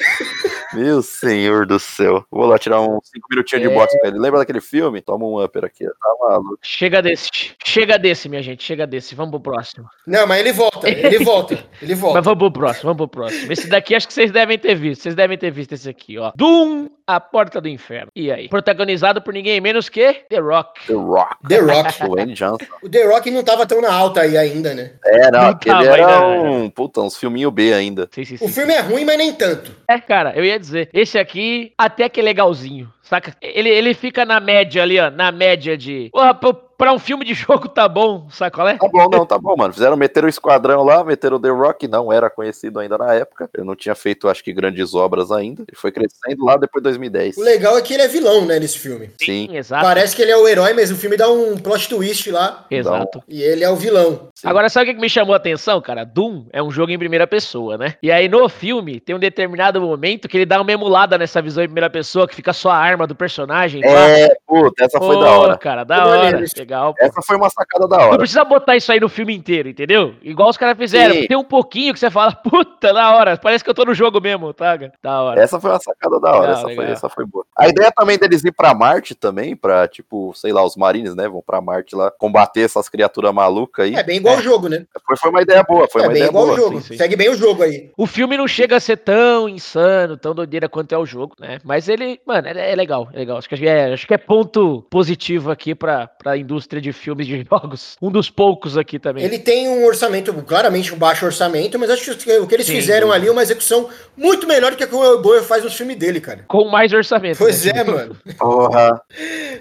[SPEAKER 2] Meu senhor do céu. Vou lá tirar uns 5 minutinhos de boxe com ele. Lembra daquele filme? Toma um upper aqui. Tá maluco.
[SPEAKER 3] parabéns. Chega desse. Chega desse, minha gente. Chega desse. Vamos pro próximo.
[SPEAKER 1] Não, mas ele volta, ele volta, ele
[SPEAKER 3] Mas
[SPEAKER 1] volta.
[SPEAKER 3] vamos pro próximo, vamos pro próximo. Esse daqui acho que vocês devem ter visto. Vocês devem ter visto esse aqui, ó. Doom, a porta do inferno. E aí? Protagonizado por ninguém menos que The Rock.
[SPEAKER 2] The Rock.
[SPEAKER 1] The Rock.
[SPEAKER 2] Dwayne Johnson.
[SPEAKER 1] O The Rock não tava tão na alta aí ainda, né?
[SPEAKER 2] É, não,
[SPEAKER 3] Não
[SPEAKER 2] aquele
[SPEAKER 3] tava ainda,
[SPEAKER 2] era
[SPEAKER 3] não,
[SPEAKER 2] um, puta, uns filminho B ainda.
[SPEAKER 3] Sim, sim,
[SPEAKER 1] O
[SPEAKER 3] sim.
[SPEAKER 1] filme é ruim, mas nem tanto.
[SPEAKER 3] É, cara, eu ia dizer. Esse aqui até que é legalzinho, saca? Ele, ele fica na média ali, ó. Na média de. Porra, pra, pra um filme de jogo tá bom, sabe qual é?
[SPEAKER 2] Tá bom, não, tá bom, mano. Fizeram, meteram o esquadrão lá, meteram o The Rock, que não era conhecido ainda na época. Ele não tinha feito, acho que, grandes obras ainda. Ele foi crescendo lá depois de 2010.
[SPEAKER 1] O legal é que ele é vilão, né, nesse filme.
[SPEAKER 2] Sim,
[SPEAKER 3] Exato.
[SPEAKER 1] Parece que ele é o herói, mas o filme dá um plot twist lá.
[SPEAKER 3] Exato.
[SPEAKER 1] E ele é o vilão.
[SPEAKER 2] sim.
[SPEAKER 3] Agora, sabe o que que me chamou a atenção, cara? Doom é um jogo em primeira pessoa, né? E aí no filme tem um determinado momento que ele dá uma emulada nessa visão em primeira pessoa, que fica só a arma do personagem. lá.
[SPEAKER 2] É, puta, essa foi da
[SPEAKER 3] Pô,
[SPEAKER 2] hora.
[SPEAKER 3] cara, da
[SPEAKER 1] Foi
[SPEAKER 3] hora.
[SPEAKER 1] maneiro isso.
[SPEAKER 3] Legal.
[SPEAKER 2] Essa foi uma sacada da
[SPEAKER 3] Não
[SPEAKER 2] hora.
[SPEAKER 3] precisa botar isso aí no filme inteiro, entendeu? Igual os caras fizeram.
[SPEAKER 2] Sim.
[SPEAKER 3] Tem um pouquinho que você fala, [LAUGHS] puta, da hora. Parece que eu tô no jogo mesmo, tá? cara? Da hora.
[SPEAKER 2] Essa foi uma sacada da hora,
[SPEAKER 3] Legal,
[SPEAKER 2] essa, Foi,
[SPEAKER 3] legal.
[SPEAKER 2] essa foi boa. A ideia também deles ir pra Marte também, pra, tipo, sei lá, os marines, né, vão pra Marte lá, combater essas criaturas malucas aí.
[SPEAKER 1] É bem igual o jogo, né?
[SPEAKER 2] Foi, foi uma ideia boa, foi
[SPEAKER 1] é
[SPEAKER 2] uma
[SPEAKER 1] bem
[SPEAKER 2] ideia
[SPEAKER 1] igual
[SPEAKER 2] boa.
[SPEAKER 1] o jogo.
[SPEAKER 3] sim, sim.
[SPEAKER 1] Segue bem o jogo aí.
[SPEAKER 3] O filme não chega a ser tão insano, tão doideira quanto é o jogo, né? Mas ele, mano, é, é legal, é legal. Acho que é, acho que é ponto positivo aqui pra, pra indústria de filmes de [LAUGHS] jogos. Um dos poucos aqui também.
[SPEAKER 1] Ele tem um orçamento, claramente um baixo orçamento, mas acho que o que eles
[SPEAKER 3] Sim,
[SPEAKER 1] fizeram
[SPEAKER 3] sim.
[SPEAKER 1] ali é uma execução muito melhor que a que o Elboy faz no filme dele, cara.
[SPEAKER 3] Com mais orçamento.
[SPEAKER 1] Pois
[SPEAKER 3] né?
[SPEAKER 1] é, mano.
[SPEAKER 2] Porra.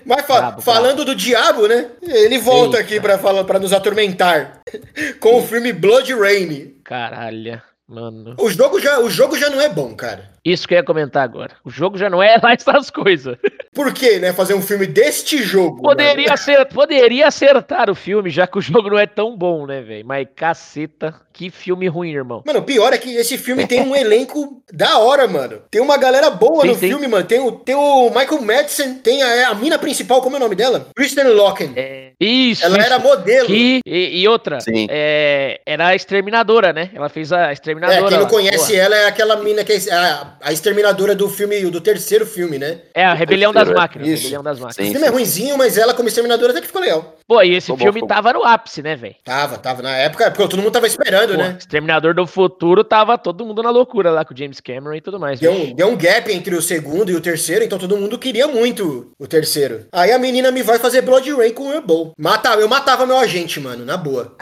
[SPEAKER 1] Mas fa-
[SPEAKER 3] Brabo,
[SPEAKER 1] falando do diabo, né? Ele volta [LAUGHS]
[SPEAKER 3] Eita.
[SPEAKER 1] aqui pra falar para nos atormentar com o filme Blood Rain.
[SPEAKER 3] [LAUGHS] Caralho. Mano.
[SPEAKER 1] O jogo, já, o jogo já não é bom, cara.
[SPEAKER 3] Isso que eu ia comentar agora. O jogo já não é [LAUGHS] lá essas coisas.
[SPEAKER 1] Por que, né? Fazer um filme deste jogo.
[SPEAKER 3] Poderia, acer- poderia acertar o filme, já que o jogo não é tão bom, né, velho? Mas caceta, que filme ruim, irmão.
[SPEAKER 1] Mano, o pior é que esse filme
[SPEAKER 3] [LAUGHS]
[SPEAKER 1] tem um elenco da hora, mano. Tem uma galera boa
[SPEAKER 3] Sim,
[SPEAKER 1] no
[SPEAKER 3] sim.
[SPEAKER 1] filme, mano. Tem o, tem o Michael Madsen, tem a, a mina principal, como é o nome dela? Kristen Locken.
[SPEAKER 3] Isso,
[SPEAKER 1] É. Ela
[SPEAKER 3] isso.
[SPEAKER 1] era modelo.
[SPEAKER 3] É. Que- e, e outra,
[SPEAKER 2] Sim.
[SPEAKER 3] é, era a exterminadora, né? Ela fez a exterminadora.
[SPEAKER 1] É, quem não
[SPEAKER 3] lá,
[SPEAKER 1] conhece
[SPEAKER 3] porra.
[SPEAKER 1] ela é aquela mina que é a, a exterminadora do filme, do terceiro filme, né?
[SPEAKER 3] é a Rebelião das
[SPEAKER 2] Terceiro, é.
[SPEAKER 3] Máquinas.
[SPEAKER 1] Isso.
[SPEAKER 3] Rebelião das Máquinas.
[SPEAKER 1] O
[SPEAKER 2] Sim,
[SPEAKER 1] filme é
[SPEAKER 2] sim,
[SPEAKER 1] ruinzinho, mas ela como exterminadora até que ficou legal.
[SPEAKER 3] Pô, e esse
[SPEAKER 2] Ficou bom,
[SPEAKER 3] filme
[SPEAKER 2] ficou bom.
[SPEAKER 3] tava no ápice, né, velho?
[SPEAKER 1] Tava, tava. Na época, porque todo mundo tava esperando,
[SPEAKER 3] Pô,
[SPEAKER 1] né?
[SPEAKER 3] Exterminador do Futuro tava todo mundo na loucura lá com o James Cameron e tudo mais. né?
[SPEAKER 1] Deu
[SPEAKER 3] bicho.
[SPEAKER 1] um, deu um gap entre o segundo e o terceiro, então todo mundo queria muito o terceiro. Aí a menina me vai fazer Blood Rain com o Herbal. Matava, eu matava meu agente, mano, na boa.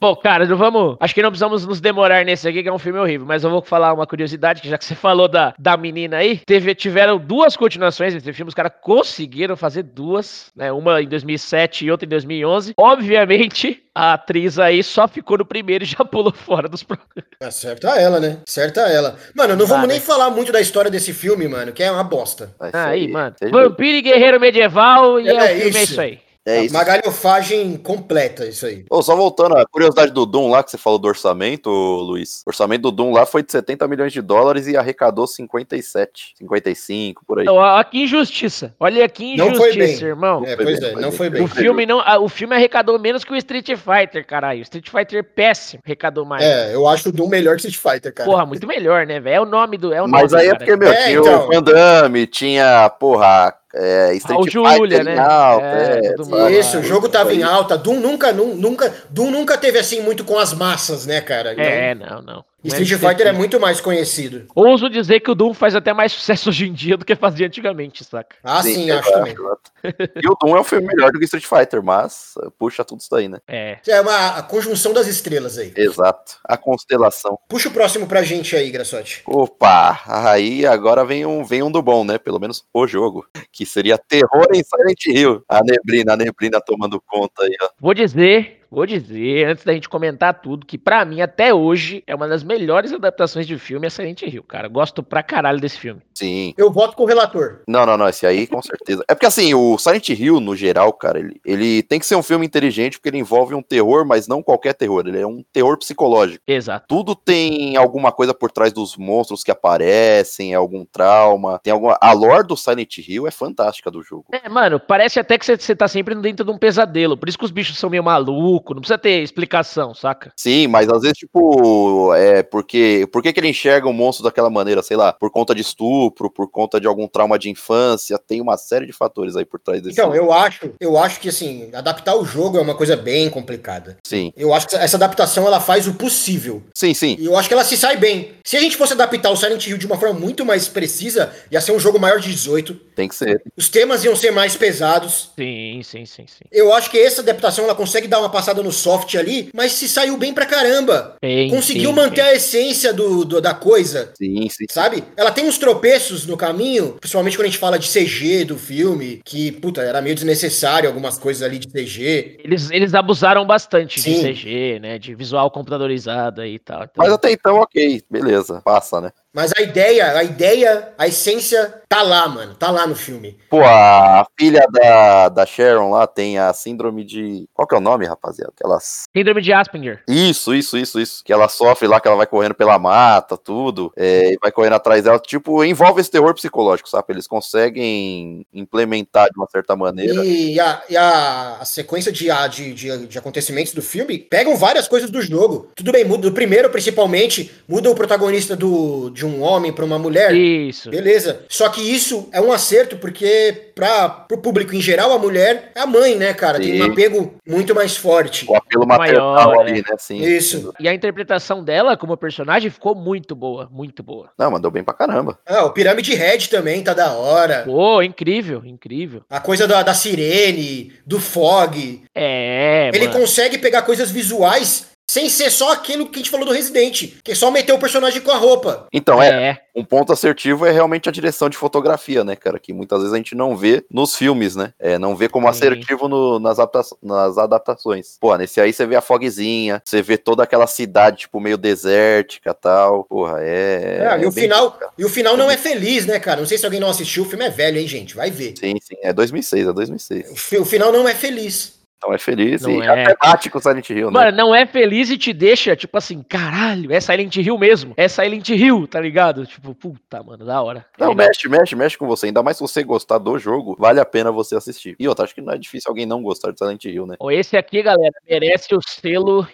[SPEAKER 3] Bom, cara, não vamos. Acho que não precisamos nos demorar nesse aqui, que é um filme horrível. Mas eu vou falar uma curiosidade, que já que você [LAUGHS] falou da, da menina aí, teve, tiveram duas continuações desse filme. Os caras conseguiram fazer duas, né? Uma em 2007 e outra em 2011. Obviamente, a atriz aí só ficou no primeiro e já [LAUGHS] pulou fora dos. pro-
[SPEAKER 1] Acerta ela, né? Acerta ela. Mano, não vamos
[SPEAKER 3] Vale.
[SPEAKER 1] nem falar muito da história desse filme, mano, que é uma bosta.
[SPEAKER 2] Mas isso
[SPEAKER 3] Aí, mano.
[SPEAKER 2] isso aí-
[SPEAKER 3] Vampiro e Guerreiro Medieval e
[SPEAKER 1] É
[SPEAKER 3] é, o filme, é
[SPEAKER 1] isso.
[SPEAKER 3] isso aí.
[SPEAKER 2] É isso.
[SPEAKER 1] Uma galhofagem completa, isso aí.
[SPEAKER 2] Ô, só voltando à curiosidade do Doom lá, que você falou do orçamento, ô, Luiz. O orçamento do Doom lá foi de 70 milhões de dólares e arrecadou 57, 55, por aí.
[SPEAKER 3] Então, ó, que injustiça. Olha que
[SPEAKER 1] Não
[SPEAKER 3] injustiça,
[SPEAKER 1] foi bem.
[SPEAKER 3] irmão.
[SPEAKER 1] É,
[SPEAKER 2] foi
[SPEAKER 1] pois
[SPEAKER 2] bem,
[SPEAKER 1] é,
[SPEAKER 2] foi
[SPEAKER 1] não
[SPEAKER 2] bem.
[SPEAKER 1] foi bem.
[SPEAKER 3] O filme, não, ah, o filme arrecadou menos que o Street Fighter, caralho. O Street Fighter é péssimo, arrecadou mais.
[SPEAKER 1] É, eu acho o Doom melhor que Street Fighter, cara.
[SPEAKER 3] Porra, muito melhor, né, velho? É o nome do. É o
[SPEAKER 2] Mas
[SPEAKER 3] nome,
[SPEAKER 2] aí é
[SPEAKER 3] cara.
[SPEAKER 2] porque, meu,
[SPEAKER 1] É,
[SPEAKER 2] tinha
[SPEAKER 1] então.
[SPEAKER 2] o Van Damme, tinha, porra, é, Street
[SPEAKER 3] o Julia,
[SPEAKER 2] Fighter
[SPEAKER 3] né?
[SPEAKER 2] em alta,
[SPEAKER 3] É,
[SPEAKER 2] é,
[SPEAKER 3] todo mundo.
[SPEAKER 2] sabe?
[SPEAKER 1] Isso, o jogo tava em
[SPEAKER 2] Aí,
[SPEAKER 1] alta. Doom nunca, nu- nunca, Doom nunca teve assim muito com as massas, né, cara?
[SPEAKER 3] É, não, não.
[SPEAKER 1] E Street Fighter é muito mais conhecido.
[SPEAKER 3] Ouso dizer que o Doom faz até mais [LAUGHS] sucesso hoje em dia do que fazia antigamente, saca?
[SPEAKER 1] Ah, sim,
[SPEAKER 2] sim, é
[SPEAKER 1] acho
[SPEAKER 2] exato,
[SPEAKER 1] também.
[SPEAKER 2] exato. [LAUGHS] E o Doom é um filme melhor do que Street Fighter, mas eh, puxa tudo isso daí, né?
[SPEAKER 3] É.
[SPEAKER 1] É uma a conjunção das estrelas aí.
[SPEAKER 2] Exato. A constelação.
[SPEAKER 1] Puxa o próximo pra gente aí, Graçote.
[SPEAKER 2] Opa, aí agora vem um, vem um do bom, né? Pelo menos o jogo. Que seria terror em Silent Hill. A neblina, a neblina tomando conta aí, ó.
[SPEAKER 3] Vou dizer, vou dizer, antes da gente comentar tudo, que pra mim, até hoje, é uma das melhores adaptações de filme a Silent Hill, cara. Gosto pra caralho desse filme.
[SPEAKER 2] Sim.
[SPEAKER 1] Eu voto com o relator.
[SPEAKER 2] Não, não, não, esse aí com certeza. É porque assim, o Silent Hill, no geral, cara, ele, ele tem que ser um filme inteligente porque ele envolve um terror, mas não qualquer terror. Ele é um terror psicológico.
[SPEAKER 3] Exato.
[SPEAKER 2] tudo tem alguma coisa por trás dos monstros que aparecem, é algum trauma, tem alguma. A lore do Silent Hill é fantástica do jogo.
[SPEAKER 3] É, mano, parece até que você- você tá sempre dentro de um pesadelo. Por isso que os bichos são meio malucos. Não precisa ter explicação, saca?
[SPEAKER 2] Sim, mas às vezes, tipo, é porque. Por que, que ele enxerga o monstro daquela maneira? Sei lá, por conta de estupro, por conta de algum trauma de infância, tem uma série de fatores aí por trás desse.
[SPEAKER 1] Então, eu acho, eu acho que assim, adaptar o jogo é uma coisa bem complicada.
[SPEAKER 2] Sim,
[SPEAKER 1] Eu acho que essa adaptação ela faz o possível.
[SPEAKER 2] sim, sim.
[SPEAKER 1] E eu acho que ela se sai bem. Se a gente fosse adaptar o Silent Hill de uma forma muito mais precisa, ia ser um jogo maior de 18.
[SPEAKER 2] Tem que ser.
[SPEAKER 1] Os temas iam ser mais pesados.
[SPEAKER 3] Sim, sim, sim, sim.
[SPEAKER 1] Eu acho que essa adaptação ela consegue dar uma passada no soft ali, mas se saiu bem pra caramba.
[SPEAKER 3] Bem,
[SPEAKER 1] Conseguiu
[SPEAKER 3] bem,
[SPEAKER 1] manter
[SPEAKER 3] bem.
[SPEAKER 1] a essência do, do- da coisa.
[SPEAKER 2] Sim, sim.
[SPEAKER 1] Sabe? Ela tem uns tropeços no caminho, principalmente quando a gente fala de CG do filme, que, puta, era meio desnecessário algumas coisas ali de CG.
[SPEAKER 3] Eles, eles abusaram bastante
[SPEAKER 1] Sim.
[SPEAKER 3] de CG, né? De visual computadorizado aí e tal. Então,
[SPEAKER 2] Mas até então, ok, beleza, passa, né?
[SPEAKER 1] Mas a ideia, a ideia, a essência tá lá, mano. Tá lá no filme.
[SPEAKER 2] Pô, a filha da, da Sharon lá tem a síndrome de. Qual que é o nome, rapaziada? Aquelas.
[SPEAKER 3] Síndrome de Aspinger.
[SPEAKER 2] Isso, isso, isso, isso. Que ela sofre lá, que ela vai correndo pela mata, tudo. É, e vai correndo atrás dela. Tipo, envolve esse terror psicológico, sabe? Eles conseguem implementar de uma certa maneira.
[SPEAKER 1] E a, e a- a sequência de, a- de, de, de acontecimentos do filme pegam várias coisas do jogo. Tudo bem, muda. Do primeiro, principalmente, muda o protagonista do, de um homem pra uma mulher.
[SPEAKER 3] Isso.
[SPEAKER 1] É. Beleza. Só que isso é um acerto, porque para o público em geral, a mulher é a mãe, né, cara? Tem um
[SPEAKER 2] Sim.
[SPEAKER 1] apego muito mais forte.
[SPEAKER 2] O apelo
[SPEAKER 3] Maior,
[SPEAKER 2] maternal
[SPEAKER 3] né?
[SPEAKER 2] ali, né? Sim.
[SPEAKER 1] Isso.
[SPEAKER 3] E a interpretação dela como personagem ficou muito boa, muito boa.
[SPEAKER 2] Não, mandou bem pra caramba.
[SPEAKER 1] Ah, o Pirâmide Red também tá da hora.
[SPEAKER 3] Pô, incrível, incrível.
[SPEAKER 1] A coisa da, da sirene, do fog.
[SPEAKER 3] É,
[SPEAKER 1] Ele
[SPEAKER 3] mano.
[SPEAKER 2] É,
[SPEAKER 1] consegue pegar coisas visuais Sem ser só aquilo que a gente falou do Resident, que é só meter o personagem com a roupa.
[SPEAKER 2] Então, é,
[SPEAKER 3] é.
[SPEAKER 2] um ponto assertivo é realmente a direção de fotografia, né, cara? Que muitas vezes a gente não vê nos filmes, né? É, não vê como
[SPEAKER 3] Sim.
[SPEAKER 2] assertivo no- nas, adapta- nas adaptações. Pô, nesse aí você vê a foguezinha, você vê toda aquela cidade, tipo, meio desértica e tal. Porra, é.
[SPEAKER 1] É, e, o
[SPEAKER 2] bem-
[SPEAKER 1] final, e o final não
[SPEAKER 2] É
[SPEAKER 1] é feliz, né, cara? Não sei se alguém não assistiu, o filme é velho, hein, gente? Vai ver.
[SPEAKER 2] Sim, sim, é 2006, é 2006.
[SPEAKER 1] O fi- o final não é feliz.
[SPEAKER 2] Então é feliz
[SPEAKER 3] Não
[SPEAKER 2] e
[SPEAKER 3] é.
[SPEAKER 2] é temático Silent Hill, né?
[SPEAKER 3] Mano, não é feliz e te deixa, tipo assim, caralho, é Silent Hill mesmo. É Silent Hill, tá ligado? Tipo, puta, mano, da hora.
[SPEAKER 2] Não,
[SPEAKER 3] É,
[SPEAKER 2] mexe, mexe, mexe com você. Ainda mais se você gostar do jogo, vale a pena você assistir. E outra, acho que não é difícil alguém não gostar de Silent Hill, né?
[SPEAKER 3] Ó, Esse aqui, galera, merece o selo,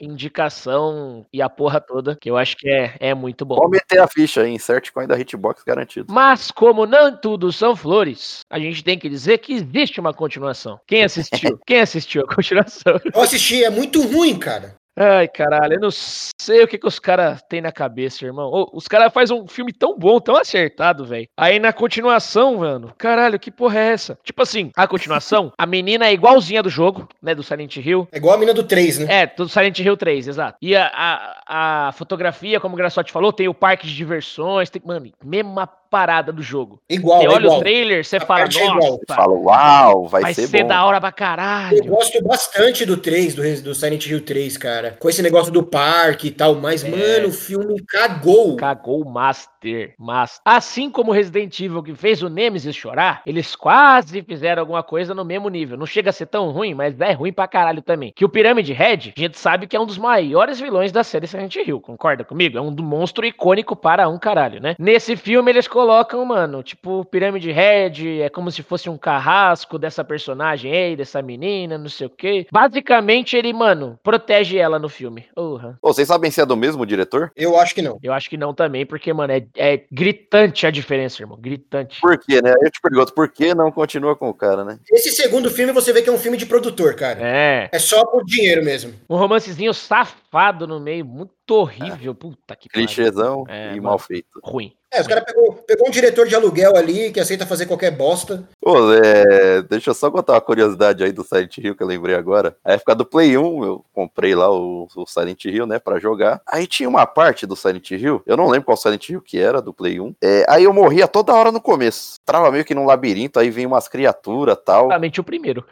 [SPEAKER 3] indicação e a porra toda, que eu acho que é, é muito bom.
[SPEAKER 2] Pode meter a ficha aí, insert com ainda hitbox garantido.
[SPEAKER 3] Mas, como não tudo são flores, a gente tem que dizer que existe uma continuação. Quem assistiu? Quem assistiu a continuação?
[SPEAKER 1] Eu assisti, é muito ruim, cara.
[SPEAKER 3] Ai, caralho, eu não sei o que, que os caras têm na cabeça, irmão. Ô, os caras fazem um filme tão bom, tão acertado, velho. Aí na continuação, mano, caralho, que porra é essa? Tipo assim, a continuação, a menina é igualzinha do jogo, né, do Silent Hill.
[SPEAKER 1] É igual a mina do 3, né?
[SPEAKER 3] É, do Silent Hill 3, exato. E a, a, a fotografia, como o Graçotti falou, tem o parque de diversões, tem, mano, mesma parada do jogo.
[SPEAKER 1] Igual,
[SPEAKER 3] você
[SPEAKER 1] é
[SPEAKER 3] olha
[SPEAKER 1] igual.
[SPEAKER 3] o trailer, você
[SPEAKER 1] A
[SPEAKER 3] fala,
[SPEAKER 1] parte é igual.
[SPEAKER 3] nossa,
[SPEAKER 2] Você fala, uau, vai,
[SPEAKER 3] vai
[SPEAKER 2] ser,
[SPEAKER 3] ser,
[SPEAKER 2] bom.
[SPEAKER 3] da hora pra
[SPEAKER 1] Eu
[SPEAKER 3] caralho.
[SPEAKER 1] gosto bastante do 3, do, Res- do Silent Hill 3, cara. Com esse negócio do parque e tal, mas,
[SPEAKER 3] É.
[SPEAKER 1] mano, o filme cagou.
[SPEAKER 3] Cagou o Master. Mas, assim como o Resident Evil que fez o Nemesis chorar, eles quase fizeram alguma coisa no mesmo nível. Não chega a ser tão ruim, mas é ruim pra caralho também. Que o Pirâmide Head, a gente sabe que é um dos maiores vilões da série Silent Hill, concorda comigo? É um do monstro icônico para um caralho, né? Nesse filme eles colocam, mano, tipo, Pirâmide Head, é como se fosse um carrasco dessa personagem aí, dessa menina, não sei o quê. Basicamente ele, mano, protege ela no filme. Porra.
[SPEAKER 2] Ô, vocês sabem se é do mesmo diretor?
[SPEAKER 1] Eu acho que não.
[SPEAKER 3] Eu acho que não também, porque, mano, é, é gritante a diferença, irmão. Gritante.
[SPEAKER 2] Por quê, né? Eu te pergunto, por que não continua com o cara, né?
[SPEAKER 1] Esse segundo filme você vê que é um filme de produtor, cara.
[SPEAKER 3] É.
[SPEAKER 1] É, só por dinheiro mesmo.
[SPEAKER 3] Um romancezinho safado no meio, muito horrível. Puta que pariu.
[SPEAKER 2] Clichêzão
[SPEAKER 3] É,
[SPEAKER 2] e
[SPEAKER 3] mano.
[SPEAKER 2] mal feito.
[SPEAKER 3] Ruim.
[SPEAKER 1] É, os caras pegou, pegou um diretor de aluguel ali que aceita fazer qualquer bosta.
[SPEAKER 2] Ô, é, deixa eu só contar uma curiosidade aí do Silent Hill que eu lembrei agora. Na época do Play 1, eu comprei lá o, o Silent Hill, né, pra jogar. Aí tinha uma parte do Silent Hill, eu não lembro qual Silent Hill que era, do Play 1. É, aí eu morria toda hora no começo. Trava meio que num labirinto, aí vinha umas criaturas tal.
[SPEAKER 3] Exatamente o primeiro.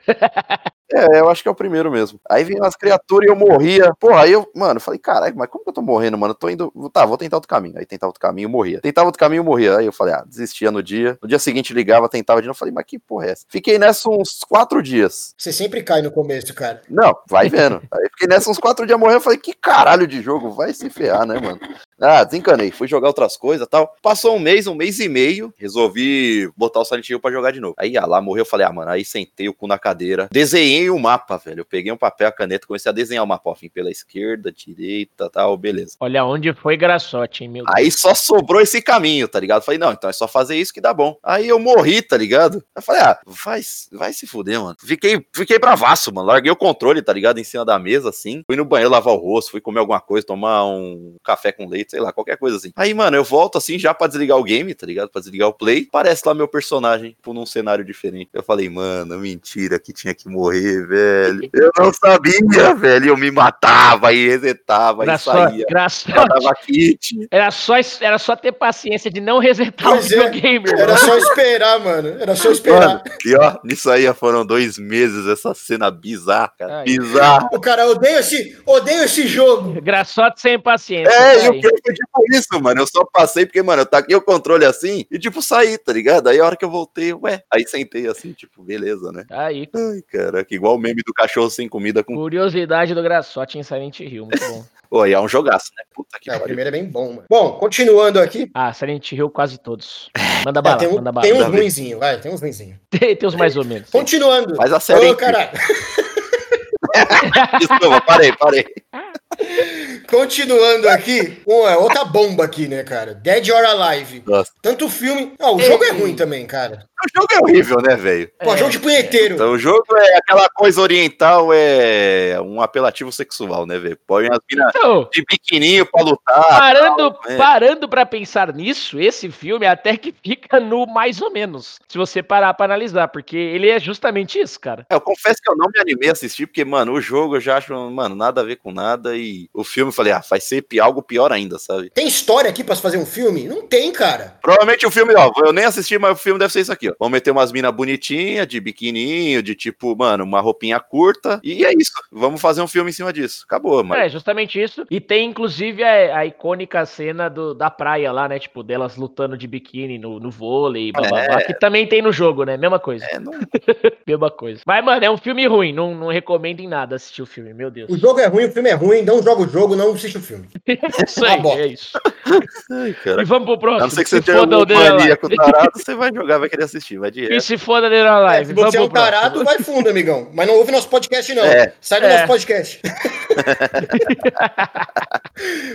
[SPEAKER 2] É, eu acho que é o primeiro mesmo. Aí vinha umas criaturas e eu morria. Porra, aí eu, mano, eu falei, caralho, mas como que eu tô morrendo, mano? Eu tô indo. Tá, vou tentar outro caminho. Aí tentava outro caminho, morria. Tentava outro caminho, morria. Aí eu falei, ah, desistia no dia. No dia seguinte ligava, tentava de novo. Falei, mas que porra é essa? Fiquei nessa uns quatro dias.
[SPEAKER 1] Você sempre cai no começo, cara.
[SPEAKER 2] Não, vai vendo. Aí fiquei nessa uns quatro dias morrendo. Falei, que caralho de jogo, vai se ferrar, né, mano? Ah, desencanei. Fui jogar outras coisas tal. Passou um mês, um mês e meio. Resolvi botar o Silent Hill pra jogar de novo. Aí, ah, lá morreu. Eu falei, ah, mano, aí sentei o cu na cadeira. Desenhei o mapa, velho. Eu peguei um papel, a caneta, comecei a desenhar o mapa. Ó, vim pela esquerda, direita tal, beleza.
[SPEAKER 3] Olha onde foi Graçote, hein, meu
[SPEAKER 2] Aí só sobrou esse caminho, tá ligado? Falei, não, então é só fazer isso que dá bom. Aí eu morri, tá ligado? Eu falei, ah, vai, vai se fuder, mano. Fiquei, fiquei bravaço, mano. Larguei o controle, tá ligado? Em cima da mesa, assim. Fui no banheiro lavar o rosto, fui comer alguma coisa, tomar um café com leite, sei lá, qualquer coisa assim. Aí, mano, eu volto assim já pra desligar o game, tá ligado? Pra desligar o play. Parece lá meu personagem, tipo, num cenário diferente. Eu falei, mano, mentira, que tinha que morrer, velho. Eu não sabia, velho. Eu me matava e resetava e
[SPEAKER 3] Graçote.
[SPEAKER 2] saía. Já
[SPEAKER 3] Graçote. [LAUGHS]
[SPEAKER 2] dava kit.
[SPEAKER 3] Era só, era só ter paciência de não resetar
[SPEAKER 1] Pois
[SPEAKER 3] o
[SPEAKER 1] é.
[SPEAKER 3] videogame, irmão.
[SPEAKER 1] Era só esperar, mano. Era só
[SPEAKER 2] Mano,
[SPEAKER 1] esperar.
[SPEAKER 2] e ó, nisso aí foram dois meses essa cena bizarra, cara.
[SPEAKER 3] Ai.
[SPEAKER 2] Bizarra.
[SPEAKER 1] O cara odeia esse, odeio esse jogo.
[SPEAKER 3] Graçote sem paciência.
[SPEAKER 2] É, e
[SPEAKER 3] tá aí.
[SPEAKER 2] o pior foi tipo isso, mano. Eu só passei porque, mano, eu taquei o controle assim e, tipo, saí, tá ligado? Aí a hora que eu voltei, ué, aí sentei assim, tipo, beleza, né?
[SPEAKER 3] Tá aí.
[SPEAKER 2] Ai, caraca, igual o meme do cachorro sem comida com.
[SPEAKER 3] Curiosidade do Graçote em Silent Hill, muito bom.
[SPEAKER 2] Pô, e é um jogaço, né? Puta que
[SPEAKER 1] Não, o
[SPEAKER 2] pariu.
[SPEAKER 1] primeiro é bem bom, mano. Bom, continuando aqui.
[SPEAKER 3] Ah, Silent Hill quase todos. Manda
[SPEAKER 1] Ah,
[SPEAKER 3] bala,
[SPEAKER 1] tem,
[SPEAKER 3] manda
[SPEAKER 1] um,
[SPEAKER 3] bala.
[SPEAKER 1] tem uns
[SPEAKER 2] Manda ver.
[SPEAKER 1] ruinzinhos, vai, tem uns ruinzinhos.
[SPEAKER 3] [LAUGHS] Tem, tem uns mais ou menos.
[SPEAKER 1] Continuando.
[SPEAKER 2] Faz a [LAUGHS] série.
[SPEAKER 1] Ô,
[SPEAKER 2] hein,
[SPEAKER 1] caralho.
[SPEAKER 2] Desculpa, parei, parei.
[SPEAKER 1] Continuando aqui, uma outra bomba aqui, né, cara? Dead or Alive.
[SPEAKER 2] Nossa.
[SPEAKER 1] Tanto filme. Ah, o jogo é
[SPEAKER 3] Ei.
[SPEAKER 1] ruim também, cara.
[SPEAKER 2] O jogo é horrível, né, velho?
[SPEAKER 1] Pô,
[SPEAKER 3] É,
[SPEAKER 1] jogo de punheteiro.
[SPEAKER 2] Então, o jogo é aquela coisa oriental, é um apelativo sexual, né, velho? Põe as minas
[SPEAKER 3] Então,
[SPEAKER 2] de biquininho pra lutar.
[SPEAKER 3] parando,
[SPEAKER 2] é.
[SPEAKER 3] parando pra pensar nisso, esse filme até que fica no mais ou menos. Se você parar pra analisar, porque ele é justamente isso, cara.
[SPEAKER 2] É, Eu confesso que eu não me animei a assistir, porque, mano, o jogo eu já acho, mano, nada a ver com nada. E o filme, eu falei, ah, vai ser pi- algo pior ainda, sabe?
[SPEAKER 1] Tem história aqui pra se fazer um filme? Não tem, cara.
[SPEAKER 2] Provavelmente o filme, ó, eu nem assisti, mas o filme deve ser isso aqui, ó. Vão meter umas minas bonitinhas, de biquininho, de tipo, mano, uma roupinha curta. E é isso. Vamos fazer um filme em cima disso. Acabou, mano.
[SPEAKER 3] É, justamente isso. E tem, inclusive, a, a icônica cena do, da praia lá, né? Tipo, delas lutando de biquíni no, no vôlei, blá, blá, blá, que também tem no jogo, né? Mesma coisa.
[SPEAKER 2] É, não-
[SPEAKER 3] Mesma coisa. Mas, mano, é um filme ruim. Não, não recomendo em nada assistir o filme,
[SPEAKER 1] [LAUGHS]
[SPEAKER 3] meu Deus.
[SPEAKER 1] O jogo é ruim, o filme é ruim, não joga o jogo, não assiste o filme.
[SPEAKER 3] Isso
[SPEAKER 1] Tá
[SPEAKER 3] aí,
[SPEAKER 1] bom.
[SPEAKER 3] é isso.
[SPEAKER 2] Ai,
[SPEAKER 3] E
[SPEAKER 2] cara.
[SPEAKER 3] vamos pro
[SPEAKER 2] A
[SPEAKER 3] próximo.
[SPEAKER 2] não ser que você
[SPEAKER 3] Se
[SPEAKER 2] tenha
[SPEAKER 3] foda
[SPEAKER 2] um
[SPEAKER 3] o Dead or Alive.
[SPEAKER 2] mania com tarado, você vai jogar, vai querer assistir, vai
[SPEAKER 3] [LAUGHS] E
[SPEAKER 2] direto.
[SPEAKER 3] se foda dele na live.
[SPEAKER 1] Se você é
[SPEAKER 3] vamos
[SPEAKER 1] um
[SPEAKER 3] pro próximo.
[SPEAKER 1] tarado, vai fundo, amigão. Mas não ouve nosso podcast, não.
[SPEAKER 2] É.
[SPEAKER 1] Sai do
[SPEAKER 3] É.
[SPEAKER 1] nosso
[SPEAKER 2] [LAUGHS]
[SPEAKER 1] podcast.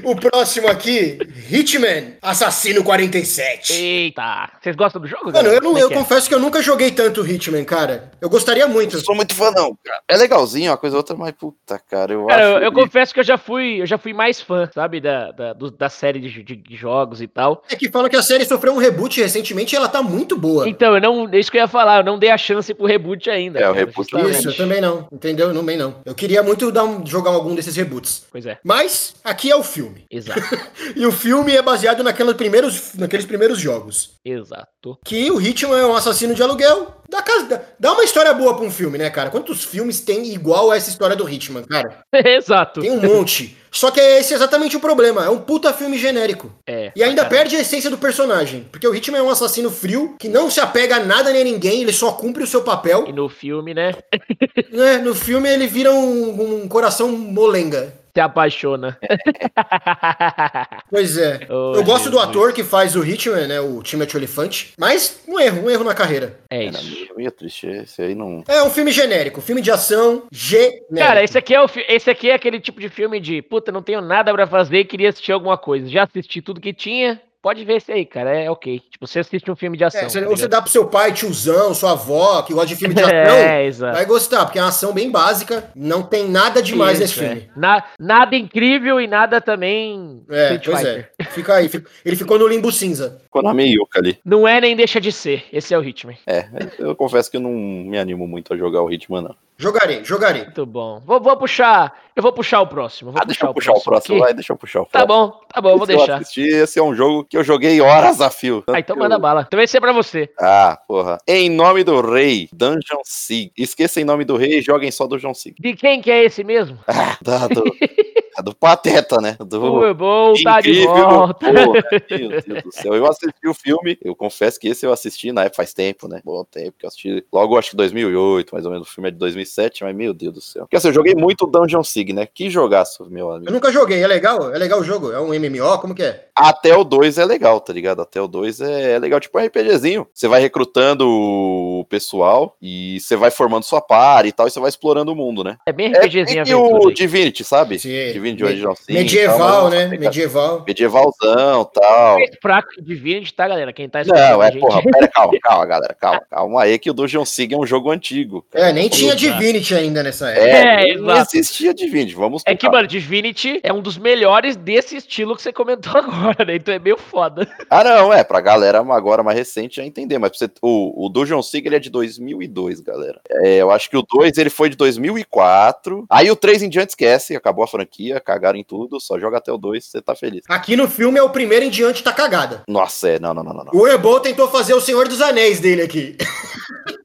[SPEAKER 1] o próximo aqui, Hitman, Assassino 47.
[SPEAKER 3] Eita. Vocês gostam do jogo,
[SPEAKER 1] Mano,
[SPEAKER 3] galera?
[SPEAKER 1] eu, não,
[SPEAKER 3] Como é
[SPEAKER 1] eu
[SPEAKER 3] que é?
[SPEAKER 1] confesso que eu nunca joguei tanto Hitman, cara. Eu gostaria muito.
[SPEAKER 2] Não sou muito fã, não, cara. É legalzinho, uma coisa ou outra, mas puta, cara, eu
[SPEAKER 3] Cara, eu,
[SPEAKER 2] acho.
[SPEAKER 3] eu confesso que eu já fui, eu já fui mais fã, sabe, da, da, do- da série de, jo- de jogos e tal.
[SPEAKER 1] É que fala que a série sofreu um reboot recentemente e ela tá muito boa.
[SPEAKER 3] Então, eu não, é isso que eu ia falar, eu não dei a chance pro reboot ainda.
[SPEAKER 2] É, o reboot não.
[SPEAKER 1] Isso, eu também não. Entendeu? Eu também não. Eu queria muito dar um- jogar algum desses reboots.
[SPEAKER 3] Pois é,
[SPEAKER 1] Mas aqui é o filme.
[SPEAKER 3] exato, [LAUGHS]
[SPEAKER 1] E o filme é baseado naquelas primeiros, naqueles primeiros jogos.
[SPEAKER 3] exato. [LAUGHS]
[SPEAKER 1] Que o Hitman é um assassino de aluguel. Dá, casa- dá- dá uma história boa pra um filme, né, cara? Quantos filmes tem igual a essa história do Hitman, cara?
[SPEAKER 3] exato.
[SPEAKER 1] Tem um monte. Só que esse é exatamente o problema. É um puta filme genérico.
[SPEAKER 3] É,
[SPEAKER 1] E ainda
[SPEAKER 3] cara,
[SPEAKER 1] perde a essência do personagem. Porque o Hitman é um assassino frio que não se apega a nada nem a ninguém, ele só cumpre o seu
[SPEAKER 3] E
[SPEAKER 1] papel.
[SPEAKER 3] no filme, né, [LAUGHS]
[SPEAKER 1] né? No filme ele vira um, um coração molenga.
[SPEAKER 3] se apaixona. [LAUGHS]
[SPEAKER 1] Pois é.
[SPEAKER 3] Oh,
[SPEAKER 1] Eu gosto do
[SPEAKER 3] Jesus.
[SPEAKER 1] ator que faz o Hitman, né? O Timothy Olyphant. Mas um erro, um erro na carreira.
[SPEAKER 3] É
[SPEAKER 2] Cara,
[SPEAKER 3] isso.
[SPEAKER 2] né? meio triste, esse aí não.
[SPEAKER 1] É um filme genérico, filme de ação genérico.
[SPEAKER 3] Cara, esse aqui, é o fi- esse aqui é aquele tipo de filme de puta, não tenho nada pra fazer, queria assistir alguma coisa. Já assisti tudo que tinha, pode ver esse aí, cara. É ok. Tipo, você assiste um filme de ação.
[SPEAKER 1] É, você-
[SPEAKER 3] tá
[SPEAKER 1] ou você
[SPEAKER 3] ligado?
[SPEAKER 1] dá pro seu pai, tiozão, sua avó, que gosta de filme de ação,
[SPEAKER 3] [LAUGHS] é, exato.
[SPEAKER 1] vai gostar, porque é uma ação bem básica, não tem nada demais
[SPEAKER 3] Isso,
[SPEAKER 1] nesse
[SPEAKER 3] é.
[SPEAKER 1] filme.
[SPEAKER 3] Na- nada incrível e nada também.
[SPEAKER 1] É,
[SPEAKER 3] Street
[SPEAKER 1] pois
[SPEAKER 3] Fighter.
[SPEAKER 1] é. Fica aí. fica- Ele ficou no limbo cinza.
[SPEAKER 2] Konami Yuka ali.
[SPEAKER 3] Não é nem deixa de ser. Esse é o Hitman.
[SPEAKER 2] É, eu confesso que eu não me animo muito a jogar o Hitman, não.
[SPEAKER 1] Jogarei, jogarei.
[SPEAKER 3] Muito bom. Vou, vou puxar. Eu vou puxar o próximo. Vou
[SPEAKER 2] Ah, deixa eu puxar o próximo,
[SPEAKER 3] aqui.
[SPEAKER 2] vai, deixa eu puxar o
[SPEAKER 3] Tá bom, tá bom, vou
[SPEAKER 2] Esse eu
[SPEAKER 3] deixar.
[SPEAKER 2] assisti, esse é um jogo que eu joguei horas a fio.
[SPEAKER 3] Ah, então manda
[SPEAKER 2] Eu-
[SPEAKER 3] bala. Então esse é pra você.
[SPEAKER 2] Ah, porra. Em nome do rei, Dungeon Sig. Esqueça em nome do rei e joguem só Dungeon Sig.
[SPEAKER 3] De quem que é esse mesmo?
[SPEAKER 2] Ah, Da,
[SPEAKER 3] [LAUGHS]
[SPEAKER 2] do, da do Pateta, né? Do
[SPEAKER 3] Foi bom, tá de volta.
[SPEAKER 2] porra, meu Deus do céu. Eu assisti o filme, eu confesso que esse eu assisti na época faz tempo, né? Bom tempo que eu assisti. Logo, acho que 2008, mais ou menos. O filme é de 2007, mas meu Deus do céu. Porque assim, eu joguei muito Dungeon Sig, né? Que jogaço, meu amigo.
[SPEAKER 1] Eu nunca joguei, é legal? É legal o jogo? É um MMO? Como que é?
[SPEAKER 2] Até o 2 é legal, tá ligado? Até o 2 é é legal, tipo um RPGzinho. Você vai recrutando o pessoal e você vai formando sua par e tal, e você vai explorando o mundo, né?
[SPEAKER 3] É bem
[SPEAKER 2] É meio
[SPEAKER 3] RPGzinho
[SPEAKER 2] que o
[SPEAKER 3] aventura. aí.
[SPEAKER 2] Divinity, sabe?
[SPEAKER 1] Sim.
[SPEAKER 2] Divinity
[SPEAKER 1] Me-
[SPEAKER 2] Original
[SPEAKER 3] tá
[SPEAKER 2] Sin. e tal,
[SPEAKER 1] Medieval,
[SPEAKER 2] mas-
[SPEAKER 1] né? Medieval.
[SPEAKER 2] Medievalzão e tal.
[SPEAKER 3] Mais fraco que Divinity, tá, galera? Quem tá
[SPEAKER 2] Não,
[SPEAKER 3] a
[SPEAKER 2] é,
[SPEAKER 3] gente-
[SPEAKER 2] porra,
[SPEAKER 3] [LAUGHS]
[SPEAKER 2] pera, calma, calma, galera, calma, calma aí que o Dungeon Sig é um jogo antigo. cara.
[SPEAKER 1] É, nem tinha Divinity ainda nessa época.
[SPEAKER 2] É,
[SPEAKER 3] É,
[SPEAKER 2] não
[SPEAKER 3] exato.
[SPEAKER 2] existia Divinity, vamos
[SPEAKER 3] É que,
[SPEAKER 2] tocar.
[SPEAKER 3] mano, Divinity é um dos melhores desse estilo que você comentou [LAUGHS] agora, né? Então é meio foda.
[SPEAKER 2] Ah, não, é, pra galera agora mais recente já entender, mas pra você, o, o Dungeon Sig ele é de 2002, galera. É, eu acho que o 2 ele foi de 2004, aí o 3 em diante esquece, acabou a franquia, cagaram em tudo, só joga até o 2, você tá feliz.
[SPEAKER 1] Aqui no filme é o primeiro em diante tá cagada.
[SPEAKER 2] Nossa, é, não, não, não, não. não.
[SPEAKER 1] O Ebo tentou fazer o Senhor dos Anéis dele aqui.
[SPEAKER 2] [LAUGHS]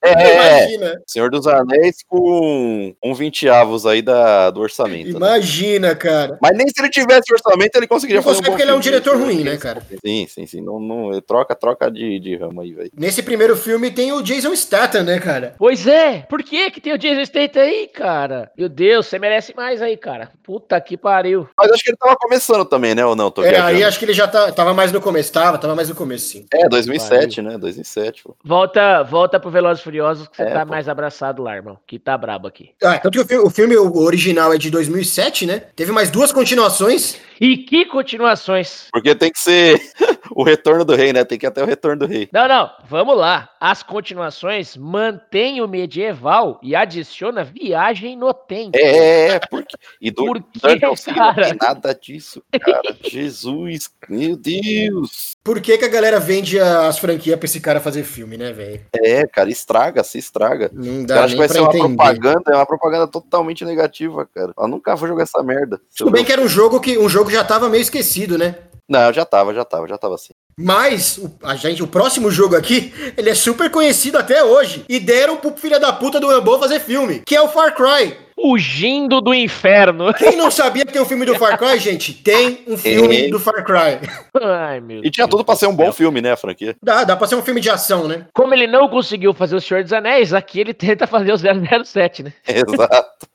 [SPEAKER 2] É,
[SPEAKER 1] imagina,
[SPEAKER 2] Senhor dos Anéis com um vinteavos aí da, do orçamento, né?
[SPEAKER 1] imagina, cara.
[SPEAKER 2] Mas nem se ele tivesse orçamento ele conseguiria
[SPEAKER 1] Não
[SPEAKER 2] fazer
[SPEAKER 1] consegue
[SPEAKER 2] bom
[SPEAKER 1] porque ele é um
[SPEAKER 2] filme,
[SPEAKER 1] diretor
[SPEAKER 2] né?
[SPEAKER 1] ruim, né, cara?
[SPEAKER 2] Sim, sim, sim, não, não, é troca, troca de, de ramo aí, velho.
[SPEAKER 1] Nesse primeiro filme tem o Jason Statham, né, cara?
[SPEAKER 3] Pois é, por que que tem o Jason Statham aí, cara? Meu Deus, você merece mais aí, cara. Puta que pariu.
[SPEAKER 2] Mas acho que ele tava começando também, né, ou não? Tô
[SPEAKER 1] É,
[SPEAKER 2] viajando.
[SPEAKER 1] aí acho que ele já tá- tava mais no começo. Tava, tava mais no começo, sim.
[SPEAKER 2] É, 2007, né? 2007. pô.
[SPEAKER 3] Volta, volta pro Velozes e Furiosos que você
[SPEAKER 2] É,
[SPEAKER 3] tá
[SPEAKER 2] pô.
[SPEAKER 3] mais abraçado lá, irmão. Que tá brabo aqui.
[SPEAKER 1] Ah, tanto que o filme, o filme original é de 2007, né? Teve mais duas continuações.
[SPEAKER 3] E que continuações?
[SPEAKER 2] Porque tem que ser [LAUGHS] o retorno do rei, né? Tem que ir até o retorno do rei.
[SPEAKER 3] Não, não, vamos lá. As continuações mantêm o medieval e adiciona viagem no tempo.
[SPEAKER 2] É, porque. E do
[SPEAKER 3] Por que,
[SPEAKER 2] Dungeon Sea não
[SPEAKER 3] cara?
[SPEAKER 2] tem nada disso, [LAUGHS] cara. Jesus, meu Deus.
[SPEAKER 1] Por que, que a galera vende as franquias pra esse cara fazer filme, né, velho?
[SPEAKER 2] É, cara, estraga, se estraga.
[SPEAKER 1] Não
[SPEAKER 2] Eu
[SPEAKER 1] dá nem
[SPEAKER 2] acho que vai
[SPEAKER 1] pra
[SPEAKER 2] ser uma
[SPEAKER 1] entender.
[SPEAKER 2] propaganda, é uma propaganda totalmente negativa, cara. Eu nunca vou jogar essa merda.
[SPEAKER 1] Tudo bem que era um jogo que um jogo que já tava meio esquecido, né?
[SPEAKER 2] Não, já tava, já tava, já tava assim.
[SPEAKER 1] Mas o, a gente, o próximo jogo aqui, ele é super conhecido até hoje. E deram pro filho da puta do Rambo fazer filme, que é o Far Cry.
[SPEAKER 3] Fugindo do inferno.
[SPEAKER 1] Quem não sabia que tem um filme do Far Cry, gente? Tem um filme
[SPEAKER 2] Tem.
[SPEAKER 1] do Far Cry.
[SPEAKER 3] Ai, meu
[SPEAKER 2] E tinha tudo pra ser um bom filme, né, a franquia? [LAUGHS]
[SPEAKER 1] Dá, dá pra ser um filme de ação, né?
[SPEAKER 3] Como ele não conseguiu fazer o Senhor dos Anéis, aqui ele tenta fazer o 007, né?
[SPEAKER 2] Exato.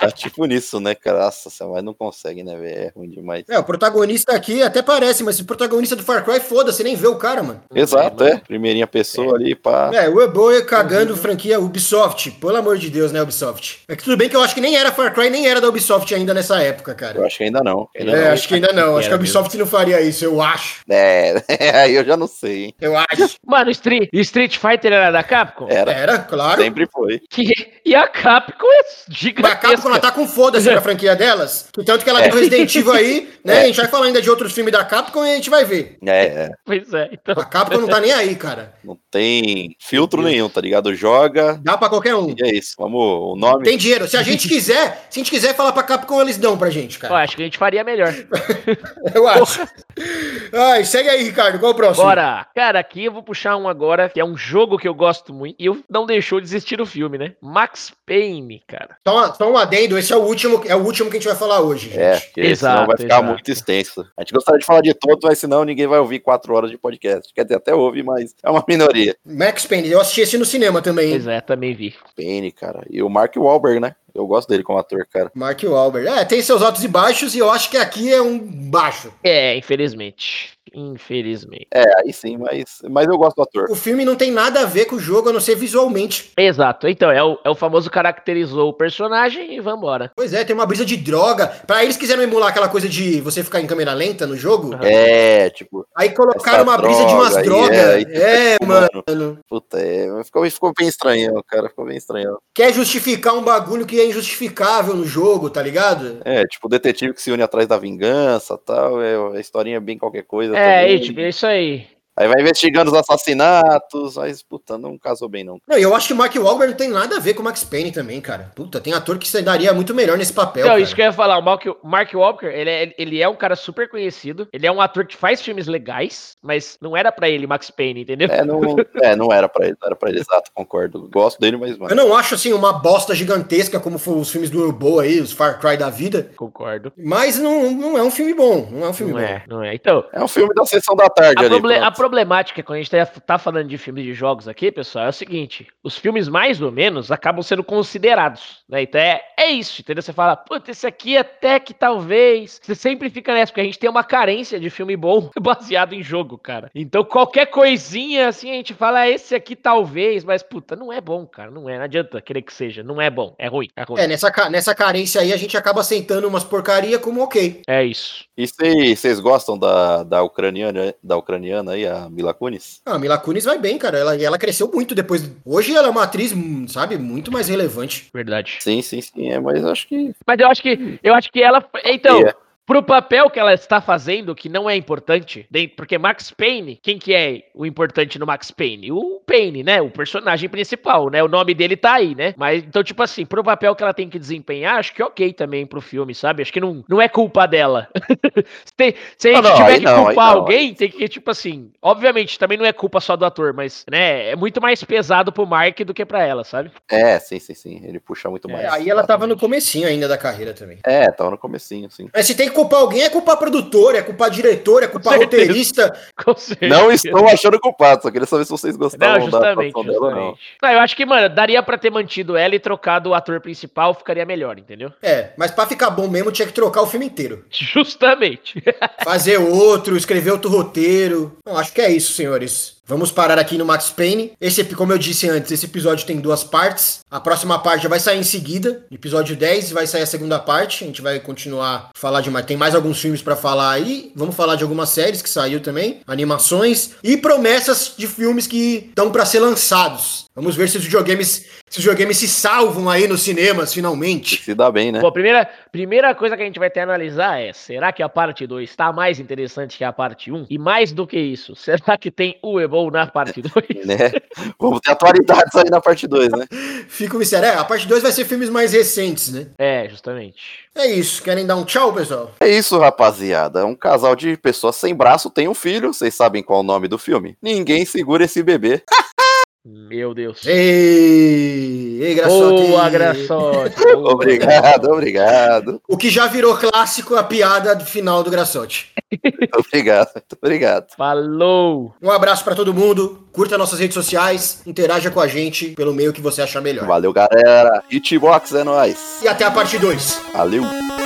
[SPEAKER 2] Tá tipo nisso, né, cara? Nossa, você mas não consegue, né, velho? É ruim demais.
[SPEAKER 1] É, o protagonista aqui até parece, mas o protagonista do Far Cry, foda-se, nem vê o cara, mano.
[SPEAKER 2] Exato, é. Primeirinha pessoa ali, pá.
[SPEAKER 1] É, o Eboy cagando franquia Ubisoft. Pelo amor de Deus, né, Ubisoft? É que tudo bem que eu acho que nem era Far Cry, nem era da Ubisoft ainda nessa época,
[SPEAKER 2] Eu
[SPEAKER 1] cara.
[SPEAKER 2] acho que ainda não. Ainda
[SPEAKER 1] É,
[SPEAKER 2] não.
[SPEAKER 1] acho que ainda não. Acho que a
[SPEAKER 3] Era
[SPEAKER 1] Ubisoft não faria isso, eu acho.
[SPEAKER 2] É, [LAUGHS] aí eu já não sei, hein?
[SPEAKER 1] Eu acho.
[SPEAKER 3] Mano, Street, Street Fighter era da Capcom?
[SPEAKER 2] Era,
[SPEAKER 1] Era, É, claro.
[SPEAKER 2] sempre foi.
[SPEAKER 3] Que- e a Capcom é
[SPEAKER 1] Mas a Capcom, ela
[SPEAKER 3] gigantesca.
[SPEAKER 1] tá com foda-se pra franquia delas. que Tanto que ela
[SPEAKER 2] É.
[SPEAKER 1] tem o Resident Evil aí, né?
[SPEAKER 2] É.
[SPEAKER 1] A gente vai falar ainda de outros filmes da Capcom e a gente vai ver.
[SPEAKER 2] É, é,
[SPEAKER 3] Pois é, então.
[SPEAKER 1] A Capcom não tá nem aí, cara.
[SPEAKER 2] não tem filtro nenhum, tá ligado? Joga.
[SPEAKER 1] Dá pra qualquer um.
[SPEAKER 2] E é isso. Vamos, o nome.
[SPEAKER 1] Tem dinheiro. Se a
[SPEAKER 2] [LAUGHS]
[SPEAKER 1] gente quiser, se a gente quiser falar pra Capcom, eles dão pra gente,
[SPEAKER 3] Eu
[SPEAKER 1] cara.
[SPEAKER 3] acho que a gente
[SPEAKER 1] [LAUGHS]
[SPEAKER 3] faria melhor.
[SPEAKER 1] Eu acho. Ai, segue aí, Ricardo. Qual o próximo?
[SPEAKER 3] Bora! Cara, aqui eu vou puxar um agora, que é um jogo que eu gosto muito. E eu não deixou de existir o filme, né? Max Payne, cara.
[SPEAKER 1] Só, um- só um adendo, esse é o último, é o último que a gente vai falar hoje, gente.
[SPEAKER 2] É, porque senão
[SPEAKER 3] Exato,
[SPEAKER 2] vai ficar
[SPEAKER 3] exato.
[SPEAKER 2] muito extenso. A gente gostaria de falar de todos, mas senão ninguém vai ouvir quatro horas de podcast. Quer dizer, até ouve, mas é uma minoria.
[SPEAKER 1] Max Payne, eu assisti esse no cinema também. hein?
[SPEAKER 3] Pois é, também vi.
[SPEAKER 2] Pene, cara. E o Mark Wahlberg, né? Eu gosto dele como ator, cara.
[SPEAKER 1] Mark Wahlberg. É, tem seus altos e baixos e eu acho que aqui é um baixo.
[SPEAKER 3] É, infelizmente. Infelizmente.
[SPEAKER 2] É, aí sim, mas, mas eu gosto do ator.
[SPEAKER 1] O filme não tem nada a ver com o jogo, a não ser visualmente.
[SPEAKER 3] Exato. Então, é o, é o famoso caracterizou o personagem e vambora.
[SPEAKER 1] Pois é, tem uma brisa de droga. Pra eles quiseram emular aquela coisa de você ficar em câmera lenta no jogo,
[SPEAKER 2] É, tipo,
[SPEAKER 1] aí colocaram
[SPEAKER 2] Essa
[SPEAKER 1] Ah. uma brisa de umas
[SPEAKER 2] droga,
[SPEAKER 1] drogas. É,
[SPEAKER 2] é,
[SPEAKER 1] mano.
[SPEAKER 2] puta, é, ficou, ficou bem estranho, cara. Ficou bem estranho.
[SPEAKER 1] Quer justificar um bagulho que é injustificável no jogo, tá ligado?
[SPEAKER 2] É, tipo, o detetive que se une atrás da vingança tal. É, a historinha é bem qualquer coisa.
[SPEAKER 3] É,
[SPEAKER 2] também.
[SPEAKER 3] e, tipo, é isso aí.
[SPEAKER 2] Aí vai investigando os assassinatos, mas, puta, não casou bem, não.
[SPEAKER 1] Não, e eu acho que o Mark Wahlberg não tem nada a ver com o Max Payne também, cara. Puta, tem ator que se daria muito melhor nesse papel.
[SPEAKER 3] Então,
[SPEAKER 1] cara.
[SPEAKER 3] isso que eu ia falar, o Mark, o Mark Walker, ele é, ele é um cara super conhecido, ele é um ator que faz filmes legais, mas não era pra ele Max Payne, entendeu?
[SPEAKER 2] É, não, é, não era pra ele, não era pra ele, exato, concordo. Gosto dele, mas,
[SPEAKER 3] é-
[SPEAKER 2] mano.
[SPEAKER 1] Eu não acho assim uma bosta gigantesca como foi os filmes do Urbo aí, os Far Cry da vida,
[SPEAKER 3] Concordo.
[SPEAKER 1] mas não, não é um filme bom, não é um filme
[SPEAKER 3] Não
[SPEAKER 1] bom.
[SPEAKER 3] é, não é. Então,
[SPEAKER 2] É um filme da sessão da tarde
[SPEAKER 3] a,
[SPEAKER 2] ali.
[SPEAKER 3] proble-
[SPEAKER 2] pronto.
[SPEAKER 3] a problemática quando a gente tá, tá falando de filmes de jogos aqui, pessoal, é o seguinte: os filmes mais ou menos acabam sendo considerados, né? Então é, é isso, entendeu? Você fala, puta, esse aqui até que talvez. Você sempre fica nessa, porque a gente tem uma carência de filme bom [LAUGHS] baseado em jogo, cara. Então qualquer coisinha assim a gente fala, "Ah, esse aqui talvez, mas puta, não é bom, cara, não é. Não adianta querer que seja, não é bom, é ruim, é ruim.
[SPEAKER 1] É, nessa, ca- nessa carência aí a gente acaba aceitando umas porcaria como ok.
[SPEAKER 3] É isso.
[SPEAKER 2] E vocês vocês gostam da, da, ucraniana, da ucraniana aí, a Mila Kunis?
[SPEAKER 1] Ah, a Mila Kunis vai bem, cara. Ela, ela cresceu muito depois. Hoje ela é uma atriz, hum, sabe, muito mais relevante.
[SPEAKER 3] Verdade.
[SPEAKER 2] Sim, sim, sim, é, mas acho que.
[SPEAKER 3] Mas eu acho que eu acho que ela. Então,
[SPEAKER 2] É.
[SPEAKER 3] pro papel que ela está fazendo, que não é importante, de- porque Max Payne, quem que é o importante no Max Payne? O Payne, né? O personagem principal, né? O nome dele tá aí, né? Mas então, tipo assim, pro papel que ela tem que desempenhar, acho que é ok também pro filme, sabe? Acho que não, não é culpa dela. [LAUGHS] se, tem- se a
[SPEAKER 2] Ah, Não,
[SPEAKER 3] gente
[SPEAKER 2] não,
[SPEAKER 3] tiver
[SPEAKER 2] aí
[SPEAKER 3] que
[SPEAKER 2] não, aí
[SPEAKER 3] culpar
[SPEAKER 2] não.
[SPEAKER 3] alguém, tem que, tipo assim, obviamente, também não é culpa só do ator, mas, né, é muito mais pesado pro Mark do que pra ela, sabe? [LAUGHS]
[SPEAKER 2] É, sim, sim, sim. Ele puxa muito
[SPEAKER 3] É,
[SPEAKER 2] mais.
[SPEAKER 1] É, aí ela tava no comecinho ainda da carreira também.
[SPEAKER 2] É, tava no comecinho, sim.
[SPEAKER 1] Mas se tem que culpar alguém, é culpar produtor, é culpar diretor, é culpar
[SPEAKER 3] certeza.
[SPEAKER 1] roteirista.
[SPEAKER 3] Com certeza.
[SPEAKER 2] Não estou achando culpado, só queria saber se vocês
[SPEAKER 3] Não,
[SPEAKER 2] gostavam da
[SPEAKER 3] justamente.
[SPEAKER 2] atuação dela ou não.
[SPEAKER 3] justamente. Não, eu acho que, mano, daria pra ter mantido ela e trocado o ator principal, ficaria melhor, entendeu? [LAUGHS]
[SPEAKER 1] É, mas pra ficar bom mesmo tinha que trocar o filme inteiro.
[SPEAKER 3] Justamente.
[SPEAKER 2] [LAUGHS]
[SPEAKER 1] Fazer outro, escrever outro roteiro. Não, acho que é isso, senhores. Vamos parar aqui no Max Payne. Esse, epi- como eu disse antes, esse episódio tem duas partes. A próxima parte já vai sair em seguida, episódio 10, vai sair a segunda parte. A gente vai continuar a falar de mais. Tem mais alguns filmes pra falar aí. Vamos falar de algumas séries que saiu também, animações e promessas de filmes que estão pra ser lançados. Vamos ver se os videogames, se os videogames se salvam aí nos cinemas finalmente. [LAUGHS]
[SPEAKER 2] Se dá bem, né?
[SPEAKER 3] Bom, a primeira, primeira coisa que a gente vai ter a analisar é: será que a parte 2 está mais interessante que a parte 1? E mais do que isso, [LAUGHS] será que tem o Ebol
[SPEAKER 2] [LAUGHS]
[SPEAKER 3] na parte 2?
[SPEAKER 2] Né? Vamos ter atualidades aí na parte 2, né?
[SPEAKER 1] Fico mistério. É, a parte 2 vai ser filmes mais recentes, né?
[SPEAKER 3] é, justamente.
[SPEAKER 1] É isso. Querem dar um tchau, pessoal?
[SPEAKER 2] É isso, rapaziada. Um casal de pessoas sem braço tem um filho. Vocês sabem qual é o nome do filme? Ninguém segura esse bebê.
[SPEAKER 1] [LAUGHS]
[SPEAKER 3] Meu Deus.
[SPEAKER 1] Ei, ei graçote.
[SPEAKER 3] Boa, Graçote. boa.
[SPEAKER 2] Obrigado, obrigado.
[SPEAKER 1] O que já virou clássico, a piada do final do Graçote.
[SPEAKER 2] Obrigado, muito obrigado.
[SPEAKER 3] Falou.
[SPEAKER 1] Um abraço pra todo mundo, curta nossas redes sociais, interaja com a gente pelo meio que você achar melhor.
[SPEAKER 2] Valeu, galera. Hitbox é nóis.
[SPEAKER 1] E até a parte 2.
[SPEAKER 2] Valeu.
[SPEAKER 5] Thank